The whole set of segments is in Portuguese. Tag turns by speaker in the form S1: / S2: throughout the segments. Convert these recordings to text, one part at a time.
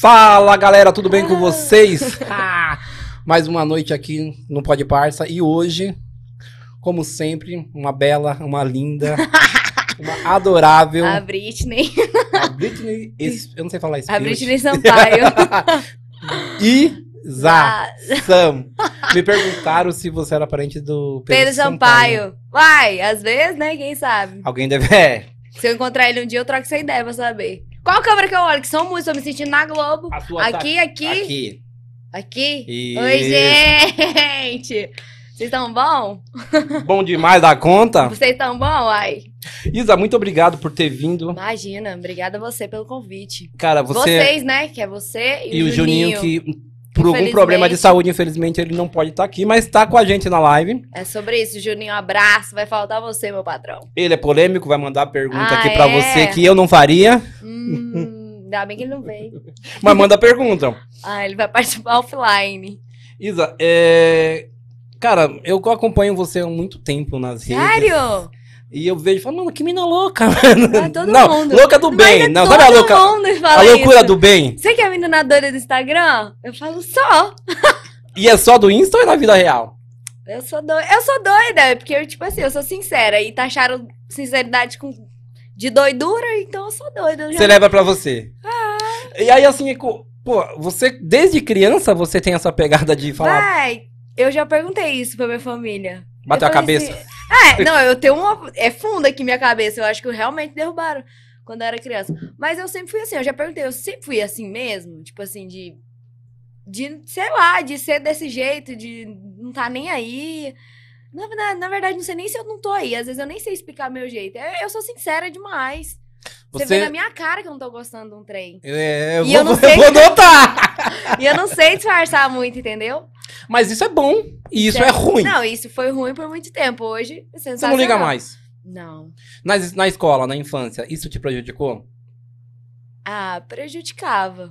S1: Fala galera, tudo bem com vocês? Ah, Mais uma noite aqui no Pode Parça e hoje, como sempre, uma bela, uma linda, uma adorável.
S2: A Britney.
S1: A Britney. Es- Eu não sei falar isso.
S2: A Britney Sampaio.
S1: E Zá
S2: Ah,
S1: Sam. Me perguntaram se você era parente do Pedro,
S2: Pedro Sampaio. Vai, às vezes, né? Quem sabe?
S1: Alguém deve. É.
S2: Se eu encontrar ele um dia, eu troco essa ideia pra saber. Qual câmera que eu olho? Que são muitos, tô me sentindo na Globo.
S1: A sua tá
S2: Aqui, aqui,
S1: aqui.
S2: aqui.
S1: E-
S2: Oi, gente! Vocês estão bom?
S1: Bom demais da conta.
S2: Vocês estão bom? Ai.
S1: Isa, muito obrigado por ter vindo.
S2: Imagina, obrigada a você pelo convite.
S1: Cara, você.
S2: Vocês, né? Que é você e,
S1: E o Juninho, que por algum
S2: Infelizmente.
S1: problema de saúde, infelizmente, ele não pode estar aqui, mas tá com a gente na live.
S2: É sobre isso, Juninho. Um abraço. Vai faltar você, meu patrão.
S1: Ele é polêmico, vai mandar pergunta
S2: Ah,
S1: aqui pra
S2: é?
S1: você que eu não faria,
S2: Hum, ainda bem que ele não veio.
S1: mas manda pergunta.
S2: Ah, ele vai participar offline.
S1: Isa, é... cara, eu acompanho você há muito tempo nas redes.
S2: Sério?
S1: E eu vejo, e falo, mano, que mina louca, mano.
S2: Ah, todo
S1: não,
S2: mundo.
S1: louca do bem.
S2: Mas é
S1: Não,
S2: todo
S1: sabe a louca?
S2: mundo fala
S1: A loucura
S2: isso.
S1: do bem.
S2: Você que é a menina doida do Instagram? Eu falo só.
S1: E é só do Insta ou é na vida real?
S2: Eu sou doida. Eu sou doida, porque eu, tipo assim, eu sou sincera. E taxaram sinceridade com... de doidura, então eu sou doida. Eu já-
S1: Você leva pra você.
S2: Ah.
S1: E aí, assim, é co- pô, você, desde criança, você tem essa pegada de falar,
S2: Vai. Eu já perguntei isso pra minha família.
S1: bateu
S2: Eu
S1: a
S2: falei
S1: cabeça.
S2: assim, é, não, eu tenho uma. É funda aqui minha cabeça. Eu acho que realmente derrubaram quando eu era criança. Mas eu sempre fui assim, eu já perguntei, eu sempre fui assim mesmo, tipo assim, de. De, sei lá, de ser desse jeito, de não tá nem aí. Na, na, na verdade, não sei nem se eu não tô aí. Às vezes eu nem sei explicar meu jeito. É, Eu, eu sou sincera demais. Você... vê na minha cara que eu não tô gostando de um trem.
S1: É, eu
S2: E
S1: vou,
S2: eu não
S1: eu
S2: sei-
S1: vou notar.
S2: E eu não sei disfarçar muito, entendeu?
S1: Mas isso é bom e isso é, ruim.
S2: Não, isso foi ruim por muito tempo. Hoje, é
S1: Você não liga
S2: sensacional.
S1: mais.
S2: Não.
S1: Na, na escola, na infância, isso te prejudicou?
S2: Ah, prejudicava.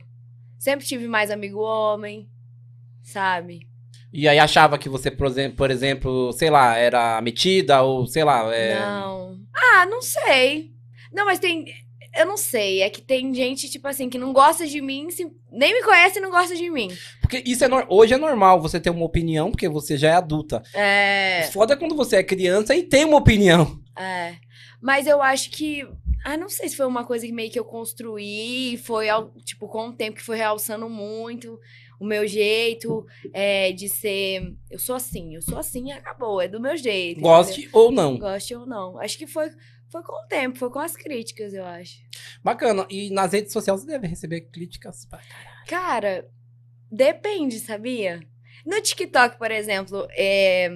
S2: Sempre tive mais amigo homem, sabe?
S1: E aí achava que você, por exemplo, por exemplo, sei lá, era metida ou sei lá. é-
S2: Não. Ah, não sei. Não, mas tem. Eu não sei. É que tem gente, tipo assim, que não gosta de mim, se- nem me conhece e não gosta de mim.
S1: Porque isso é nor- hoje é normal você ter uma opinião, porque você já é adulta.
S2: É.
S1: Foda é quando você é criança e tem uma opinião.
S2: É. Mas eu acho que. Ah, não sei se foi uma coisa que meio que eu construí, foi, ao- tipo, com o tempo que foi realçando muito o meu jeito é, de ser. Eu sou assim, eu sou assim e acabou, é do meu jeito. entendeu?
S1: Goste ou não.
S2: Goste ou não. Acho que foi, foi com o tempo, foi com as críticas, eu acho.
S1: Bacana. E nas redes sociais você deve receber críticas. pra caralho.
S2: Cara, depende, sabia? No TikTok, por exemplo, é...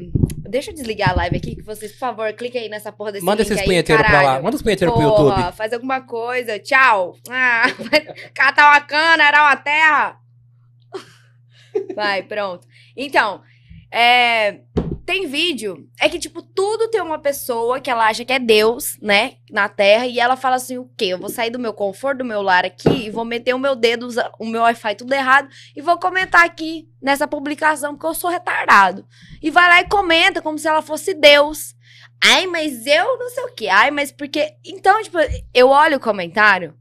S2: deixa eu desligar a live aqui, que vocês, por favor, cliquem aí nessa porra desse
S1: Manda
S2: link
S1: esses
S2: aí,
S1: punheteiros pra lá.
S2: caralho.
S1: Manda os punheteiros pro
S2: Porra,
S1: YouTube.
S2: faz alguma coisa, tchau. Ah, vai catar uma cana, arar uma terra. Vai, pronto. Então, é, tem vídeo. É que, tipo, tudo tem uma pessoa que ela acha que é Deus, né? Na terra, e ela fala assim: o quê? Eu vou sair do meu conforto, do meu lar aqui, e vou meter o meu dedo, usa- o meu Wi-Fi tudo errado, e vou comentar aqui nessa publicação, porque eu sou retardado. E vai lá e comenta como se ela fosse Deus. Ai, mas eu não sei o quê. Ai, mas porque. Então, tipo, eu olho o comentário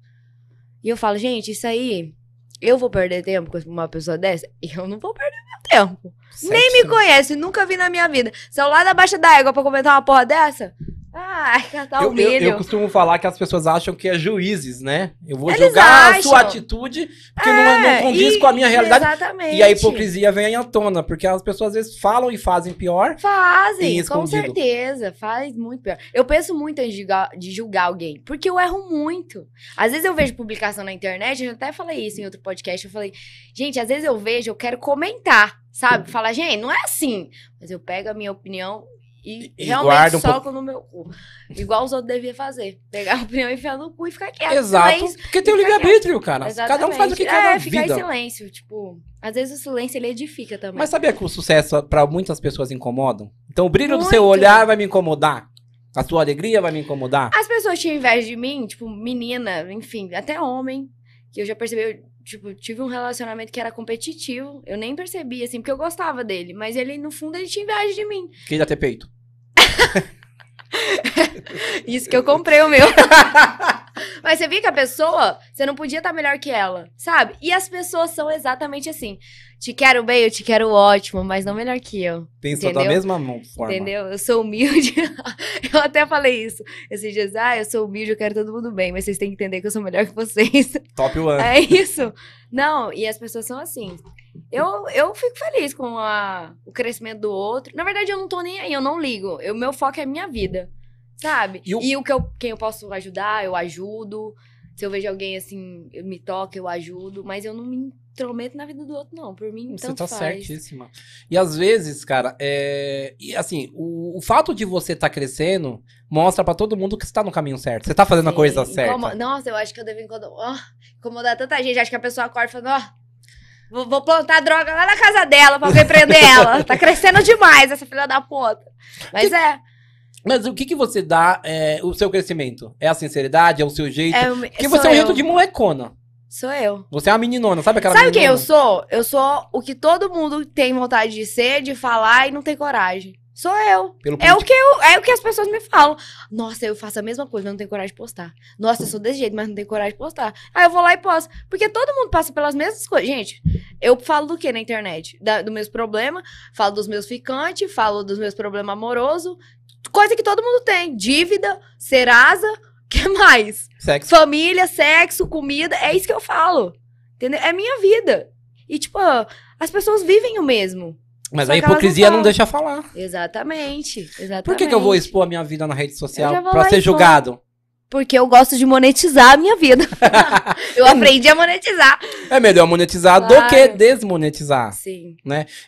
S2: e eu falo, gente, isso aí. Eu vou perder tempo com uma pessoa dessa? Eu não vou perder meu tempo.
S1: Nem
S2: Me conhece, nunca vi na minha vida. Celular da baixa da égua pra comentar uma porra dessa? Ai, catar o
S1: Eu, eu-
S2: milho.
S1: eu costumo falar que as pessoas acham que é juízes, né? Eu vou
S2: Eles
S1: julgar a
S2: acham.
S1: sua atitude porque não, não
S2: É,
S1: condiz
S2: e-
S1: com a minha realidade.
S2: Exatamente.
S1: E a hipocrisia vem à tona, porque as pessoas às vezes falam e fazem pior. Tem
S2: Fazem, com
S1: escondido.
S2: certeza. Faz muito pior. Eu penso muito em julgar, de julgar alguém, porque eu erro muito. Às vezes eu vejo publicação na internet, eu até falei isso em outro podcast, eu falei, gente, às vezes eu vejo, eu quero comentar, sabe? Falar, gente, não é assim. Mas eu pego a minha opinião e,
S1: E- e guarda
S2: realmente
S1: um
S2: soco no meu cu. Igual os outros deviam fazer. Pegar a opinião e enfiar no cu e ficar quieto.
S1: Exato.
S2: silêncio.
S1: Porque tem o
S2: fica
S1: livre-arbítrio, cara. Cada um faz o que
S2: Exatamente.
S1: quer na
S2: É, ficar em
S1: vida.
S2: silêncio, tipo... Às vezes o silêncio, ele edifica também.
S1: Mas sabia que o sucesso pra muitas pessoas incomoda? Então o brilho do seu
S2: Muito.
S1: olhar vai me incomodar. A sua alegria vai me incomodar.
S2: As pessoas tinham inveja de mim, tipo, menina, enfim, até homem, que eu já percebi, eu, tipo, tive um relacionamento que era competitivo, eu nem percebi, assim, porque eu gostava dele, mas ele, no fundo, ele tinha inveja de mim.
S1: Queria ter peito.
S2: Isso que eu comprei o meu. Mas você vê que a pessoa, você não podia estar melhor que ela, sabe? E as pessoas são exatamente assim. Te quero bem, eu te quero ótimo, mas não melhor que eu.
S1: Pensa da
S2: Entendeu?
S1: mesma mão- forma.
S2: Entendeu? Eu sou humilde. eu até falei isso esses dias. Ah, eu sou humilde, eu quero todo mundo bem, mas vocês têm que entender que eu sou melhor que vocês.
S1: Top one.
S2: É isso. Não, e as pessoas são assim. Eu, eu fico feliz com a- o crescimento do outro. Na verdade, eu não tô nem aí, eu não ligo. O meu foco é a minha vida, sabe?
S1: E
S2: E
S1: o-
S2: o, que eu, quem eu posso ajudar, eu ajudo. Se eu vejo alguém assim, eu me toca, eu ajudo. Mas eu não me intrometo na vida do outro, não. Por mim,
S1: Você
S2: tanto
S1: tá
S2: Então faz.
S1: certíssima. E às vezes, cara, é. E assim, o, o fato de você tá crescendo mostra pra todo mundo que você tá no caminho certo. Você tá fazendo a
S2: Sim,
S1: coisa
S2: incomo-
S1: certa.
S2: Nossa, eu acho que eu devo incomodar, ó, incomodar tanta gente. Acho que a pessoa acorda falando, ó, vou, vou plantar droga lá na casa dela pra alguém prender ela. Tá crescendo demais essa filha da puta. Mas é,
S1: Mas o que que você dá é, o seu crescimento? É a sinceridade? É o seu jeito?
S2: é
S1: Porque
S2: sou
S1: você é um
S2: eu.
S1: jeito de molecona.
S2: Sou eu.
S1: Você é uma meninona, sabe aquela
S2: Sabe quem eu
S1: meninona?
S2: sou? Eu sou o que todo mundo tem vontade de ser, de falar e não tem coragem. Sou eu.
S1: Pelo tipo
S2: É o que
S1: politi-
S2: eu, é o que as pessoas me falam. Nossa, eu faço a mesma coisa, mas não tenho coragem de postar. Nossa, eu sou desse jeito, mas não tenho coragem de postar. Aí eu vou lá e posto. Porque todo mundo passa pelas mesmas coisas. Gente, eu falo do que na internet? Da, do meus problemas, falo dos meus ficantes, falo dos meus problemas amorosos. Coisa que todo mundo tem. Dívida, serasa, que mais?
S1: Sexo.
S2: Família, sexo, comida, é isso que eu falo. Entendeu? É minha vida. E, tipo, as pessoas vivem o mesmo.
S1: Mas
S2: só
S1: a
S2: que elas não
S1: hipocrisia não
S2: falam.
S1: deixa falar.
S2: Exatamente. Exatamente.
S1: Por que, que eu vou expor a minha vida na rede
S2: Eu já
S1: social
S2: vou
S1: pra
S2: lá
S1: ser
S2: e falo.
S1: julgado?
S2: Porque eu gosto de monetizar a minha vida. eu aprendi a monetizar.
S1: É melhor monetizar do
S2: Claro.
S1: que desmonetizar.
S2: Sim.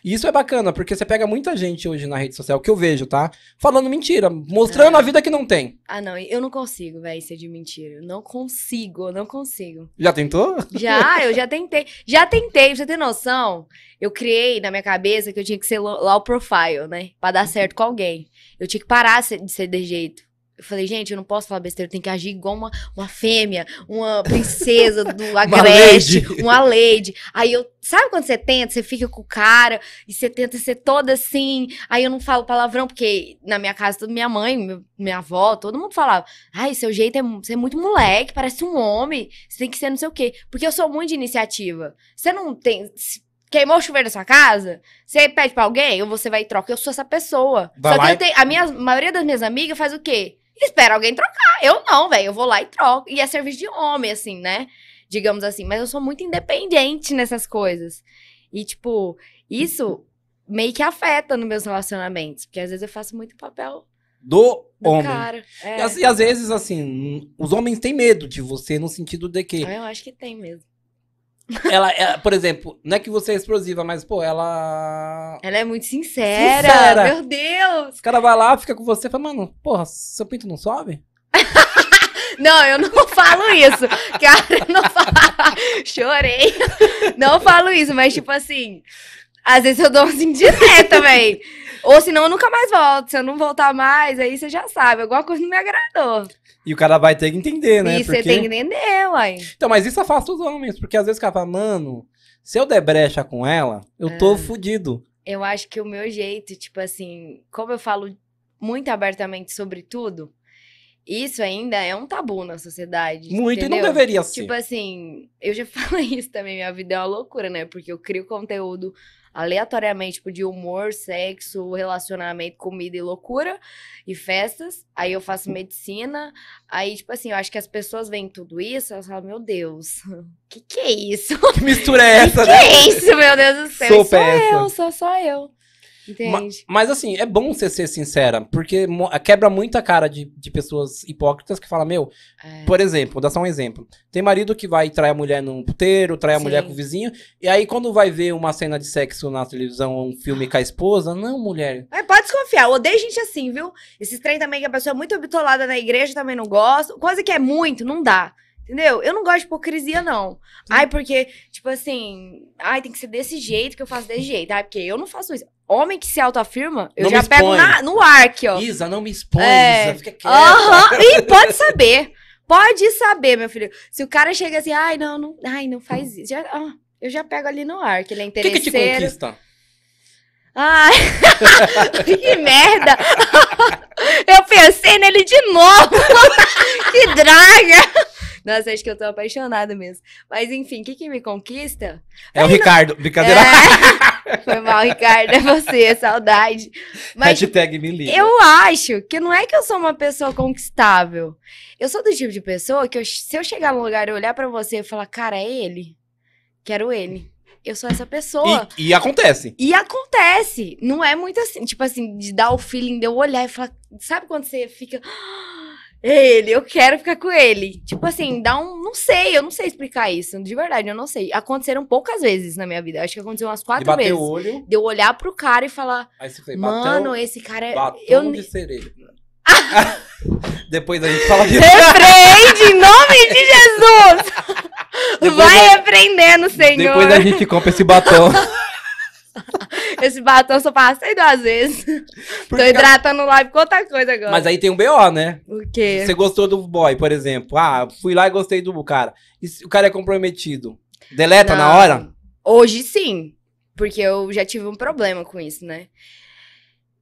S1: E isso é bacana, porque você pega muita gente hoje na rede social, que eu vejo, tá? Falando mentira, mostrando a vida que não tem.
S2: Ah, não. Eu não consigo, velho, ser de mentira. Eu não consigo, eu não consigo.
S1: Já tentou?
S2: Já, eu já tentei. Já tentei, pra você ter noção. Eu criei na minha cabeça que eu tinha que ser lo- low profile, né? Pra dar certo com alguém. Eu tinha que parar se- de ser de jeito. Eu falei, gente, eu não posso falar besteira, eu tenho que agir igual uma, uma fêmea, uma princesa do Agreste,
S1: lady.
S2: uma lady. Aí eu. Sabe quando você tenta, você fica com o cara e você tenta ser toda assim. Aí eu não falo palavrão, porque na minha casa, toda minha mãe, meu- minha avó, todo mundo falava. Ai, seu jeito é. mu- Você é muito moleque, parece um homem. Você tem que ser não sei o quê. Porque eu sou muito de iniciativa. Você não tem. se Queimou o chuveiro da sua casa? Você pede pra alguém ou você vai e troca? Eu sou essa pessoa.
S1: Vai
S2: Só
S1: lá
S2: que
S1: e-
S2: eu tenho. A, minha, a maioria das minhas amigas faz o quê? Espera alguém trocar. Eu não, velho. Eu vou lá e troco. E é serviço de homem, assim, né? Digamos assim. Mas eu sou muito independente nessas coisas. E, tipo, isso meio que afeta nos meus relacionamentos. Porque às vezes eu faço muito papel
S1: Do
S2: do
S1: homem.
S2: cara. É.
S1: E, às- e às vezes, assim, os homens têm medo de você no sentido de que.
S2: Ah, Eu acho que tem mesmo.
S1: Ela, ela- por exemplo, não é que você é explosiva, mas, pô, ela.
S2: Ela é muito sincera.
S1: Sincera.
S2: Meu Deus!
S1: Os caras vão lá, fica com você e fala, mano, porra, seu pinto não sobe?
S2: Não, eu não falo isso. Cara, eu não falo. Chorei. Não falo isso, mas tipo assim. Às vezes eu dou umas indiretas, véi. Ou senão eu nunca mais volto. Se eu não voltar mais, aí você já sabe. Alguma coisa não me agradou.
S1: E o cara vai ter que entender, né?
S2: e você tem que entender, uai.
S1: Então, mas isso afasta os homens, porque às vezes o cara fala, mano, se eu der brecha com ela, eu
S2: É.
S1: tô fudido.
S2: Eu acho que o meu jeito, tipo assim, como eu falo muito abertamente sobre tudo, isso ainda é um tabu na sociedade.
S1: Muito, e não
S2: entendeu?
S1: deveria ser.
S2: Tipo assim, eu já falei isso também, minha vida é uma loucura, né? Porque eu crio conteúdo aleatoriamente, tipo, de humor, sexo, relacionamento, comida e loucura, e festas. Aí eu faço medicina. Aí, tipo assim, eu acho que as pessoas veem tudo isso, elas falam, meu Deus, que que é isso?
S1: Que mistura é essa,
S2: que
S1: né?
S2: é isso, meu Deus do céu?
S1: Sopa
S2: E sou
S1: é essa.
S2: eu, sou só eu. Entende?
S1: Mas assim, é bom você ser sincera, porque mo- quebra muita cara de, de pessoas hipócritas que falam, meu,
S2: É.
S1: por exemplo, vou dar só um exemplo. Tem marido que vai trair a mulher num puteiro, trai a
S2: Sim.
S1: mulher com o vizinho, e aí quando vai ver uma cena de sexo na televisão ou um filme com a esposa, não, mulher.
S2: Mas É, pode desconfiar, eu odeio gente assim, viu? Esses trem também que a pessoa é muito habitolada na igreja, também não gosto. Coisa que é muito, não dá. Entendeu? Eu não gosto de hipocrisia, não. Ai, porque, tipo assim, ai, tem que ser desse jeito que eu faço desse jeito. Ai, porque eu não faço isso. Homem que se autoafirma, eu
S1: Não
S2: já
S1: me
S2: pego
S1: expõe.
S2: na- no ar aqui, ó.
S1: Isa, não me expõe,
S2: É.
S1: Isa, fica quieta.
S2: Aham, e pode saber. Pode saber, meu filho. Se o cara chega assim, ai, não, não, ai, não faz isso. Já, ah, eu já pego ali no ar, que ele é
S1: Hum. O que, que te
S2: interesseiro.
S1: conquista?
S2: Ai, que merda! Eu pensei nele de novo! que draga! Nossa, acho que eu tô apaixonada mesmo. Mas enfim, o que, que me conquista?
S1: É o Ricardo. Brincadeira.
S2: É. Foi mal, Ricardo, é você, saudade. Mas
S1: Hashtag me liga.
S2: eu acho que não é que eu sou uma pessoa conquistável. Eu sou do tipo de pessoa que eu- se eu chegar num lugar e olhar pra você e falar, cara, é ele. Quero ele. Eu sou essa pessoa.
S1: E, e acontece.
S2: E acontece. Não é muito assim, tipo assim, de dar o feeling de eu olhar e falar. Sabe quando você fica. "Ah, é Ele, eu quero ficar com ele. Tipo assim, dá um. Não sei, eu não sei explicar isso. De verdade, eu não sei. Aconteceram poucas vezes na minha vida. Acho que aconteceu umas
S1: E
S2: quatro
S1: bateu
S2: vezes.
S1: o olho.
S2: De eu olhar pro cara e falar:
S1: Aí você foi
S2: Mano,
S1: bateu.
S2: esse cara é.
S1: Batom
S2: eu
S1: de sereia. Depois a gente fala disso.
S2: Repreende em nome de Jesus!
S1: Depois
S2: Vai
S1: a-
S2: repreendendo, Senhor.
S1: Depois a gente compra esse batom.
S2: Esse batom eu só passei duas vezes. Tô
S1: Porque-
S2: hidratando o lábio com outra coisa agora. É.
S1: Mas aí tem um BO, né?
S2: O quê?
S1: Você gostou do boy, por exemplo. Ah, fui lá e gostei do cara. E se o cara é comprometido. Deleta na
S2: Não.
S1: hora?
S2: Hoje sim, porque eu já tive um problema com isso, né?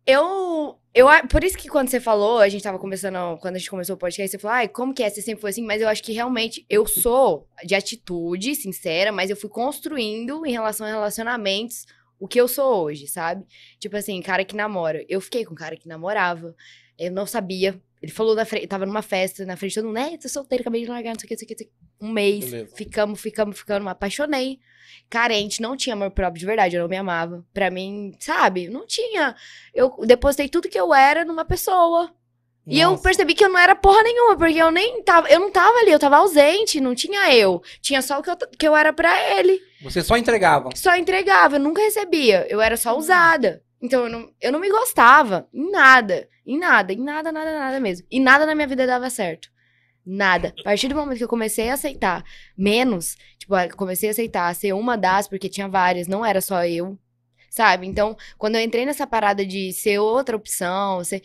S2: Eu, eu, a- por isso que quando você falou, a gente tava conversando, quando a gente começou o podcast, você falou, ai, como que é? Você sempre foi assim, mas eu acho que realmente eu sou de atitude, sincera, mas eu fui construindo em relação a relacionamentos o que eu sou hoje, sabe? Tipo assim, cara que namora. Eu fiquei com um cara que namorava, eu não sabia. Ele falou na frente, tava numa festa, na frente, todo mundo, né? Tô solteiro, acabei de largar, não sei o que, não sei o que, não sei o que. Um mês,
S1: Beleza.
S2: ficamos, ficamos, ficamos, me apaixonei carente, não tinha amor próprio de verdade, eu não me amava. Pra mim, sabe? Não tinha. Eu depositei tudo que eu era numa pessoa. E eu
S1: Nossa.
S2: percebi que eu não era porra nenhuma, porque eu nem tava, eu não tava ali, eu tava ausente, não tinha eu. Tinha só o que eu, t- que eu era pra ele.
S1: Você só entregava.
S2: Só entregava, eu nunca recebia. Eu era só usada. Então eu não, eu não me gostava em nada, em nada, em nada, nada, nada mesmo. E nada na minha vida dava certo. Nada. A partir do momento que eu comecei a aceitar menos, tipo, eu comecei a aceitar ser uma das, porque tinha várias, não era só eu, sabe? Então, quando eu entrei nessa parada de ser outra opção, ser...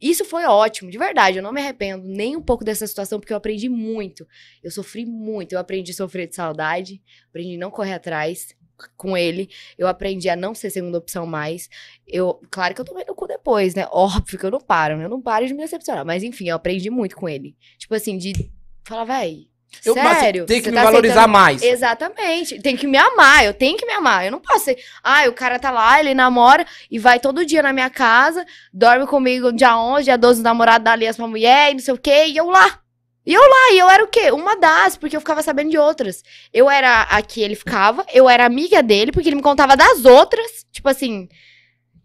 S2: isso foi ótimo, de verdade, eu não me arrependo nem um pouco dessa situação, porque eu aprendi muito. Eu sofri muito, eu aprendi a sofrer de saudade, aprendi a não correr atrás com ele, eu aprendi a não ser segunda opção mais. Eu, claro que eu tomei no cu depois, né? Óbvio que eu não paro, né? eu não paro de me decepcionar, mas enfim, eu aprendi muito com ele. Tipo assim, de falar, véi,
S1: Eu, mas
S2: sério?
S1: Tem
S2: você
S1: que me
S2: tá
S1: valorizar
S2: aceitando-
S1: mais.
S2: Exatamente. Tem que me amar, eu tenho que me amar. Eu não posso ser. Ah, o cara tá lá, ele namora e vai todo dia na minha casa, dorme comigo dia 11, dia 12, o namorado dá aliança pra mulher e não sei o quê, e eu lá. E eu lá, e eu era o quê? Uma das, porque eu ficava sabendo de outras. Eu era a que ele ficava, eu era amiga dele, porque ele me contava das outras, tipo assim.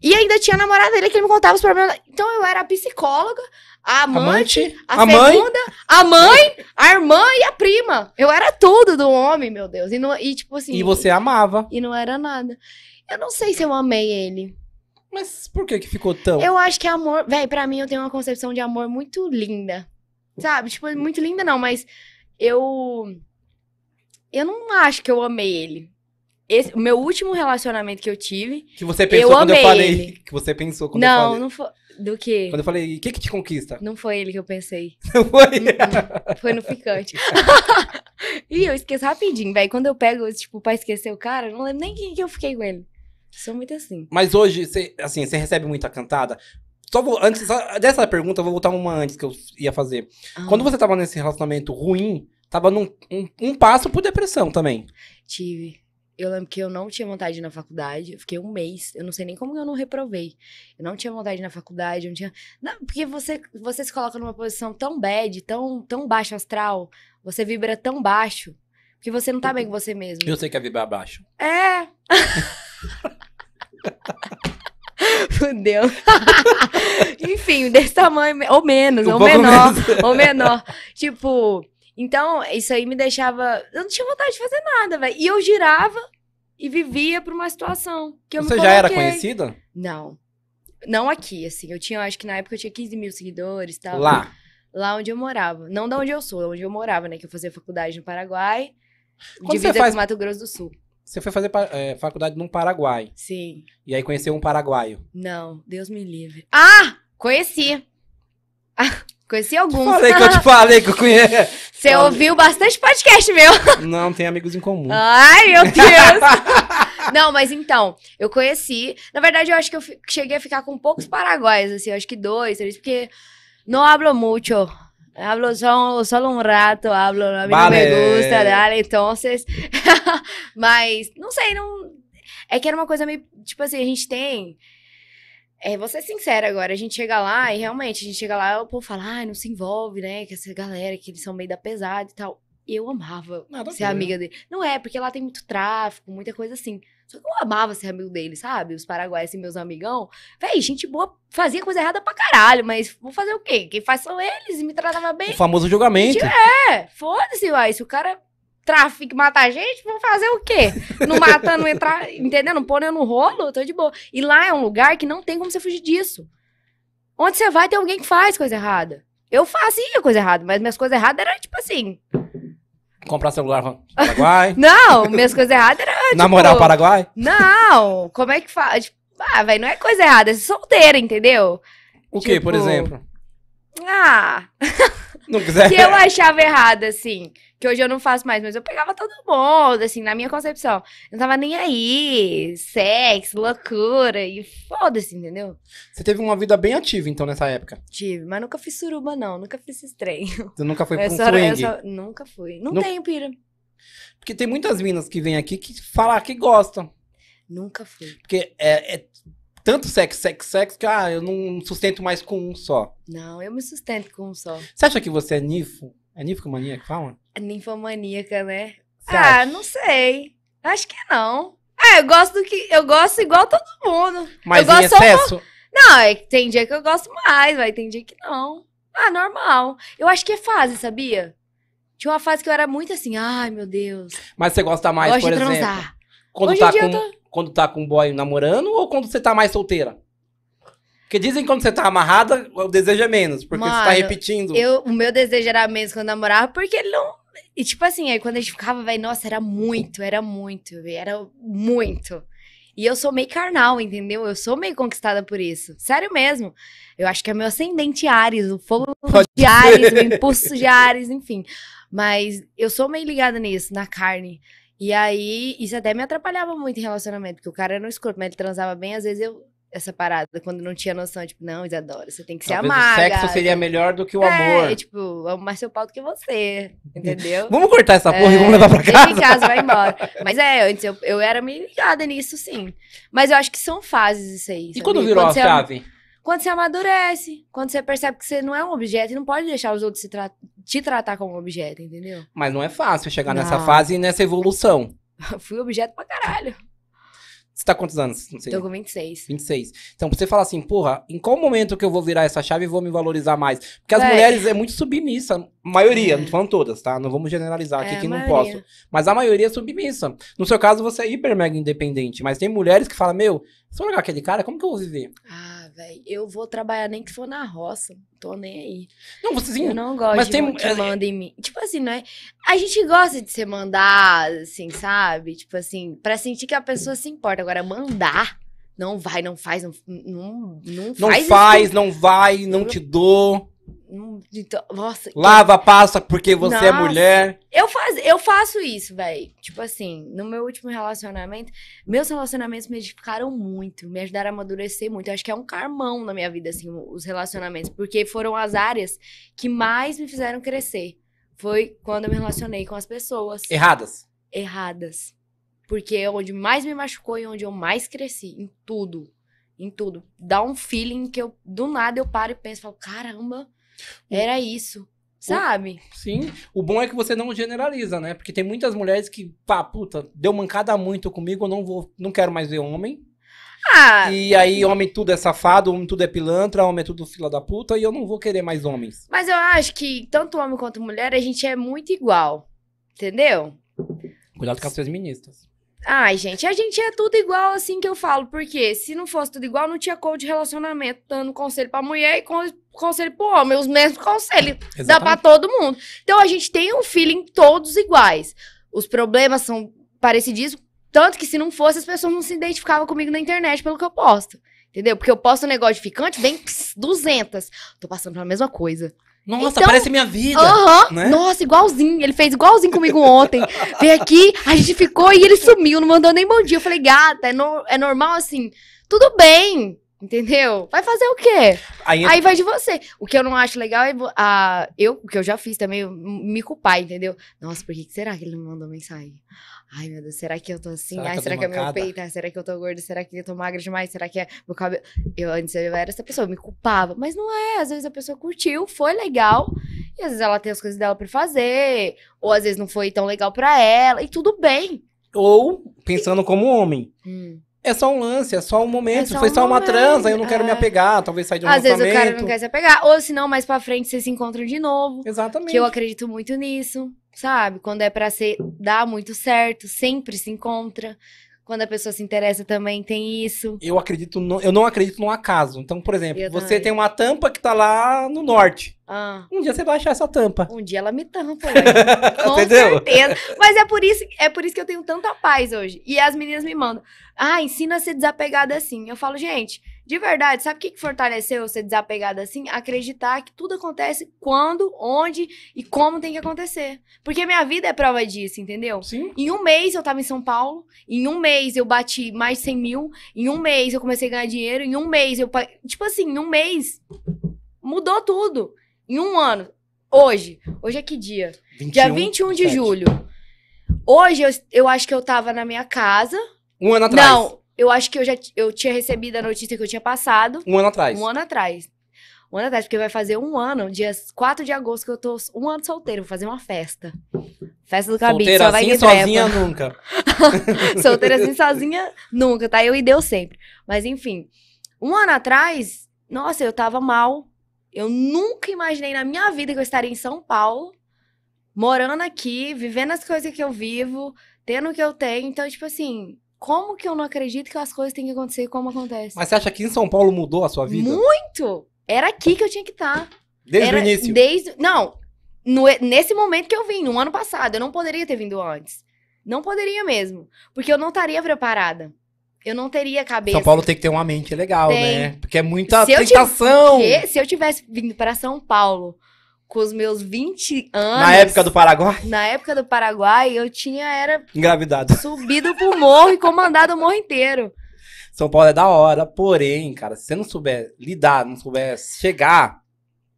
S2: E ainda tinha a namorada dele que ele me contava os problemas. Então eu era a psicóloga, a amante,
S1: Amante,
S2: a,
S1: a mãe.
S2: segunda, a mãe, a irmã e a prima. Eu era tudo do homem, meu Deus. E, não, e tipo assim.
S1: E você amava.
S2: E não era nada. Eu não sei se eu amei ele.
S1: Mas por que que ficou tão?
S2: Eu acho que amor. Véi, pra mim eu tenho uma concepção de amor muito linda. Sabe? Tipo, muito linda não, mas eu. Eu não acho que eu amei ele. Esse, o meu último relacionamento que eu tive.
S1: Que você pensou quando eu
S2: amei
S1: falei.
S2: ele.
S1: Que você pensou quando eu
S2: não,
S1: falei.
S2: não foi. Do quê?
S1: Quando eu falei, o que que te conquista?
S2: Não foi ele que eu pensei.
S1: Não foi?
S2: Uhum. Foi no ficante. Ih, eu esqueço rapidinho, velho. Quando eu pego, tipo, pra esquecer o cara, eu não lembro nem quem que eu fiquei com ele. Sou muito assim.
S1: Mas hoje, você, assim, você recebe muita cantada? Só vou, antes só- dessa pergunta, eu vou voltar uma antes que eu ia fazer. Quando
S2: Ah,
S1: você tava nesse relacionamento ruim, tava num um, um passo por depressão também.
S2: Tive. Eu lembro que eu não tinha vontade de ir na faculdade. Eu fiquei um mês. Eu não sei nem como eu não reprovei. Eu não tinha vontade de ir na faculdade. Eu não tinha... Não, porque você, você se coloca numa posição tão bad, tão, tão baixo astral. Você vibra tão baixo. Porque você não tá bem com você mesmo.
S1: Eu sei que a vibra abaixo.
S2: É. Fudeu. Enfim, desse tamanho, me- ou menos,
S1: Um
S2: ou menor, ou menor. Tipo, então, isso aí me deixava. Eu não tinha vontade de fazer nada, velho. E eu girava e vivia pra uma situação que eu me
S1: Você já era
S2: coloquei.
S1: conhecida?
S2: Não. Não aqui, assim. Eu tinha, acho que na época eu tinha 15 mil seguidores e tal.
S1: Lá.
S2: Lá onde eu morava. Não da onde eu sou, da onde eu morava, né? Que eu fazia faculdade no Paraguai.
S1: Quando você
S2: divisa
S1: faz-
S2: com Mato Grosso do Sul.
S1: Você foi fazer pa- eh, faculdade num Paraguai.
S2: Sim.
S1: E aí conheceu um paraguaio.
S2: Não, Deus me livre. Ah, conheci. Ah, conheci alguns.
S1: Falei que eu te falei que eu conheço.
S2: Você ouviu bastante podcast meu.
S1: Hum. Não, tem amigos em comum.
S2: Ai, meu Deus. Não, mas então, eu conheci. Na verdade, eu acho que eu fi- cheguei a ficar com poucos paraguaios, assim, eu acho que dois, três, porque não hablo muito. Hablo só, só um rato, hablo, a mim
S1: Vale.
S2: não me gusta, dale, entonces. mas, não sei, não. É que era uma coisa meio. Tipo assim, a gente tem. É, vou ser sincera agora, a gente chega lá e realmente, a gente chega lá e o povo fala, ai, não se envolve, né? Que essa galera, que eles são meio da pesada e tal. E eu amava
S1: Nada a
S2: ser
S1: ver.
S2: amiga dele. Não é, porque lá tem muito tráfico, muita coisa assim. Só que eu amava ser amigo dele, sabe? Os paraguaios, assim, meus amigão. Véi, gente boa, fazia coisa errada pra caralho, mas vou fazer o quê? Quem faz são eles e me tratava bem.
S1: O famoso julgamento.
S2: É, foda-se, uai. Se o cara tráfico mata a gente, vão fazer o quê? Não matar, não entrar, entendeu? Não pôr eu no rolo, eu tô de boa. E lá é um lugar que não tem como você fugir disso. Onde você vai, tem alguém que faz coisa errada. Eu fazia coisa errada, mas minhas coisas erradas eram tipo assim.
S1: Comprar celular no Paraguai.
S2: Não, minhas coisas erradas eram. tipo,
S1: namorar o Paraguai.
S2: Não, como é que faz? Tipo, ah, velho, não é coisa errada, é solteira, entendeu?
S1: O que, por
S2: Tipo-
S1: exemplo?
S2: Ah,
S1: Não quiser.
S2: que eu achava errado, assim. Que hoje eu não faço mais, mas eu pegava todo mundo, assim, na minha concepção. Eu não tava nem aí. Sexo, loucura, e foda-se, entendeu?
S1: Você teve uma vida bem ativa, então, nessa época.
S2: Tive, mas nunca fiz suruba, não. Nunca fiz esses trem.
S1: Você nunca foi pra
S2: Eu
S1: um
S2: só, eu
S1: swing.
S2: só- nunca fui. Não
S1: Nu-
S2: tenho pira.
S1: Porque tem muitas minas que vêm aqui que falam que gostam.
S2: Nunca fui.
S1: Porque é, é tanto sexo, sexo, sexo, que ah, eu não sustento mais com um só.
S2: Não, eu me sustento com um só.
S1: Você acha que você é nifo? É ninfomania que fala?
S2: Ninfomaníaca, né?
S1: Você
S2: ah,
S1: acha?
S2: não sei. Acho que não. Ah, eu gosto do que. Eu gosto igual todo mundo.
S1: Mas
S2: eu
S1: em
S2: gosto só um
S1: excesso,
S2: Não, é que tem dia que eu gosto mais, vai, tem dia que não. Ah, normal. Eu acho que é fase, sabia? Tinha uma fase que eu era muito assim, ai meu Deus.
S1: mas você gosta mais,
S2: gosto
S1: por
S2: de
S1: exemplo,
S2: transar.
S1: quando
S2: Hoje em
S1: tá
S2: dia
S1: com
S2: eu tô.
S1: quando tá com um boy namorando ou quando você tá mais solteira? Porque dizem que quando você tá amarrada, o desejo é menos, porque você tá
S2: Mano,
S1: repetindo.
S2: Eu, o meu desejo era menos quando eu namorava, porque ele não. E tipo assim, aí quando a gente ficava, velho, nossa, era muito, era muito, véi, era muito. E eu sou meio carnal, entendeu? Eu sou meio conquistada por isso. Sério mesmo. Eu acho que é meu ascendente Ares, o fogo
S1: Pode
S2: de Ares, o impulso de Ares, enfim. Mas eu sou meio ligada nisso, na carne. E aí, isso até me atrapalhava muito em relacionamento, porque o cara era um escroto, mas ele transava bem, às vezes eu. Essa parada, quando não tinha noção, tipo, não, Isadora, você tem que se
S1: Talvez
S2: amar.
S1: o sexo
S2: gata.
S1: seria melhor do que o
S2: É,
S1: amor.
S2: É, tipo, eu amo mais seu pau do que você, entendeu?
S1: Vamos cortar essa porra
S2: É,
S1: e vamos levar pra
S2: Fica em
S1: casa?
S2: casa, vai embora. Mas é, antes eu, eu era meio ligada nisso, sim. Mas eu acho que são fases isso aí.
S1: E
S2: sabe?
S1: quando virou a
S2: você, é
S1: chave?
S2: Quando você amadurece, quando você percebe que você não é um objeto e não pode deixar os outros se tra- te tratar como um objeto, entendeu?
S1: Mas não é fácil chegar nessa
S2: Não.
S1: fase e nessa evolução.
S2: Eu fui objeto pra caralho.
S1: Você tá quantos anos? Não sei.
S2: Tô com 26.
S1: 26. Então, pra você falar assim, porra, em qual momento que eu vou virar essa chave e vou me valorizar mais? Porque as
S2: Véi.
S1: mulheres é muito submissa. A maioria,
S2: É.
S1: não tô falando todas, tá? Não vamos generalizar aqui
S2: É,
S1: que
S2: a
S1: não
S2: maioria.
S1: posso. Mas a maioria é submissa. No seu caso, você é hiper mega independente. Mas tem mulheres que falam, meu, se eu largar aquele cara, como que eu vou viver?
S2: Ah, velho, eu vou trabalhar nem que for na roça. Não tô nem aí.
S1: Não, você assim,
S2: Eu
S1: sim.
S2: não gosto
S1: mas
S2: de
S1: tem é,
S2: mo-
S1: mu-
S2: que manda em mim. Tipo assim, não é? A gente gosta de ser mandada, assim, sabe? Tipo assim, pra sentir que a pessoa se importa. Agora, mandar, não vai, não faz, não, não, não
S1: Não
S2: faz.
S1: faz, não vai, não te dou.
S2: isso, não- então, nossa,
S1: Lava, passa, porque você é
S2: Nossa.
S1: mulher.
S2: eu, faz, eu faço isso, velho. Tipo assim, no meu último relacionamento, meus relacionamentos me edificaram muito, me ajudaram a amadurecer muito. Eu acho que é um carmão na minha vida, assim, os relacionamentos, porque foram as áreas que mais me fizeram crescer. Foi quando eu me relacionei com as pessoas
S1: É. Erradas.
S2: erradas. Porque é onde mais me machucou e onde eu mais cresci, em tudo. Em tudo. Dá um feeling que eu, do nada, eu paro e penso, falo, caramba, era isso. Sabe?
S1: Sim. O bom é que você não generaliza, né? Porque tem muitas mulheres que, pá, puta, deu mancada muito comigo, eu não vou, não quero mais ver homem.
S2: Ah,
S1: E aí, homem tudo é safado, homem tudo é pilantra, homem é tudo fila da puta, e eu não vou querer mais homens.
S2: mas eu acho que tanto homem quanto mulher, a gente é muito igual. Entendeu?
S1: Cuidado com as feministas.
S2: Ai, gente, a gente é tudo igual assim que eu falo, porque se não fosse tudo igual, não tinha cor de relacionamento, dando conselho pra mulher e con- conselho pro homem, os mesmos conselhos. Dá pra todo mundo. Então a gente tem um feeling todos iguais. Os problemas são parecidíssimos. Tanto que se não fosse, as pessoas não se identificavam comigo na internet pelo que eu posto. Entendeu? Porque eu posto um negócio de ficante, vem pss, 200. Tô passando pela mesma coisa.
S1: Nossa,
S2: Então-
S1: parece minha vida.
S2: Aham.
S1: né?
S2: Nossa, igualzinho. Ele fez igualzinho comigo ontem. Veio aqui, a gente ficou e ele sumiu, não mandou nem bom dia. Eu falei, gata, é, no- é normal assim? Tudo bem, entendeu? Vai fazer o quê?
S1: Aí,
S2: Aí vai de você. O que eu não acho legal é vo- a, eu, o que eu já fiz também, eu m- me culpar, entendeu? Nossa, por que que será que ele não mandou mensagem? Ai, meu Deus, será que eu tô assim?
S1: Será que
S2: Ai,
S1: eu tô
S2: será que é meu
S1: mancada?
S2: peito? Ai, será que eu tô gorda? Será que eu tô magra demais? Será que é meu cabelo? Eu antes eu era essa pessoa, eu me culpava. Mas não é, às vezes a pessoa curtiu, foi legal. E às vezes ela tem as coisas dela pra fazer. Ou às vezes não foi tão legal pra ela. E tudo bem.
S1: Ou, pensando como homem.
S2: Hum.
S1: É só um lance, é só um momento.
S2: só
S1: foi
S2: um
S1: só uma
S2: momento,
S1: transa, eu não quero me
S2: é.
S1: apegar, talvez sair de um
S2: Às vezes o
S1: relacionamento.
S2: cara não quer se apegar. Ou senão, mais pra frente, vocês se encontram de novo.
S1: Exatamente.
S2: Que eu acredito muito nisso, sabe? Quando é pra ser, dá muito certo, sempre se encontra. Quando a pessoa se interessa também, tem isso.
S1: Eu acredito, no- eu não acredito no acaso. Então, por exemplo,
S2: Eu
S1: você
S2: também.
S1: tem uma tampa que tá lá no norte.
S2: Ah,
S1: Um dia você vai achar essa tampa.
S2: um dia ela me tampa, ué. com
S1: Entendeu?
S2: certeza. Mas é por isso, é por isso que eu tenho tanta paz hoje. E as meninas me mandam: "Ah, ensina a ser desapegada assim". Eu falo: "Gente, de verdade, sabe o que que fortaleceu eu ser desapegada assim? Acreditar que tudo acontece quando, onde e como tem que acontecer. Porque minha vida é prova disso, entendeu?
S1: Sim.
S2: Em um mês eu tava em São Paulo, em um mês eu bati mais de 100 mil, em um mês eu comecei a ganhar dinheiro, em um mês eu. pa- Tipo assim, em um mês mudou tudo. Em um ano. Hoje. Hoje é que dia?
S1: um.
S2: Dia 21 de
S1: sete.
S2: julho. Hoje eu, eu acho que eu tava na minha casa.
S1: Um ano atrás.
S2: Não, eu acho que eu já t- eu tinha recebido a notícia que eu tinha passado.
S1: Um ano atrás.
S2: Um ano atrás. Um ano atrás, porque vai fazer um ano, dia 4 de agosto, que eu tô um ano solteiro, vou fazer uma festa. Festa do cabide,
S1: Solteira
S2: só vai
S1: assim,
S2: quem trepa.
S1: sozinha nunca.
S2: Solteira assim sozinha, nunca, tá? Eu e Deus sempre. Mas enfim, um ano atrás, nossa, eu tava mal. Eu nunca imaginei na minha vida que eu estaria em São Paulo, morando aqui, vivendo as coisas que eu vivo, tendo o que eu tenho. Então, tipo assim, como que eu não acredito que as coisas têm que acontecer como acontece?
S1: Mas você acha que em São Paulo mudou a sua vida?
S2: Muito! Era aqui que tá. eu tinha que estar.
S1: Desde
S2: Era
S1: o início.
S2: Desde, não, no- nesse momento que eu vim, no ano passado, eu não poderia ter vindo antes. Não poderia mesmo, porque eu não estaria preparada. Eu não teria cabeça.
S1: São Paulo tem que ter uma mente legal,
S2: Tem.
S1: né? Porque é muita
S2: Se eu tivesse-
S1: tentação.
S2: Porque se eu tivesse vindo para São Paulo com os meus 20 anos,
S1: Na época do Paraguai,
S2: na época do Paraguai, eu tinha era
S1: engravidado.
S2: subido pro morro e comandado o morro inteiro.
S1: São Paulo é da hora, porém, cara, se você não souber lidar, não souber chegar,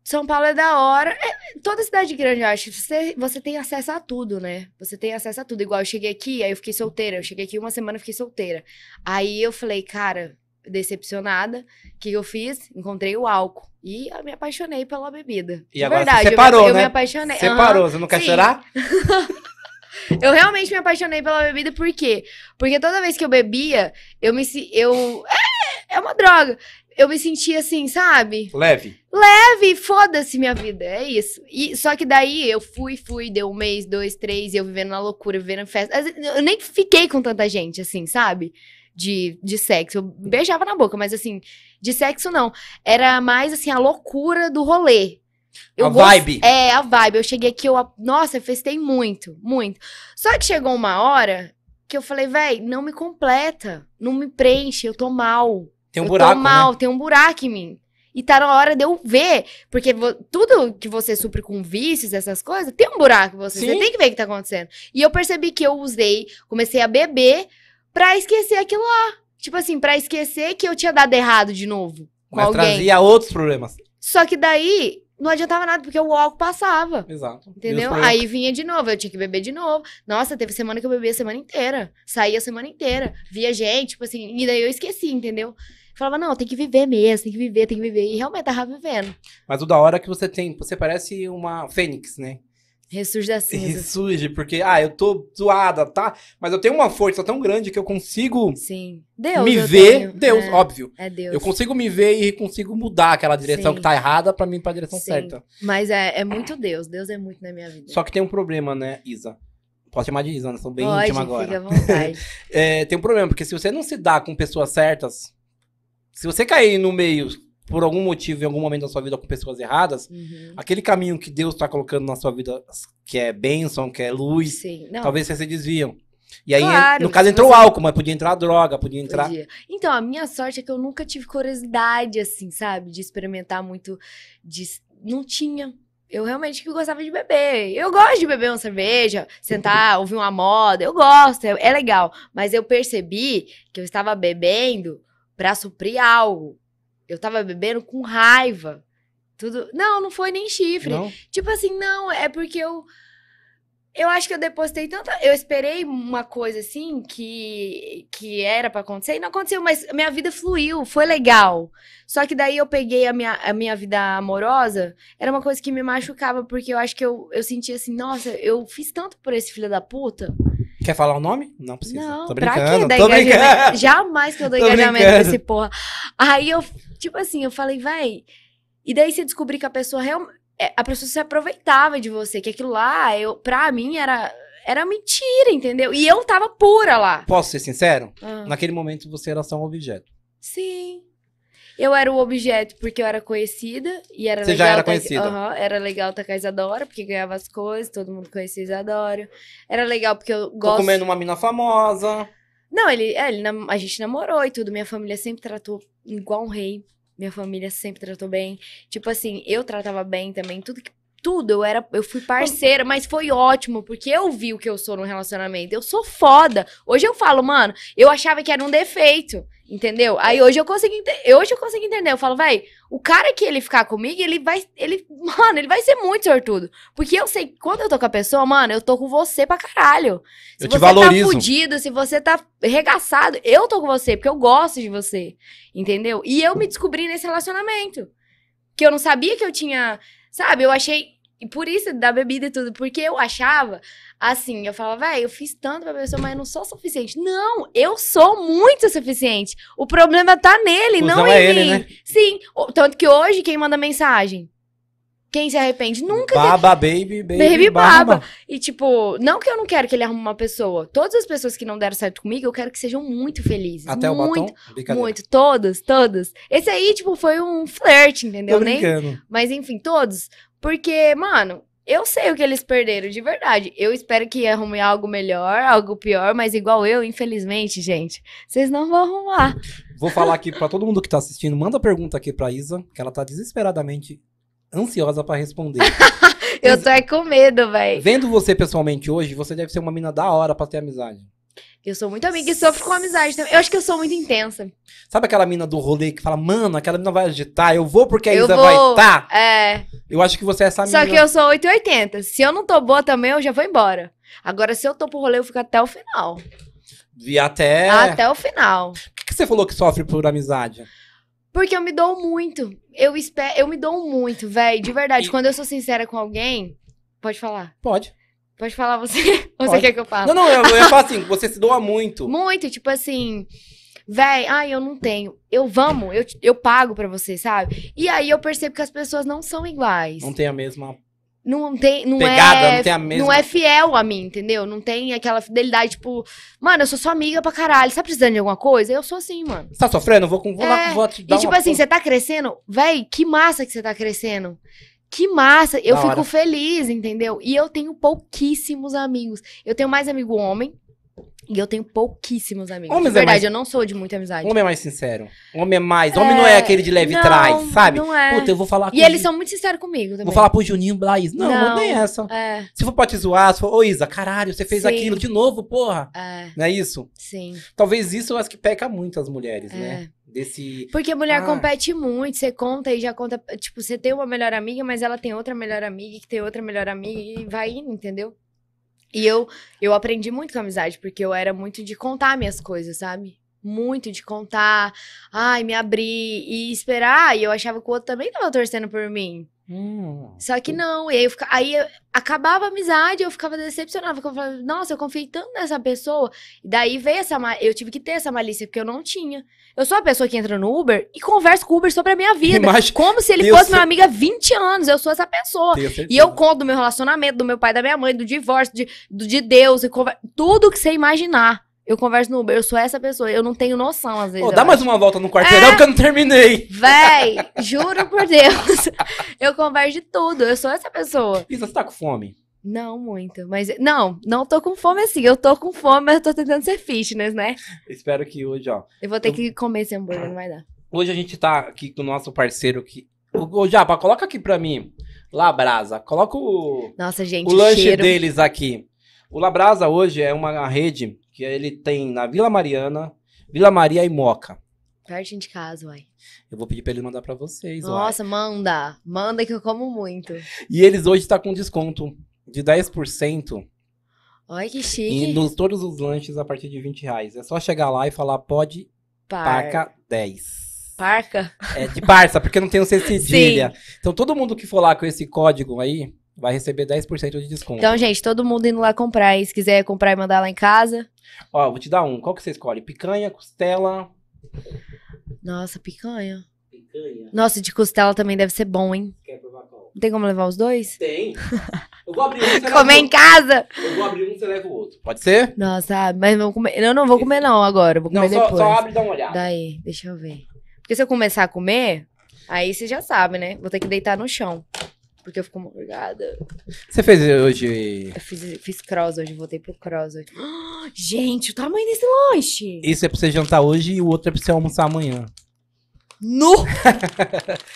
S2: São Paulo é da hora. É, toda cidade grande, eu acho. Você, você tem acesso a tudo, né? Você tem acesso a tudo. Igual eu cheguei aqui, aí eu fiquei solteira. Eu cheguei aqui uma semana, eu fiquei solteira. Aí eu falei, cara, decepcionada. O que que eu fiz? Encontrei o álcool. E eu me apaixonei pela bebida.
S1: E
S2: De
S1: agora você
S2: verdade, eu me-
S1: separou,
S2: eu me
S1: né?
S2: apaixonei.
S1: você
S2: Aham.
S1: parou, você não quer
S2: Sim.
S1: chorar?
S2: Eu realmente me apaixonei pela bebida, por quê? Porque toda vez que eu bebia, eu me. se- Eu, é, é uma droga. Eu me sentia assim, sabe?
S1: Leve.
S2: leve, foda-se minha vida, é isso. E, só que daí eu fui, fui, deu um mês, dois, três, e eu vivendo na loucura, vivendo festa. Às vezes, Eu nem fiquei com tanta gente, assim, sabe? De, de sexo. Eu beijava na boca, mas assim, de sexo não. Era mais assim, a loucura do rolê.
S1: A
S2: gost-
S1: vibe.
S2: É, a vibe. Eu cheguei aqui, eu. a- Nossa, eu festei muito, muito. Só que chegou uma hora que eu falei, véi, não me completa. Não me preenche, eu tô mal
S1: Tem um
S2: eu
S1: buraco,
S2: tô
S1: né?
S2: mal, tem um buraco em mim. E tá na hora de eu ver. Porque vo- tudo que você supre com vícios, essas coisas, tem um buraco em você. Você
S1: Sim.
S2: tem que ver o que tá acontecendo. E eu percebi que eu usei, comecei a beber pra esquecer aquilo lá. Tipo assim, pra esquecer que eu tinha dado errado de novo com
S1: Mas
S2: alguém.
S1: trazia outros problemas.
S2: Só que daí não adiantava nada, porque o álcool passava.
S1: Exato.
S2: Entendeu?
S1: Meus
S2: Aí vinha de novo, eu tinha que beber de novo. Nossa, teve semana que eu bebia a semana inteira. Saía a semana inteira. Via gente, tipo assim, e daí eu esqueci, entendeu? Falava, não, tem que viver mesmo, tem que viver, tem que viver. E realmente tava vivendo.
S1: Mas o da hora é que você tem, você parece uma fênix, né?
S2: Ressurge das
S1: E
S2: cinzas.
S1: surge, porque, ah, eu tô zoada, tá? Mas eu tenho uma força tão grande que eu consigo
S2: Sim. Deus.
S1: me
S2: eu
S1: ver,
S2: tenho.
S1: Deus,
S2: É,
S1: óbvio.
S2: é Deus.
S1: Eu consigo me ver e consigo mudar aquela direção
S2: Sim.
S1: que tá errada pra mim ir pra direção
S2: Sim.
S1: certa.
S2: Mas é, é muito Deus. Deus é muito na minha vida.
S1: Só que tem um problema, né, Isa? Posso chamar de Isa, né? Sou bem
S2: Pode,
S1: íntima
S2: fica à
S1: agora.
S2: vontade.
S1: É, tem um problema, porque se você não se dá com pessoas certas, se você cair no meio, por algum motivo, em algum momento da sua vida, com pessoas erradas,
S2: Uhum.
S1: aquele caminho que Deus tá colocando na sua vida, que é bênção, que é luz,
S2: Sim. Não,
S1: talvez você se desviam. E aí,
S2: Ah. Claro,
S1: no caso,
S2: se
S1: entrou
S2: você-
S1: álcool, mas podia entrar droga, podia entrar.
S2: Podia. Então, a minha sorte é que eu nunca tive curiosidade, assim, sabe? De experimentar muito. de- Não tinha. eu realmente que gostava de beber. Eu gosto de beber uma cerveja, sentar, ouvir uma moda. Eu gosto, é, é legal. Mas eu percebi que eu estava bebendo pra suprir algo. Eu estava bebendo com raiva. Tudo. Não, não foi nem chifre.
S1: Não?
S2: Tipo assim, não, é porque eu. Eu acho que eu depositei tanta. Eu esperei uma coisa assim que, que era pra acontecer e não aconteceu, mas minha vida fluiu, foi legal. Só que daí eu peguei a minha, a minha vida amorosa, era uma coisa que me machucava, porque eu acho que eu, eu sentia assim, nossa, eu fiz tanto por esse filho da puta.
S1: Quer falar o nome? Não precisa.
S2: Não,
S1: tô
S2: pra quê?
S1: brincando.
S2: Dar
S1: Tô
S2: engajamento?
S1: brincando.
S2: Jamais que eu dou
S1: Tô
S2: engajamento
S1: brincando.
S2: pra esse porra. Aí eu, tipo assim, eu falei, vai. E daí você descobri que a pessoa realmente. A pessoa se aproveitava de você, que aquilo lá, eu, pra mim, era, era mentira, entendeu? E eu tava pura lá.
S1: Posso ser sincero?
S2: Ah,
S1: Naquele momento você era só um objeto.
S2: Sim. Eu era o objeto porque eu era conhecida e era
S1: Você já
S2: legal.
S1: era
S2: tá-
S1: conhecida.
S2: Aham, era legal estar com a Isadora, porque ganhava as coisas, todo mundo conhecia a Isadora. Era legal porque eu
S1: Tô
S2: gosto.
S1: comendo uma mina famosa.
S2: Não, ele, é, ele nam- a gente namorou e tudo. Minha família sempre tratou igual um rei. Minha família sempre tratou bem. Tipo assim, eu tratava bem também. Tudo que tudo eu era, eu fui parceira, mas foi ótimo porque eu vi o que eu sou no relacionamento. Eu sou foda. Hoje eu falo, mano, eu achava que era um defeito, entendeu? Aí hoje eu consigo, ente- eu- hoje eu consigo entender. Eu falo, véi, o cara que ele ficar comigo, ele vai, ele, mano, ele vai ser muito sortudo, porque eu sei que quando eu tô com a pessoa, mano, eu tô com você pra caralho. Se
S1: Eu te
S2: você
S1: valorizo.
S2: tá fudido, se você tá regaçado, eu tô com você, porque eu gosto de você. Entendeu? E eu me descobri nesse relacionamento. Que eu não sabia que eu tinha. Sabe, eu achei. E por isso da bebida e tudo, porque eu achava assim, eu falava, velho, eu fiz tanto pra pessoa, mas eu não sou suficiente. Não, eu sou muito suficiente. O problema tá nele,
S1: Cusão
S2: não em
S1: é ele,
S2: mim.
S1: né?
S2: Sim. o- Tanto que hoje quem manda mensagem? Quem se arrepende? Nunca
S1: Baba, baby, baby,
S2: Baby
S1: baba.
S2: baba. E, tipo, não que eu não quero que ele arrume uma pessoa. Todas as pessoas que não deram certo comigo, eu quero que sejam muito felizes.
S1: Até o
S2: muito,
S1: batom? Brincadeira.
S2: Muito. Todas, todas. Esse aí, tipo, foi um flerte, entendeu?
S1: Tô
S2: Nem
S1: brincando.
S2: mas enfim, todos. Porque, mano, eu sei o que eles perderam, de verdade. Eu espero que arrume algo melhor, algo pior, mas igual eu, infelizmente, gente, vocês não vão arrumar.
S1: Vou falar aqui pra todo mundo que tá assistindo, manda pergunta aqui pra Isa, que ela tá desesperadamente ansiosa pra responder.
S2: Eu tô é com medo, véi.
S1: Vendo você pessoalmente hoje, você deve ser uma mina da hora pra ter amizade.
S2: Eu sou muito amiga e sofro com amizade também. Eu acho que eu sou muito intensa.
S1: Sabe aquela mina do rolê que fala, mano, aquela mina vai agitar, eu vou porque a
S2: Eu
S1: Isa
S2: vou."
S1: vai estar.
S2: É.
S1: Eu acho que você é essa mina.
S2: Só que eu sou 880. Se eu não tô boa também, eu já vou embora. Agora, se eu tô pro rolê, eu fico até o final.
S1: E até...
S2: Até o final.
S1: Por que você falou que sofre por amizade?
S2: Porque eu me dou muito. Eu espero, eu me dou muito, velho. De verdade,
S1: E-
S2: quando eu sou sincera com alguém, pode falar.
S1: Pode.
S2: Pode falar você. Ou
S1: Pode.
S2: Você quer que eu fale?
S1: Não, não, eu, eu falo assim, você se doa muito.
S2: Muito, tipo assim, véi, ai, eu não tenho. Eu vamos, eu, te- eu pago pra você, sabe? E aí eu percebo que as pessoas não são iguais.
S1: Não tem a mesma
S2: Não tem, não
S1: pegada,
S2: é
S1: não tem a mesma...
S2: Não é fiel a mim, entendeu? Não tem aquela fidelidade, tipo, mano, eu sou sua amiga pra caralho. Você tá precisando de alguma coisa? Eu sou assim, mano.
S1: Você tá sofrendo? Vou, com- vou lá,
S2: É,
S1: vou te dar
S2: E tipo
S1: uma-
S2: assim, você tá crescendo? Véi, que massa que você tá crescendo. Que massa. Eu
S1: Da
S2: fico
S1: hora.
S2: feliz, entendeu? E eu tenho pouquíssimos amigos. Eu tenho mais amigo homem. E eu tenho pouquíssimos amigos.
S1: Homens
S2: Na
S1: é
S2: verdade,
S1: mais-
S2: eu não sou de muita amizade.
S1: Homem é mais sincero. Homem é mais. Homem não é aquele de leve
S2: Não,
S1: trás, sabe?
S2: Não é.
S1: Puta, eu vou falar
S2: E eles são muito sinceros comigo também.
S1: Vou falar pro Juninho Blaís. Não, não,
S2: Não.
S1: tem essa.
S2: É,
S1: Se for pra te zoar, se for, ô Isa, caralho, você fez
S2: Sim.
S1: aquilo de novo, porra.
S2: é,
S1: Não é isso?
S2: sim.
S1: Talvez isso eu acho que peca muito as mulheres,
S2: É.
S1: né? Desse.
S2: Porque mulher
S1: Ah.
S2: compete muito, você conta e já conta. Tipo, você tem uma melhor amiga, mas ela tem outra melhor amiga, que tem outra melhor amiga, e vai indo, entendeu? E eu, eu aprendi muito com a amizade, porque eu era muito de contar minhas coisas, sabe? Muito de contar, ai, me abrir e esperar. E eu achava que o outro também tava torcendo por mim.
S1: Hum.
S2: Só que não, e aí eu, fica- aí eu- acabava a amizade, eu ficava decepcionada, porque eu falava, nossa, eu confiei tanto nessa pessoa. E daí veio essa, ma- eu tive que ter essa malícia, porque eu não tinha. Eu sou a pessoa que entra no Uber e conversa com o Uber sobre a minha vida.
S1: Imagina-
S2: Como se ele
S1: Deus
S2: fosse
S1: céu.
S2: minha amiga há 20 anos, eu sou essa pessoa.
S1: Tenho certeza.
S2: E eu conto do meu relacionamento, do meu pai, da minha mãe, do divórcio, de, do, de Deus, e conver- tudo que você imaginar. Eu converso no Uber, eu sou essa pessoa, eu não tenho noção às vezes.
S1: Ô,
S2: eu
S1: dá
S2: acho.
S1: mais uma volta no quarteirão
S2: É.
S1: porque eu não terminei.
S2: Véi, juro por Deus. Eu converso de tudo, eu sou essa pessoa.
S1: Isa, você tá com fome?
S2: Não, muito. Mas. Não, não tô com fome assim. Eu tô com fome, mas eu tô tentando ser fitness, né?
S1: Espero que hoje, ó.
S2: Eu vou ter que comer esse hambúrguer, não vai dar.
S1: Hoje a gente tá aqui com o nosso parceiro que. Ô, Ô, Japa, coloca aqui pra mim. Labrasa. Coloca o,
S2: Nossa, gente,
S1: o lanche
S2: cheiro.
S1: deles aqui. O Labrasa hoje é uma rede que ele tem na Vila Mariana, Vila Maria e Moca.
S2: Pertinho de casa, uai.
S1: Eu vou pedir pra ele mandar pra vocês. uai.
S2: Nossa, manda. Manda que eu como muito.
S1: E eles hoje tá com desconto de 10%
S2: Olha que
S1: em
S2: chique.
S1: nos, todos os lanches a partir de 20 reais. É só chegar lá e falar pode
S2: Par-
S1: paca 10.
S2: Parca.
S1: É de Barça, porque não tem o C cedilha. Então todo mundo que for lá com esse código aí vai receber 10% de desconto.
S2: Então, gente, todo mundo indo lá comprar. E se quiser comprar e mandar lá em casa.
S1: Ó, eu vou te dar um. Qual que você escolhe? Picanha, costela.
S2: Nossa, picanha.
S1: Picanha?
S2: Nossa, de costela também deve ser bom, hein?
S1: Quer provar qual?
S2: Não tem como levar os dois?
S1: Tem. Eu vou abrir um, você leva o
S2: Comer em
S1: outro.
S2: casa!
S1: Eu vou abrir um, você leva o outro. Pode ser?
S2: Nossa, ah, mas vamos comer. Eu não vou comer, não, agora. eu Vou
S1: Não,
S2: comer
S1: só,
S2: depois.
S1: só abre e dá uma olhada.
S2: Daí, deixa eu ver. Porque se eu começar a comer, aí você já sabe, né? Vou ter que deitar no chão. Porque eu fico morgada.
S1: Você fez hoje...
S2: Eu fiz, fiz cross hoje, voltei pro cross hoje. Ah, Gente, o tamanho desse lanche!
S1: Isso é pra você jantar hoje e o outro é pra você almoçar amanhã.
S2: Nu!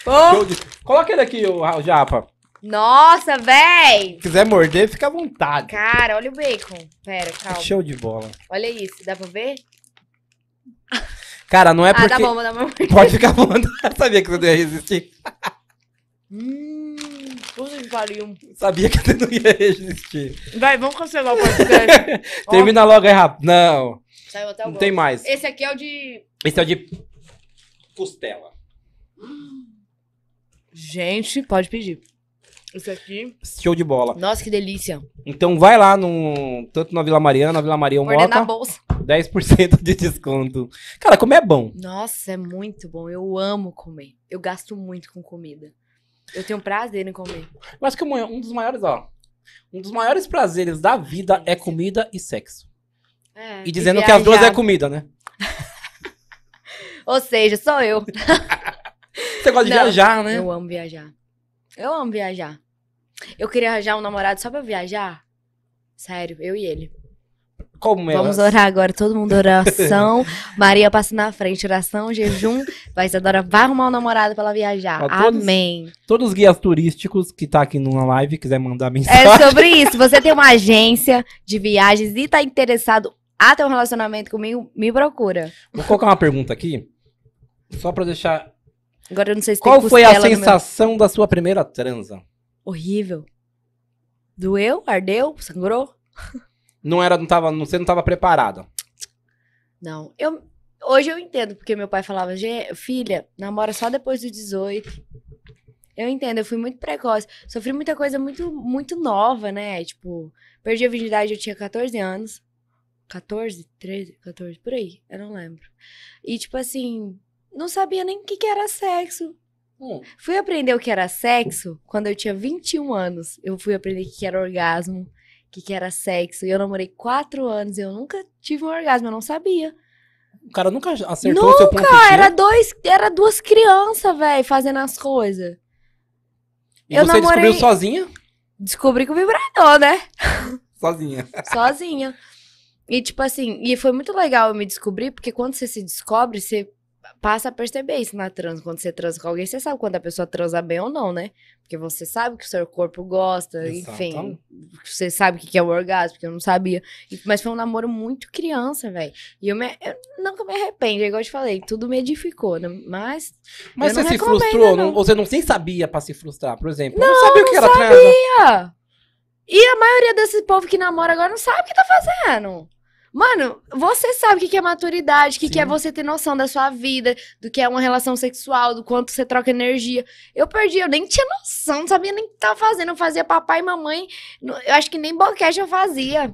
S2: Oh!
S1: Show de- Coloca ele aqui, o o Japa.
S2: Nossa, véi!
S1: Se quiser morder, fica à vontade. É
S2: Cara, olha o bacon. Pera, calma.
S1: Show de bola.
S2: Olha isso, dá pra ver?
S1: Cara, não é
S2: ah,
S1: porque...
S2: dá bom, dá bom.
S1: Pode ficar à vontade. Sabia que você não ia resistir.
S2: Hum, puta que pariu.
S1: Sabia que você não ia resistir.
S3: Vai, vamos cancelar o podcast. Ó,
S1: Termina logo aí rápido. Não,
S2: Saiu até o
S1: não tem mais.
S3: Esse aqui é o de.
S1: Esse é o de costela.
S3: Gente, pode pedir. Esse aqui.
S1: Show de bola.
S2: Nossa, que delícia.
S1: Então vai lá no tanto na Vila Mariana, Vila Maria ou
S2: Mordendo na
S1: Moca,
S2: bolsa.
S1: 10% de desconto. Cara, como é bom.
S2: Nossa, é muito bom. Eu amo comer. Eu gasto muito com comida. Eu tenho prazer em comer.
S1: Eu acho que amanhã um dos maiores, ó, um dos maiores prazeres da vida é comida e sexo.
S2: É,
S1: E dizendo que as duas é comida, né?
S2: Ou seja, sou eu.
S1: Você gosta de
S2: Não.
S1: viajar, né?
S2: Eu amo viajar. Eu amo viajar. Eu queria arranjar um namorado só pra viajar. Sério, eu e ele.
S1: Como é?
S2: Vamos orar agora, todo mundo oração. Maria passa na frente, oração, jejum. Vai, Isadora, vai arrumar um namorado pra ela viajar.
S1: Ó, todos-
S2: Amém.
S1: Todos os guias turísticos que tá aqui na live, quiser mandar mensagem.
S2: É sobre isso. Você tem uma agência de viagens e tá interessado a ter um relacionamento comigo, me procura.
S1: Vou colocar uma pergunta aqui, só pra deixar
S2: Agora eu não sei se
S1: Qual
S2: tem
S1: foi a
S2: costela no meu-
S1: sensação da sua primeira transa?
S2: Horrível. Doeu? Ardeu? Sangrou?
S1: Não era, não tava, não, você não tava preparada.
S2: Não. Eu... Hoje eu entendo, porque meu pai falava, "Gê, filha, namora só depois dos 18. Eu entendo, eu fui muito precoce. Sofri muita coisa muito, muito nova, né? Tipo, perdi a virgindade, eu tinha 14 anos. 14, 13, 14, por aí, eu não lembro. E, tipo assim, não sabia nem o que que era sexo. Fui aprender o que era sexo quando eu tinha 21 anos. Eu fui aprender o que era orgasmo, o que que era sexo. E eu namorei quatro anos e eu nunca tive um orgasmo, eu não sabia.
S1: O cara nunca acertou o seu ponto
S2: Ah,
S1: G,
S2: era, dois, era duas crianças, velho, fazendo as coisas.
S1: E
S2: eu
S1: você
S2: namorei-
S1: descobriu sozinha?
S2: Descobri com o vibrador, né?
S1: Sozinha.
S2: Sozinha. E tipo assim, e foi muito legal eu me descobrir, porque quando você se descobre, você passa a perceber isso na trans. Quando você transa com alguém, você sabe quando a pessoa transa bem ou não, né? Porque você sabe que o seu corpo gosta, enfim.
S1: Exato.
S2: você sabe o que que é o orgasmo, porque eu não sabia. E- Mas foi um namoro muito criança, velho. E eu, me, eu nunca me arrependo, é igual eu te falei, tudo me edificou, né? Mas
S1: Mas
S2: Eu
S1: você
S2: não
S1: se
S2: recomendo,
S1: frustrou?
S2: não.
S1: não- Você não nem sabia pra se frustrar, por exemplo. Não, não sabia o que era transa.
S2: Sabia! E a maioria desse povo que namora agora não sabe o que tá fazendo. Mano, você sabe o que que é maturidade, o que, que é
S1: Sim.
S2: você ter noção da sua vida, do que é uma relação sexual, do quanto você troca energia. Eu perdi, eu nem tinha noção, não sabia nem o que tava fazendo. Eu fazia papai e mamãe, no- eu acho que nem boquete eu fazia.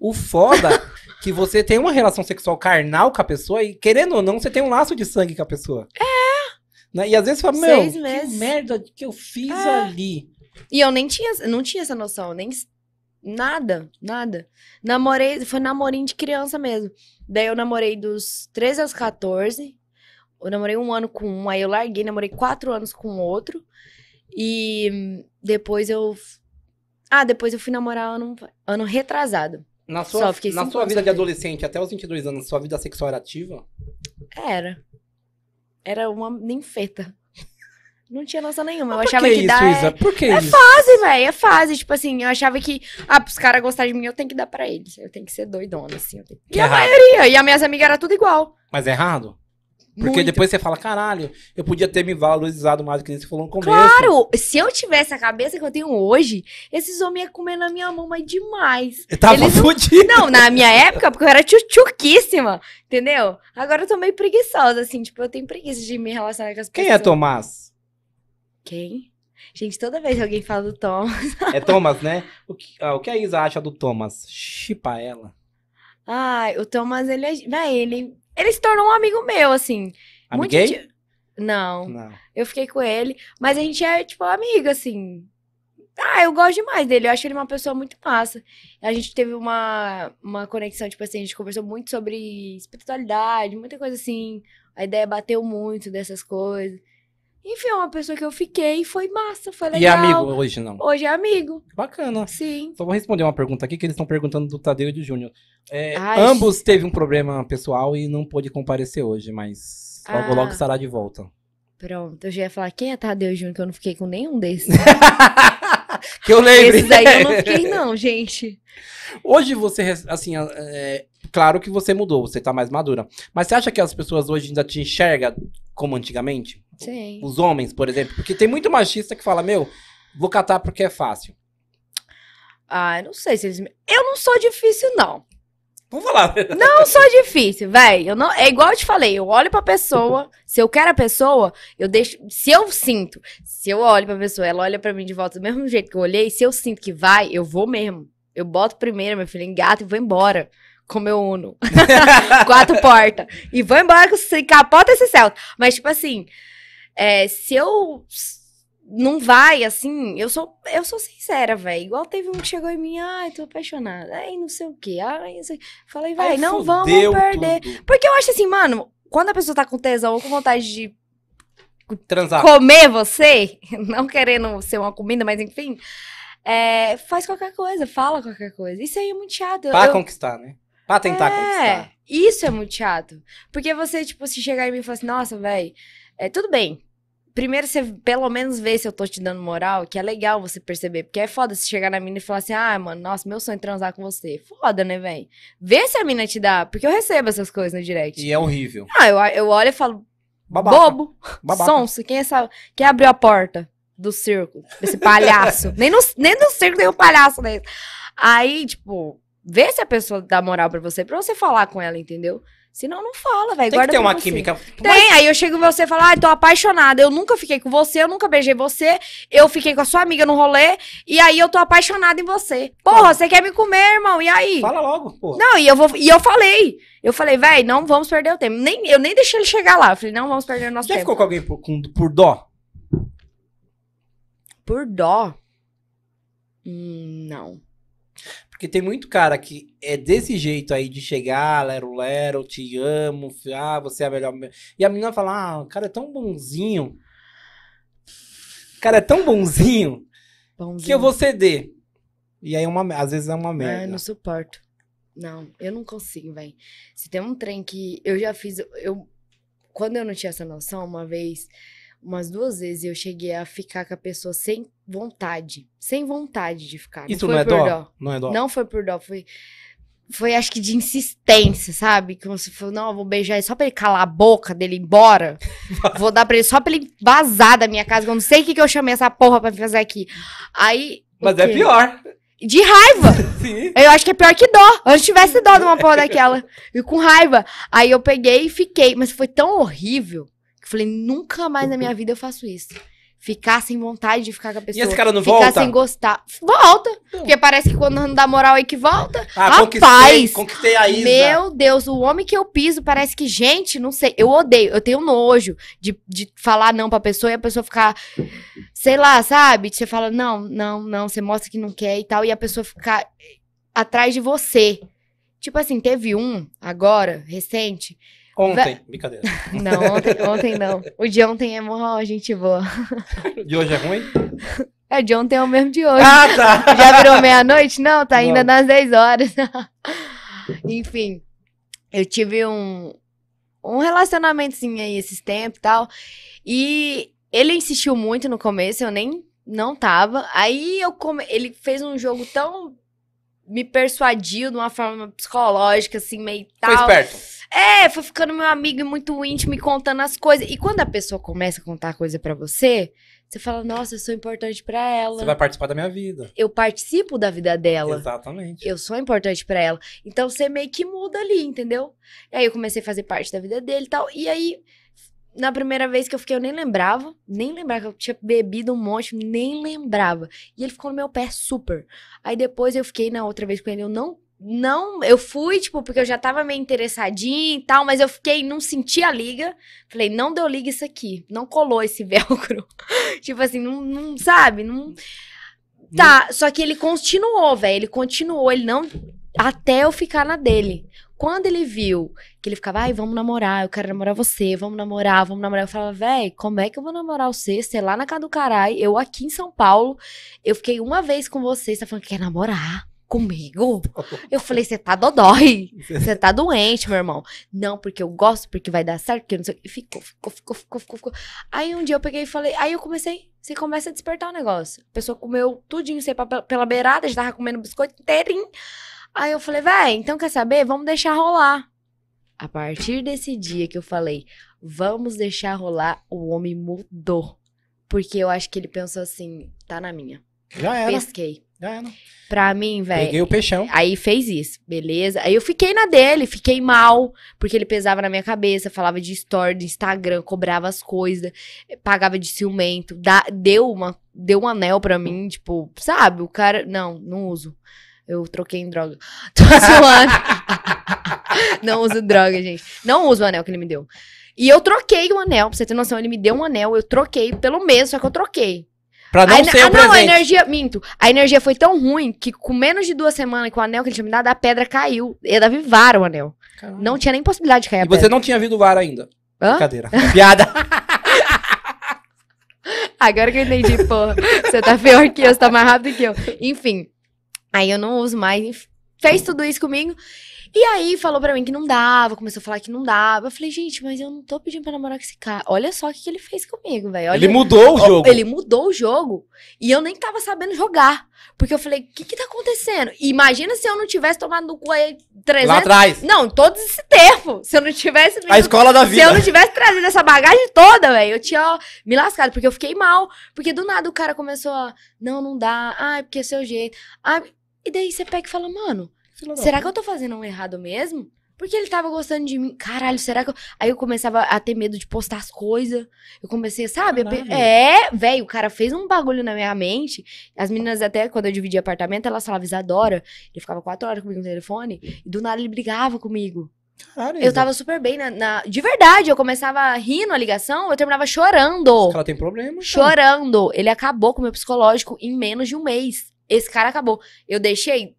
S1: O foda que você tem uma relação sexual carnal com a pessoa e, querendo ou não, você tem um laço de sangue com a pessoa. É. E às vezes você fala, meu,
S2: Seis
S1: que
S2: meses.
S1: merda que eu fiz
S2: É.
S1: ali.
S2: E eu nem tinha, não tinha essa noção, nem s- nada, nada. Namorei, foi namorinho de criança mesmo. Daí eu namorei dos 13 aos 14. Eu namorei um ano com um, aí eu larguei, namorei quatro anos com outro. E hum, depois eu. f- Ah, depois eu fui namorar ano, ano retrasado.
S1: Na
S2: Só
S1: sua,
S2: fiquei
S1: na
S2: cinco
S1: sua
S2: anos
S1: vida de
S2: solteira.
S1: adolescente, até os 22 anos, sua vida sexual era ativa?
S2: Era. Era uma ninfeta. Não tinha noção nenhuma. Eu
S1: Por
S2: achava
S1: que
S2: que
S1: isso,
S2: dar é
S1: Isa? Por que
S2: é
S1: isso?
S2: fase, velho. É fase. Tipo assim, eu achava que, ah, pros caras gostarem de mim, eu tenho que dar pra eles. Eu tenho que ser doidona, assim. eu tenho que-
S1: Que
S2: E
S1: é
S2: a
S1: errado.
S2: maioria. E as minhas amigas era tudo igual.
S1: Mas é errado? Porque
S2: Muito.
S1: depois você fala, caralho, eu podia ter me valorizado mais do que você falou no começo.
S2: Claro, se eu tivesse a cabeça que eu tenho hoje, esses homens iam comer na minha mão, mas demais.
S1: Eu tava
S2: Eles não-
S1: fudido.
S2: Não, na minha época, porque eu era tchutchuquíssima, entendeu? Agora eu tô meio preguiçosa, assim, tipo, eu tenho preguiça de me relacionar com as
S1: Quem é
S2: pessoas.
S1: Tomás?
S2: Quem? Gente, toda vez que alguém fala do Tom.
S1: É Thomas, né? O que, ah, o que a Isa acha do Thomas? Chipa ela.
S2: Ai, o Thomas, ele é. Véi, ele. Ele se tornou um amigo meu, assim. Muito
S1: Amiguei?
S2: di- Não,
S1: Não.
S2: eu fiquei com ele, mas a gente é, tipo, amiga, assim. Ah, eu gosto demais dele, eu acho ele uma pessoa muito massa. A gente teve uma, uma conexão, tipo assim, a gente conversou muito sobre espiritualidade, muita coisa assim. A ideia bateu muito dessas coisas. Enfim, é uma pessoa que eu fiquei e foi massa, foi legal.
S1: E amigo hoje não.
S2: Hoje é amigo,
S1: Bacana.
S2: sim.
S1: Só vou responder uma pergunta aqui que eles estão perguntando do Tadeu e do Júnior. É,
S2: Ai,
S1: ambos teve um problema pessoal e não pôde comparecer hoje, mas logo
S2: Ah.
S1: logo estará de volta.
S2: Pronto, eu já ia falar, quem é Tadeu Júnior, que eu não fiquei com nenhum desses.
S1: que eu lembre.
S2: Esses aí eu não fiquei não, gente.
S1: Hoje você, res- assim, a- é, claro que você mudou, você tá mais madura. Mas você acha que as pessoas hoje ainda te enxergam como antigamente?
S2: Sim.
S1: Os homens, por exemplo? Porque tem muito machista que fala, meu, vou catar porque é fácil.
S2: Ah, eu não sei se eles... me- Eu não sou difícil, não.
S1: Vamos falar.
S2: Não sou difícil, velho. Eu não, é igual eu te falei, eu olho pra pessoa, se eu quero a pessoa, eu deixo, se eu sinto, se eu olho pra pessoa, ela olha pra mim de volta do mesmo jeito que eu olhei, se eu sinto que vai, eu vou mesmo. Eu boto primeiro, meu filho, engato e vou embora. Com meu Uno. Quatro portas. E vou embora com se capota esse Celta. Mas, tipo assim, é, se eu s- não vai, assim, eu sou, eu sou sincera, velho. Igual teve um que chegou em mim, ai, tô apaixonada. Ai, não sei o quê. Ai, não sei... Falei, vai,
S1: Aí
S2: não vamos
S1: fudeu
S2: perder.
S1: tudo.
S2: Porque eu acho assim, mano, quando a pessoa tá com tesão ou com vontade de
S1: Transar.
S2: comer você, não querendo ser uma comida, mas enfim, é, faz qualquer coisa, fala qualquer coisa. Isso aí é muito chato.
S1: Pra
S2: Eu-
S1: conquistar, né? Pra
S2: é,
S1: tentar conquistar.
S2: isso é muito chato. Porque você, tipo, se chegar em mim e falar assim, nossa, velho, é, tudo bem. Primeiro você pelo menos vê se eu tô te dando moral, que é legal você perceber. Porque é foda se chegar na mina e falar assim, ah, mano, nossa, meu sonho é transar com você. Foda, né, velho? Vê se a mina te dá, porque eu recebo essas coisas no direct.
S1: E é horrível.
S2: Ah, eu, eu olho e falo,
S1: Babaca.
S2: bobo.
S1: Babaca.
S2: Sonso, quem, é essa, quem abriu a porta do circo? Esse palhaço. nem, no, nem no circo tem um palhaço desse. Aí, tipo, vê se a pessoa dá moral pra você, pra você falar com ela, entendeu? Senão, não fala, velho.
S1: Tem que
S2: Guarda
S1: ter
S2: pra
S1: uma
S2: você.
S1: química.
S2: Tem, aí eu chego em você e falo, ai, tô apaixonada, eu nunca fiquei com você, eu nunca beijei você, eu fiquei com a sua amiga no rolê, e aí eu tô apaixonada em você. Porra, você quer me comer, irmão, e aí?
S1: Fala logo, pô.
S2: Não, e eu, vou, e eu falei, eu falei, véi, não vamos perder o tempo. Nem, eu nem deixei ele chegar lá, eu falei, não vamos perder o nosso
S1: Já
S2: tempo.
S1: ficou com alguém por, com- por dó?
S2: Por dó? Hum, não.
S1: Porque tem muito cara que é desse jeito aí de chegar, lero, lero, te amo, fi- ah, você é a melhor. me- E a menina fala, ah, o cara é tão bonzinho. O cara é tão bonzinho
S2: Pãozinho.
S1: que eu vou ceder. E aí é uma, às vezes é uma
S2: Ah, eu
S1: merda.
S2: não suporto. Não, eu não consigo, velho. Se tem um trem que eu já fiz, eu quando eu não tinha essa noção, uma vez, umas duas vezes eu cheguei a ficar com a pessoa sem vontade, sem vontade de ficar. né?
S1: Isso
S2: foi
S1: não é
S2: por
S1: dó? Não é dó.
S2: Não foi por dó, foi foi acho que de insistência, sabe? Como se fosse, não, eu vou beijar ele só pra ele calar a boca dele ir embora. vou dar pra ele só pra ele vazar da minha casa, que eu não sei o que, que eu chamei essa porra pra fazer aqui. Aí. o
S1: Mas é
S2: quê?
S1: pior.
S2: De raiva!
S1: Sim.
S2: Eu acho que é pior que dó. Eu não tivesse dó de uma porra daquela. E com raiva. Aí eu peguei e fiquei. Mas foi tão horrível que eu falei, nunca mais na minha vida eu faço isso. Ficar sem vontade de ficar com a pessoa.
S1: esse cara não
S2: ficar
S1: volta? Então.
S2: sem gostar. Volta. Porque parece que quando não dá moral aí que volta.
S1: Ah, conquistei,
S2: Rapaz,
S1: conquistei a Isa.
S2: Meu Deus, o homem que eu piso parece que, gente, não sei. Eu odeio, eu tenho nojo de, de falar não pra pessoa e a pessoa ficar, sei lá, sabe? Você fala, não, não, não, você mostra que não quer e tal, e a pessoa ficar atrás de você. Tipo assim, teve um agora, recente,
S1: Ontem, brincadeira.
S2: não, ontem, ontem não. O de ontem é mó gente boa.
S1: De hoje é ruim?
S2: É, o de ontem é o mesmo de hoje.
S1: Ah, tá.
S2: Já virou meia-noite? Não, tá ainda
S1: Não.
S2: nas 10 horas. Enfim, eu tive um, um relacionamentozinho aí esses tempos e tal. E Ele insistiu muito no começo, eu nem não tava. Aí eu come... ele fez um jogo tão me persuadiu de uma forma psicológica assim, meio tal.
S1: Foi esperto.
S2: É, foi ficando meu amigo e muito íntimo e contando as coisas. E quando a pessoa começa a contar coisa pra você, você fala: "Nossa, eu sou importante pra ela.
S1: Você vai participar da minha vida.
S2: Eu participo da vida dela."
S1: Exatamente.
S2: Eu sou importante pra ela. Então você meio que muda ali, entendeu? E aí eu comecei a fazer parte da vida dele e tal. E aí, na primeira vez que eu fiquei, eu nem lembrava. Nem lembrava que eu tinha bebido um monte, nem lembrava. E ele ficou no meu pé super. Aí depois eu fiquei na outra vez com ele, eu não. Não, eu fui, tipo, porque eu já tava meio interessadinha e tal, mas eu fiquei, não senti a liga. Falei, não deu liga isso aqui, não colou esse velcro. tipo assim, não, não sabe, não, Tá, só que ele continuou, velho. Ele continuou, ele não. Até eu ficar na dele. Quando ele viu que ele ficava, ai, vamos namorar, eu quero namorar você, vamos namorar, vamos namorar. Eu falava, véi, como é que eu vou namorar você? Você é lá na casa do caralho, eu aqui em São Paulo, eu fiquei uma vez com você, você tá falando, quer namorar comigo? Eu falei, você tá dodói, você tá doente, meu irmão. Não, porque eu gosto, porque vai dar certo, porque eu não sei. o quê. E ficou, ficou, ficou, ficou, ficou, ficou. Aí um dia eu peguei e falei, aí eu comecei, você começa a despertar o negócio. A pessoa comeu tudinho, sei, pra- pela beirada, já tava comendo biscoito inteirinho. Aí eu falei, véi, então quer saber? Vamos deixar rolar. A partir desse dia que eu falei, vamos deixar rolar, o homem mudou. Porque eu acho que ele pensou assim, tá na minha.
S1: Já era,
S2: Pesquei.
S1: já era.
S2: Pra mim, véi.
S1: Peguei o peixão.
S2: Aí fez isso, beleza? Aí eu fiquei na dele, fiquei mal, porque ele pesava na minha cabeça, falava de story do Instagram, cobrava as coisas, pagava de ciumento, dá- deu, uma, deu um anel pra mim, tipo, sabe? O cara. Não, não uso. Eu troquei em droga. Tô zoando. não uso droga, gente. Não uso o anel que ele me deu. E eu troquei o anel, pra você ter noção, ele me deu um anel, eu troquei pelo mesmo, só que eu troquei.
S1: Pra não
S2: Aí-
S1: ser
S2: ah,
S1: o
S2: não, a
S1: presente.
S2: energia, minto. A energia foi tão ruim que com menos de duas semanas com o anel que ele tinha me dado, a pedra caiu. E da vivar o anel.
S1: Caralho.
S2: Não tinha nem possibilidade de cair
S1: E
S2: a pedra.
S1: você não tinha vindo o VAR ainda.
S2: Hã?
S1: Brincadeira. Piada.
S2: Agora que eu entendi, porra. Você tá pior que eu, você tá mais rápido que eu. Enfim. Aí eu não uso mais. enf- Fez tudo isso comigo. E aí falou pra mim que não dava, começou a falar que não dava. Eu falei, gente, mas eu não tô pedindo pra namorar com esse cara. Olha só o que, que ele fez comigo, velho. Olha
S1: Ele mudou o jogo.
S2: Ele mudou o jogo e eu nem tava sabendo jogar. Porque eu falei, o que que tá acontecendo? Imagina se eu não tivesse tomado no cu aí 300...
S1: Lá atrás.
S2: Não, todo esse tempo. Se eu não tivesse...
S1: A escola da
S2: Se eu não
S1: vida.
S2: tivesse trazido essa bagagem toda, velho, eu tinha ó, me lascado, porque eu fiquei mal. Porque do nada o cara começou a... Não, não dá. Ai, porque é seu jeito. Ai, e daí você pega e fala, mano, será que eu tô fazendo um errado mesmo? Porque ele tava gostando de mim. Caralho, será que eu... Aí eu começava a ter medo de postar as coisas. Eu comecei, sabe? a pe-
S1: Caralho.
S2: É, velho, o cara fez um bagulho na minha mente. As meninas, até quando eu dividi apartamento, elas falavam, Isadora. Ele ficava quatro horas comigo no telefone. E do nada ele brigava comigo.
S1: Caralho,
S2: Eu tava super bem na, na- De verdade, eu começava a rir na ligação, eu terminava chorando.
S1: Ela tem problema. então.
S2: Chorando. Ele acabou com o meu psicológico em menos de um mês. Esse cara acabou. Eu deixei.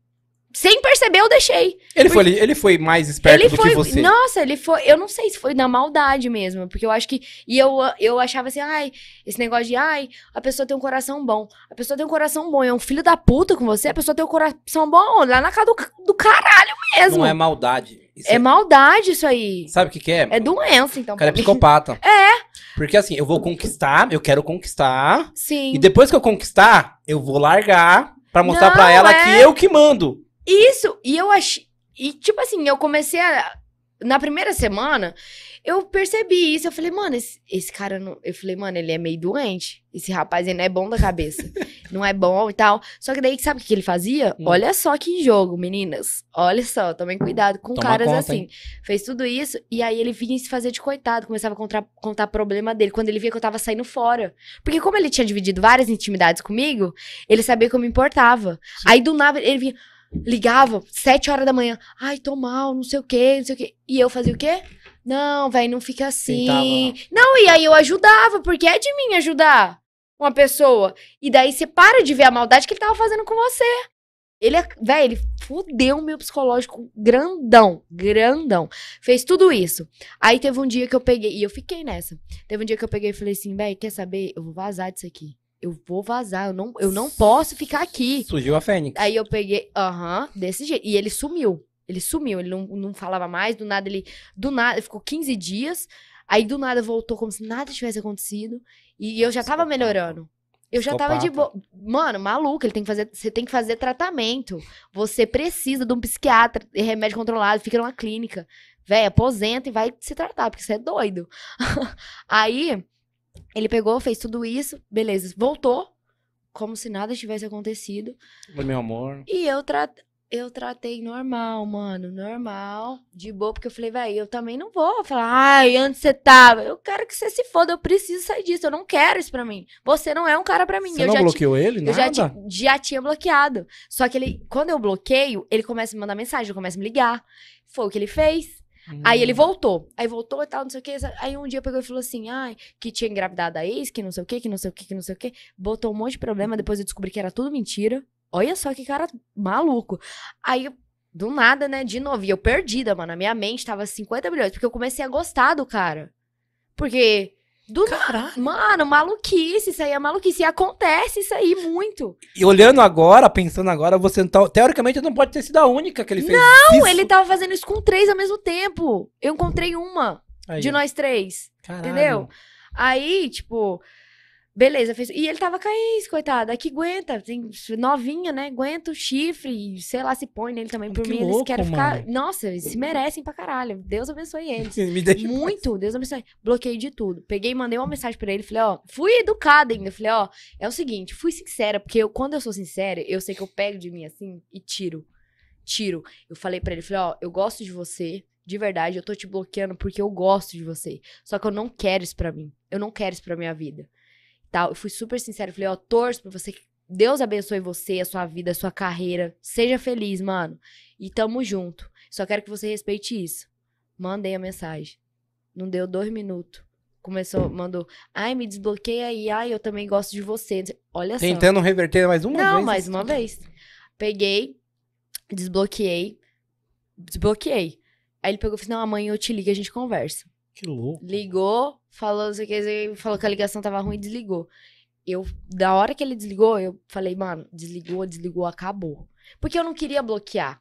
S2: Sem perceber, eu deixei.
S1: Ele foi, ele foi mais esperto
S2: ele
S1: do
S2: foi.
S1: que você.
S2: Nossa, ele foi. Eu não sei se foi na maldade mesmo. Porque eu acho que. E eu, eu achava assim, ai, esse negócio de, ai, a pessoa tem um coração bom. A pessoa tem um coração bom. É um filho da puta com você, a pessoa tem um coração bom lá na casa do, ca- do caralho mesmo.
S1: Não é
S2: é,
S1: maldade. Isso é-
S2: maldade isso aí.
S1: Sabe o que, que é?
S2: É doença, então.
S1: O cara é
S2: pra mim.
S1: psicopata. É. Porque assim, eu vou conquistar, eu quero conquistar.
S2: Sim.
S1: E depois que eu conquistar, eu vou largar pra mostrar
S2: Não,
S1: pra ela
S2: é.
S1: que eu que mando.
S2: Isso, e eu achei. E, tipo assim, eu comecei a. Na primeira semana, eu percebi isso. Eu falei, mano, esse, esse cara. Não... Eu falei, mano, ele é meio doente. Esse rapaz, ele não é bom da cabeça. não é bom e tal. Só que daí, sabe o que ele fazia?
S1: Hum.
S2: Olha só que jogo, meninas. Olha só, tomem cuidado com
S1: Toma
S2: caras
S1: conta,
S2: assim.
S1: hein?
S2: Fez tudo isso, e aí ele vinha se fazer de coitado. Começava a contar, contar problema dele. Quando ele via que eu tava saindo fora. Porque, como ele tinha dividido várias intimidades comigo, ele sabia que eu me importava. Aí, do nada, ele vinha. Ligava, sete horas da manhã. Ai, tô mal, não sei o quê, não sei o quê. E eu fazia o quê? Não, velho, não fica assim. Não, e aí eu ajudava, porque é de mim ajudar uma pessoa. E daí você para de ver a maldade que ele tava fazendo com você. Ele, é- véi, ele fudeu o meu psicológico grandão, grandão. Fez tudo isso. Aí teve um dia que eu peguei, e eu fiquei nessa. Teve um dia que eu peguei e falei assim, véi, quer saber? Eu vou vazar disso aqui. Eu vou vazar, eu não, eu não posso ficar aqui.
S1: Surgiu a Fênix.
S2: Aí eu peguei, aham, desse jeito. E ele sumiu. Ele sumiu, ele não, não falava mais, do nada ele. Do nada, ele ficou 15 dias. Aí do nada voltou como se nada tivesse acontecido. E eu já tava melhorando. Eu já tava de boa.
S1: Psicopata.
S2: Mano, maluco, ele tem que fazer. Você tem que fazer tratamento. Você precisa de um psiquiatra, de remédio controlado, fica numa clínica. Véi, aposenta e vai se tratar, porque você é doido. Aí, ele pegou, fez tudo isso, beleza, voltou, como se nada tivesse acontecido.
S1: Oi, meu amor.
S2: E eu, tra... eu tratei normal, mano, normal, de boa, porque eu falei, velho, eu também não vou falar, ai, antes você tava, eu quero que você se foda, eu preciso sair disso, eu não quero isso pra mim. Você não é um cara pra mim.
S1: Você
S2: eu
S1: não
S2: já ti-
S1: bloqueou ele?
S2: eu
S1: Nada?
S2: já, ti- já tinha bloqueado. Só que ele, quando eu bloqueio, ele começa a me mandar mensagem, ele começa a me ligar. Foi o que ele fez.
S1: Hum.
S2: Aí ele voltou. Aí voltou e tal, não sei o que. Aí um dia pegou e falou assim: ai, que tinha engravidado a ex, que não sei o que, que não sei o que, que não sei o que. Botou um monte de
S1: Uhum.
S2: problema. Depois eu descobri que era tudo mentira. Olha só que cara maluco. Aí, do nada, né, de novo, e eu perdida, mano. A minha mente tava 50 milhões, porque eu comecei a gostar do cara. Porque. Do
S1: Caralho.
S2: Mano, maluquice, isso aí é maluquice. E acontece isso aí muito.
S1: E olhando agora, pensando agora, você não tá... Teoricamente não pode ter sido a única que ele fez. Não,
S2: Ele tava fazendo isso com três ao mesmo tempo. Eu encontrei uma de nós três. Entendeu? Aí, tipo, beleza, fez. E ele tava com a ex, coitada. Aí que aguenta, tem novinha, né? Aguenta o chifre, e sei lá, se põe nele também. Por
S1: Que
S2: mim,
S1: louco,
S2: eles querem ficar.
S1: mano.
S2: Nossa, eles se merecem pra caralho. Deus abençoe eles.
S1: Me deixa...
S2: Muito, Deus abençoe. Bloqueei de tudo. Peguei, mandei uma mensagem pra ele. Falei, ó, fui educada ainda. Falei, ó, é o seguinte, fui sincera, porque eu, quando eu sou sincera, eu sei que eu pego de mim assim e tiro. Tiro. Eu falei pra ele, falei, ó, eu gosto de você, de verdade, eu tô te bloqueando porque eu gosto de você. Só que eu não quero isso pra mim. Eu não quero isso pra minha vida. Tal. Eu fui super sincera. Falei, ó, torço pra você. que Deus abençoe você, a sua vida, a sua carreira. Seja feliz, mano. E tamo junto. Só quero que você respeite isso. Mandei a mensagem. Não deu dois minutos. Começou, mandou. Ai, me desbloqueia aí. Ai, eu também gosto de você. Olha só.
S1: Tentando reverter mais uma
S2: Não,
S1: vez.
S2: mais uma vez. Peguei, desbloqueei, desbloqueei. Aí ele pegou e falou: assim, Não, amanhã eu te ligo, a gente conversa.
S1: Que louco.
S2: Ligou, falou, não sei o que, não sei o que, falou que a ligação tava ruim e desligou. Eu, da hora que ele desligou, eu falei, mano, desligou, desligou, acabou. Porque eu não queria bloquear.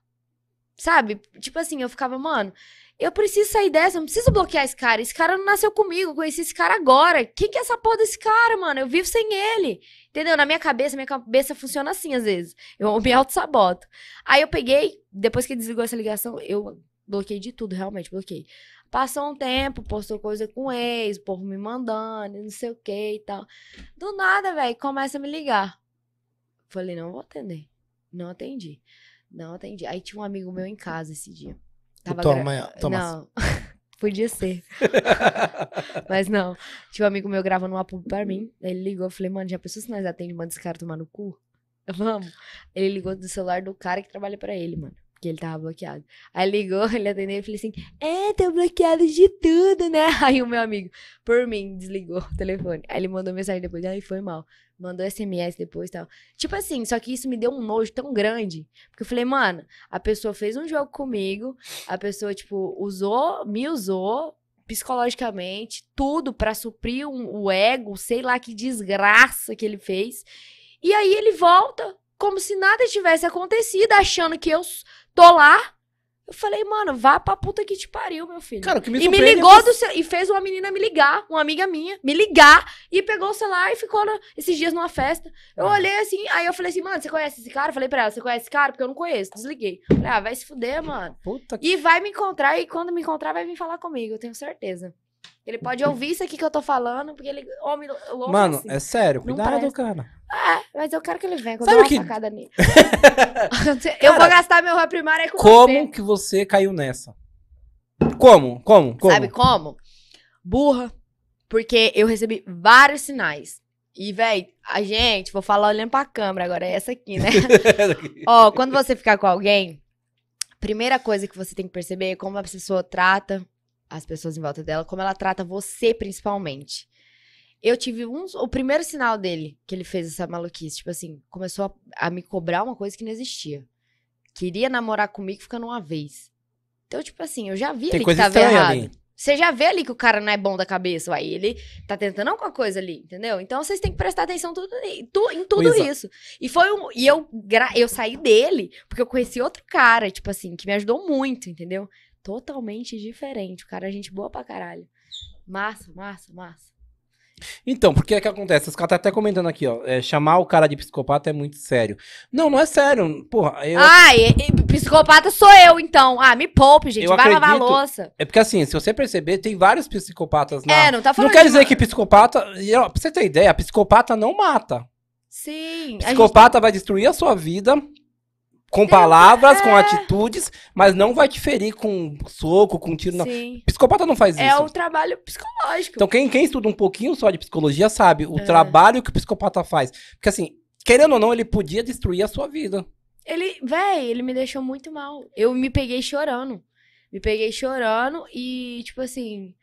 S2: Sabe? Tipo assim, eu ficava, mano, eu preciso sair dessa, eu não preciso bloquear esse cara. Esse cara não nasceu comigo, eu conheci esse cara agora. Quem que é essa porra desse cara, mano? Eu vivo sem ele. Entendeu? Na minha cabeça, minha cabeça funciona assim às vezes. Eu me auto-saboto. Aí eu peguei, depois que desligou essa ligação, eu bloqueei de tudo, realmente, bloqueei. Passou um tempo, postou coisa com ex, o povo me mandando, e não sei o que e tal. Do nada, velho, começa a me ligar. Falei, não vou atender. Não atendi. Não atendi. Aí tinha um amigo meu em casa esse dia. Tava gra-
S1: Toma, toma.
S2: Não. Podia ser. Mas não. Tinha um amigo meu gravando uma pub pra mim. Aí Ele ligou, eu falei, mano, já pensou se nós atende, manda esse cara tomar no cu? Vamos. Ele ligou do celular do cara que trabalha pra ele, mano. Porque ele tava bloqueado. Aí ligou, ele atendeu e falei assim: É, tô bloqueado de tudo, né? Aí o meu amigo, por mim, desligou o telefone. Aí ele mandou mensagem depois, ai, foi mal. Mandou SMS depois e tal. Tipo assim, só que isso me deu um nojo tão grande. Porque eu falei, mano, a pessoa fez um jogo comigo, a pessoa, tipo, usou, me usou psicologicamente, tudo pra suprir um- o ego, sei lá que desgraça que ele fez. E aí ele volta como se nada tivesse acontecido, achando que eu s- tô lá. Eu falei, mano, vá pra puta que te pariu, meu filho.
S1: Cara, o que me
S2: e me
S1: surpreende é
S2: ligou
S1: você-
S2: do ce- e fez uma menina me ligar, uma amiga minha, me ligar e pegou o celular e ficou na- esses dias numa festa.
S1: Uhum.
S2: Eu olhei assim, aí eu falei assim, mano, você conhece esse cara? Eu falei pra ela, você conhece esse cara? Porque eu não conheço, desliguei. Falei, ah, vai se fuder, mano.
S1: Puta que...
S2: E vai me encontrar, e quando me encontrar, vai vir falar comigo, eu tenho certeza. Ele pode ouvir isso aqui que eu tô falando, porque ele. Homem louco.
S1: Mano,
S2: assim.
S1: é sério.
S2: Não
S1: Cuidado,
S2: parece.
S1: cara.
S2: Ah, mas eu quero que ele venha, que eu
S1: Sabe
S2: dou uma
S1: que-
S2: facada nele. eu vou gastar meu rap primário aí com
S1: Como
S2: você.
S1: que você caiu nessa? Como? Como? Como?
S2: Sabe como? Burra. Porque eu recebi vários sinais. E, véi, a gente, vou falar olhando pra câmera agora, é essa aqui, né? Ó, quando você ficar com alguém, primeira coisa que você tem que perceber é como a pessoa trata as pessoas em volta dela, como ela trata você principalmente. Eu tive um, o primeiro sinal dele que ele fez essa maluquice, tipo assim, começou a, a me cobrar uma coisa que não existia. Queria namorar comigo ficando uma vez. Então, tipo assim, eu já vi
S1: Tem
S2: ali que
S1: coisa
S2: tava
S1: estranha
S2: errado.
S1: ali.
S2: Você já vê ali que o cara não é bom da cabeça, aí ele tá tentando alguma coisa ali, entendeu? Então vocês têm que prestar atenção tudo, em tu- em tudo
S1: Luísa.
S2: isso. E foi um, e eu gra- eu saí dele porque eu conheci outro cara, tipo assim, que me ajudou muito, entendeu? totalmente diferente. O cara é gente boa pra caralho. Massa, massa, massa.
S1: Então, porque é que acontece? Os caras tá até comentando aqui, ó. é, chamar o cara de psicopata é muito sério. Não, não é sério. Porra, eu-
S2: Ai, e- e psicopata sou eu, então. Ah, me poupe, gente.
S1: Eu
S2: Vai lavar a
S1: acredito-
S2: louça.
S1: é porque assim, se você perceber, tem vários psicopatas na.
S2: É, não tá falando.
S1: não quer
S2: de
S1: dizer
S2: uma-
S1: que psicopata. e, ó, pra você ter ideia, psicopata não mata.
S2: Sim. a gente-
S1: Psicopata vai destruir a sua vida com
S2: é.
S1: palavras, com atitudes, mas não vai te ferir com soco, com tiro. Não.
S2: Sim.
S1: Psicopata não faz isso.
S2: É o trabalho psicológico.
S1: Então, quem, quem estuda um pouquinho só de psicologia sabe o
S2: É.
S1: trabalho que o psicopata faz. Porque, assim, querendo ou não, ele podia destruir a sua vida.
S2: Ele, véi, ele me deixou muito mal. Eu me peguei chorando. Me peguei chorando e, tipo assim,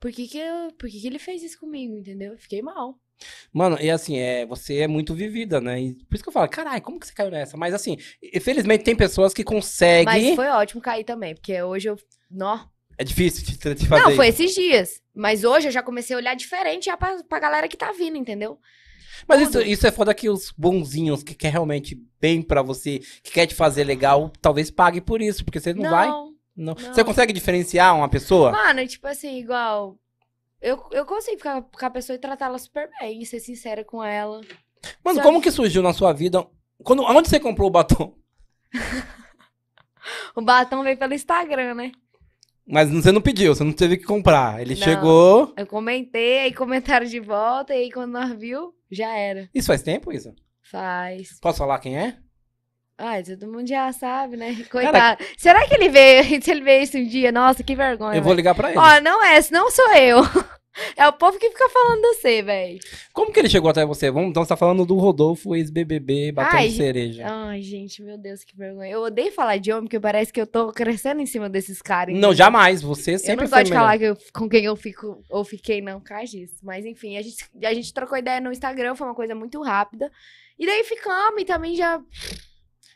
S2: por que que, eu, por que, que ele fez isso comigo, entendeu? Eu Fiquei mal.
S1: Mano, e assim, é, você é muito vivida, né? E por isso que eu falo, caralho, como que você caiu nessa? Mas, assim, e- felizmente tem pessoas que conseguem.
S2: Mas foi ótimo cair também, porque hoje eu. Nó.
S1: É difícil de, de fazer.
S2: Não, foi
S1: isso.
S2: esses dias. Mas hoje eu já comecei a olhar diferente já pra, pra galera que tá vindo, entendeu?
S1: Mas isso,
S2: tudo.
S1: isso é foda que os bonzinhos que quer realmente bem pra você, que quer te fazer legal, talvez pague por isso, porque você não, vai. Não.
S2: não.
S1: Você consegue diferenciar uma pessoa?
S2: Mano, tipo assim, igual. Eu, eu consigo ficar com a pessoa e tratar ela super bem, ser sincera com ela.
S1: Mano,
S2: sabe?
S1: como que surgiu na sua vida? Quando, onde você comprou o batom?
S2: O batom veio pelo Instagram, né?
S1: Mas você não pediu, você não teve que comprar. Ele
S2: Não.
S1: chegou.
S2: Eu comentei, aí comentaram de volta, e aí quando nós viu, já era.
S1: Isso faz tempo, Isa?
S2: Faz.
S1: Posso falar quem é?
S2: Ai, todo mundo já sabe, né? Coitado. Será que ele veio? Se ele veio isso um dia, nossa, que vergonha.
S1: Eu vou ligar pra
S2: velho.
S1: ele.
S2: Ó, não é, esse não sou eu. É o povo que fica falando de você, velho.
S1: Como que ele chegou até você? Vamos, então você tá falando do Rodolfo, ex-BBB, batom
S2: Ai,
S1: de cereja.
S2: Ai, gente, meu Deus, que vergonha. Eu odeio falar de homem, porque parece que eu tô crescendo em cima desses caras.
S1: Não, jamais. Você
S2: Eu
S1: sempre
S2: não
S1: foi
S2: gosto de
S1: melhor.
S2: falar que eu- com quem eu fico ou fiquei, não, por causa disso. Mas enfim, a gente, a gente trocou ideia no Instagram, foi uma coisa muito rápida. E daí ficamos e também já.